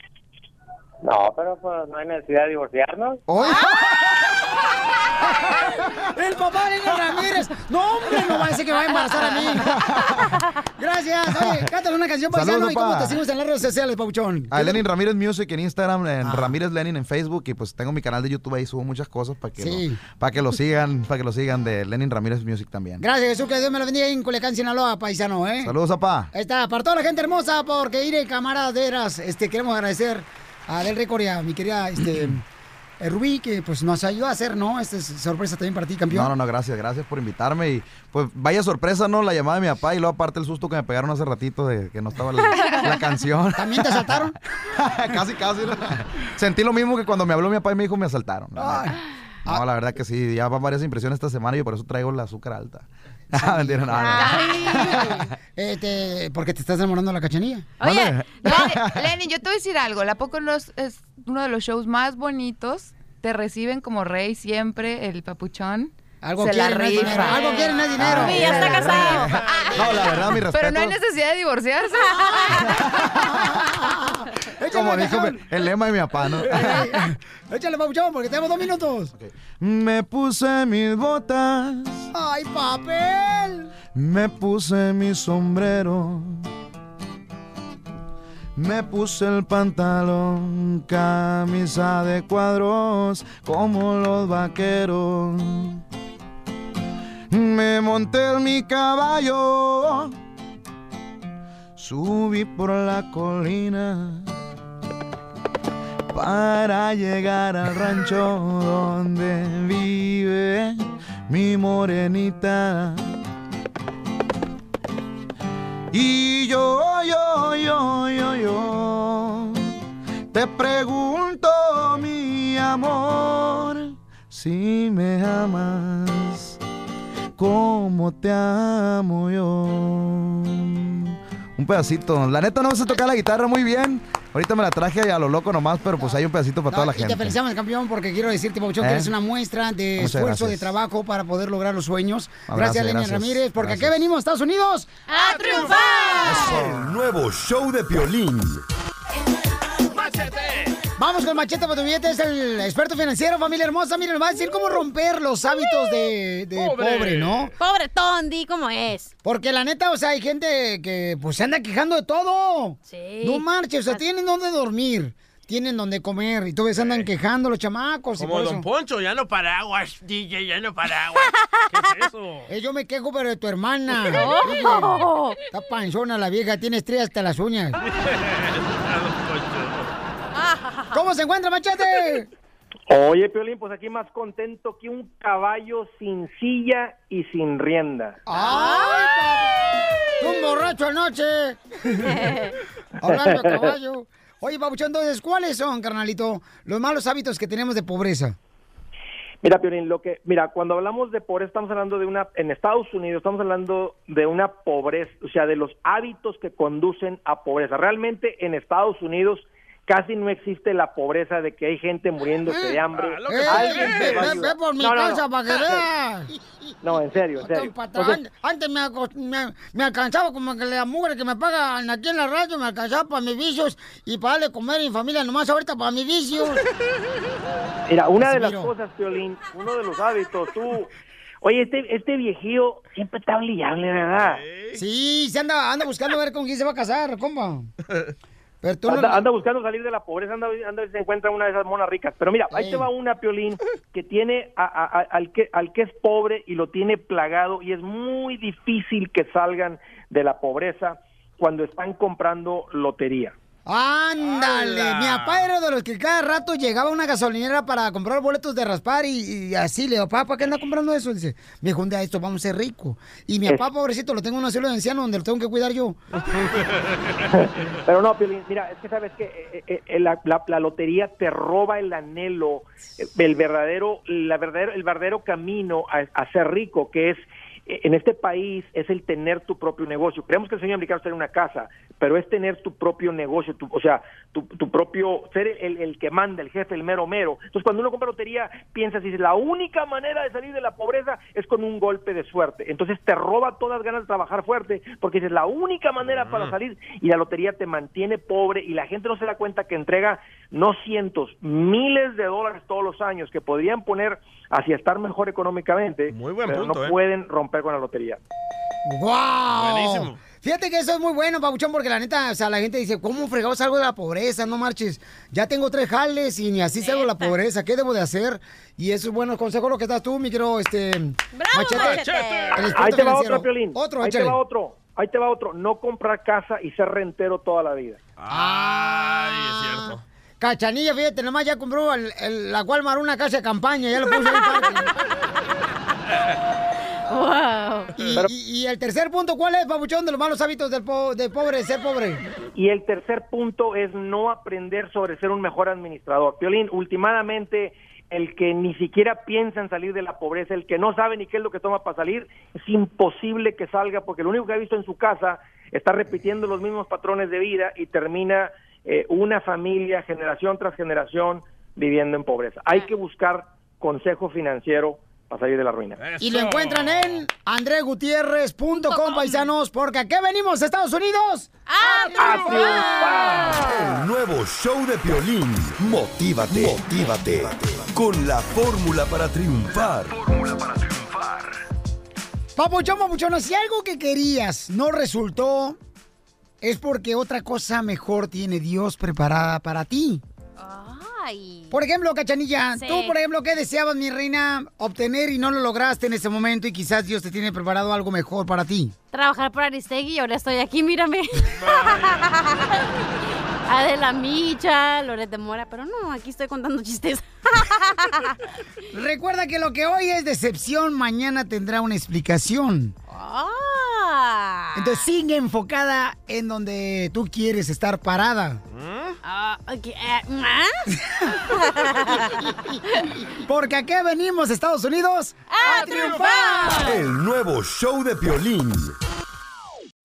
[SPEAKER 13] No, pero pues no hay necesidad de divorciarnos.
[SPEAKER 27] Hoy
[SPEAKER 2] El papá de Lenín Ramírez. No, hombre, no va a decir que va a embarazar a mí. Gracias. Oye, cántale una canción,
[SPEAKER 27] Saludos,
[SPEAKER 2] paisano. ¿Y cómo
[SPEAKER 27] papá.
[SPEAKER 2] te seguimos en las redes sociales, Pabuchón?
[SPEAKER 27] a Lenin Ramírez Music en Instagram,
[SPEAKER 2] Ah.
[SPEAKER 27] en Ramírez Lenin en Facebook y pues tengo mi canal de YouTube ahí subo muchas cosas para que
[SPEAKER 2] Sí.
[SPEAKER 27] lo, para que lo sigan, para que lo sigan de Lenin Ramírez Music también.
[SPEAKER 2] Gracias, Jesús, que Dios me lo bendiga ahí en Culiacán, Sinaloa, paisano, ¿eh?
[SPEAKER 27] Saludos, papá.
[SPEAKER 2] Ahí está, para toda la gente hermosa, porque iré camaraderas, este, queremos agradecer a Del Récord y a mi querida este, eh, Rubí, que pues nos ayudó a hacer, ¿no? Esta es sorpresa también para ti, campeón.
[SPEAKER 27] No, no, no, gracias, gracias por invitarme y pues vaya sorpresa, ¿no? La llamada de mi papá y luego aparte el susto que me pegaron hace ratito de que no estaba la, la canción.
[SPEAKER 2] ¿También te asaltaron?
[SPEAKER 27] casi, casi. ¿no? Sentí lo mismo que cuando me habló mi papá y me dijo me asaltaron. la neta. No, la verdad que sí, ya van varias impresiones esta semana y por eso traigo el azúcar alta. Mentira, no, no.
[SPEAKER 2] Este, Ah. porque te estás enamorando de la cachanilla.
[SPEAKER 27] Mande. Lenny, Eh, yo te voy a decir algo. La Poco no es, es uno de los shows más bonitos. Te reciben como rey siempre, el papuchón.
[SPEAKER 2] Algo
[SPEAKER 27] Se la
[SPEAKER 2] quieren, no es dinero.
[SPEAKER 27] rifa.
[SPEAKER 2] Algo quieren, no es dinero.
[SPEAKER 27] Ay,
[SPEAKER 2] Sí, ya está
[SPEAKER 27] la
[SPEAKER 2] casado.
[SPEAKER 27] rifa. No, la verdad, mi Pero no hay respeto. necesidad de divorciarse. Como dijo el lema de mi papá, ¿no?
[SPEAKER 2] Échale, Pabuchón, porque tenemos dos minutos.
[SPEAKER 27] Me puse mis botas,
[SPEAKER 2] ¡Ay, papel!
[SPEAKER 27] me puse mi sombrero, me puse el pantalón, camisa de cuadros como los vaqueros. Me monté en mi caballo
[SPEAKER 1] Subí por la colina para llegar al rancho donde vive mi morenita. Y yo, yo, yo, yo, yo, te pregunto, mi amor, si me amas, como te amo yo.
[SPEAKER 27] Un pedacito. La neta no sé tocar la guitarra muy bien. Ahorita me la traje ahí a lo loco nomás, pero pues hay un pedacito para toda la
[SPEAKER 2] Y te
[SPEAKER 27] gente.
[SPEAKER 2] felicitamos, campeón, porque quiero decirte, Pauchón,
[SPEAKER 27] ¿Eh?
[SPEAKER 2] que eres una muestra de
[SPEAKER 27] Muchas
[SPEAKER 2] esfuerzo,
[SPEAKER 27] gracias. Ah,
[SPEAKER 2] de trabajo para poder lograr los sueños.
[SPEAKER 12] No,
[SPEAKER 2] gracias,
[SPEAKER 12] gracias,
[SPEAKER 2] Lenia
[SPEAKER 12] gracias.
[SPEAKER 2] Ramírez, porque
[SPEAKER 12] Gracias.
[SPEAKER 2] aquí venimos, Estados Unidos, a triunfar.
[SPEAKER 12] El nuevo show de Piolín.
[SPEAKER 2] Vamos con Machete para tu billete, es el experto financiero, familia hermosa. Miren, nos va a decir cómo romper los hábitos de, de pobre. ¿no?
[SPEAKER 4] Pobre Tondi, ¿cómo es?
[SPEAKER 2] Porque la neta, o sea, hay gente que pues se anda quejando de todo.
[SPEAKER 4] Sí. Ah.
[SPEAKER 2] No marches, o sea, tienen donde dormir, tienen donde comer, y todavía se andan quejando los chamacos. y
[SPEAKER 3] Como
[SPEAKER 2] por
[SPEAKER 3] Don
[SPEAKER 2] eso.
[SPEAKER 3] Poncho, ya no paraguas, DJ, ya no paraguas. ¿Qué es eso?
[SPEAKER 2] Eh, yo me quejo, pero de tu hermana.
[SPEAKER 3] ¡Oh!
[SPEAKER 2] Oye, Está panzona la vieja, tiene estrellas hasta las uñas.
[SPEAKER 4] Ah.
[SPEAKER 2] ¿Cómo se encuentra, machete?
[SPEAKER 15] Oye, Piolín, pues aquí más contento que un caballo sin silla y sin rienda.
[SPEAKER 2] Un borracho anoche. Hablando de caballo. Oye, Pabuchón, entonces, ¿cuáles son, carnalito, los malos hábitos que tenemos de pobreza?
[SPEAKER 15] Mira, Piolín, lo que, mira, cuando hablamos de pobreza, estamos hablando de una, en Estados Unidos, estamos hablando de una pobreza, o sea, de los hábitos que conducen a pobreza. Realmente en Estados Unidos casi no existe la pobreza de que hay gente muriéndose de hambre.
[SPEAKER 2] Eh,
[SPEAKER 15] Alguien te
[SPEAKER 2] ve,
[SPEAKER 15] va a
[SPEAKER 2] ve-
[SPEAKER 15] ayudar.
[SPEAKER 2] ve por mi
[SPEAKER 15] No, no, no.
[SPEAKER 2] casa para que veas.
[SPEAKER 15] No, en serio, en serio.
[SPEAKER 2] Pata,
[SPEAKER 15] Entonces,
[SPEAKER 2] an- Antes me, acos- me- me alcanzaba como que la mugre que me pagan aquí en la radio, me alcanzaba para mis vicios y para darle comer a mi familia, nomás ahorita para mis vicios.
[SPEAKER 15] Mira, una de las
[SPEAKER 2] Casimiro.
[SPEAKER 15] cosas, Piolín, uno de los hábitos, tú. Oye, este, este viejío siempre está brillable, ¿verdad?
[SPEAKER 2] Sí, se anda, anda buscando a ver con quién se va a casar, compa. Pero tú no-
[SPEAKER 15] anda, anda buscando salir de la pobreza, anda, anda a ver si se encuentra una de esas monas ricas. Pero mira, ahí
[SPEAKER 2] Sí.
[SPEAKER 15] te va una, Piolín, que tiene a- a- a- al, que, al que es pobre y lo tiene plagado y es muy difícil que salgan de la pobreza cuando están comprando lotería.
[SPEAKER 2] Ándale,
[SPEAKER 15] ¡Hala!
[SPEAKER 2] mi papá era de los que cada rato llegaba a una gasolinera para comprar boletos de raspar y, y así le digo, papá, ¿para qué anda comprando eso? Dice, me junté a esto, vamos a ser rico. Y mi papá, pobrecito, lo tengo en un asilo de anciano donde lo tengo que cuidar yo.
[SPEAKER 15] Pero no, Piolín, mira, es que sabes que eh, eh, eh, la, la- la lotería te roba el anhelo, eh, el verdadero, la verdadero, el verdadero camino a, a ser rico, que es eh, en este país es el tener tu propio negocio. Creemos que el sueño americano es tener una casa, pero es tener tu propio negocio, tu- o sea, tu, tu propio, ser el, el que manda, el jefe, el mero mero. Entonces, cuando uno compra lotería, piensas y dices, la única manera de salir de la pobreza es con un golpe de suerte. Entonces, te roba todas las ganas de trabajar fuerte, porque dices, la única manera para salir, y la lotería te mantiene pobre, y la gente no se da cuenta que entrega no cientos, miles de dólares todos los años que podrían poner hacia estar mejor económicamente, pero
[SPEAKER 2] punto,
[SPEAKER 15] no
[SPEAKER 2] ¿eh?
[SPEAKER 15] pueden romper con la lotería.
[SPEAKER 2] ¡Wow!
[SPEAKER 15] Buenísimo.
[SPEAKER 2] Fíjate que eso es muy bueno, Pabuchón, porque la neta, o sea, la gente dice, ¿cómo fregados salgo de la pobreza? No marches, ya tengo tres jales y ni así salgo de la pobreza, ¿qué debo de hacer? Y eso es bueno, consejo lo que estás tú, mi querido, este...
[SPEAKER 15] Machete.
[SPEAKER 2] El experto
[SPEAKER 15] Ahí te va
[SPEAKER 2] financiero.
[SPEAKER 15] otro, Piolín.
[SPEAKER 2] Otro,
[SPEAKER 15] Ahí
[SPEAKER 2] échale.
[SPEAKER 15] te va otro. Ahí te va otro. No comprar casa y ser rentero toda la vida. Ah,
[SPEAKER 2] Cachanilla, fíjate, nomás ya compró el- el- la Walmart una casa de campaña, ya lo puso en el parque. Y,
[SPEAKER 15] Pero-
[SPEAKER 2] y- y el tercer punto, ¿cuál es, Pabuchón, de los malos hábitos del po- de pobre, ser pobre?
[SPEAKER 15] Y el tercer punto es no aprender sobre ser un mejor administrador. Piolín, últimamente el que ni siquiera piensa en salir de la pobreza, el que no sabe ni qué es lo que toma para salir, es imposible que salga porque lo único que ha visto en su casa está repitiendo los mismos patrones de vida y termina eh, una familia generación tras generación viviendo en pobreza. Hay que buscar consejo financiero para salir de la ruina.
[SPEAKER 2] Y lo encuentran en andregutierrez.com, paisanos, porque aquí venimos, Estados Unidos. ¡A
[SPEAKER 12] El nuevo show de Piolín. Motívate. Motívate. Con la fórmula para triunfar.
[SPEAKER 2] Papuchón, papuchón, si algo que querías no resultó, es porque otra cosa mejor tiene Dios preparada para ti.
[SPEAKER 4] y...
[SPEAKER 2] Por ejemplo, Cachanilla,
[SPEAKER 4] Sí.
[SPEAKER 2] tú, por ejemplo, ¿qué deseabas, mi reina, obtener y no lo lograste en ese momento y quizás Dios te tiene preparado algo mejor para ti?
[SPEAKER 4] Trabajar para Aristegui y ahora estoy aquí, mírame. Adela Micha, Loret de Mora, pero no, aquí estoy contando chistes.
[SPEAKER 2] Recuerda que lo que hoy es decepción, mañana tendrá una explicación.
[SPEAKER 4] Ah.
[SPEAKER 2] Entonces sigue enfocada en donde tú quieres estar parada.
[SPEAKER 4] Ah, ok, eh, ¿ah?
[SPEAKER 2] Porque aquí venimos, Estados Unidos,
[SPEAKER 4] ¡A
[SPEAKER 2] triunfar!
[SPEAKER 12] El nuevo show de Piolín.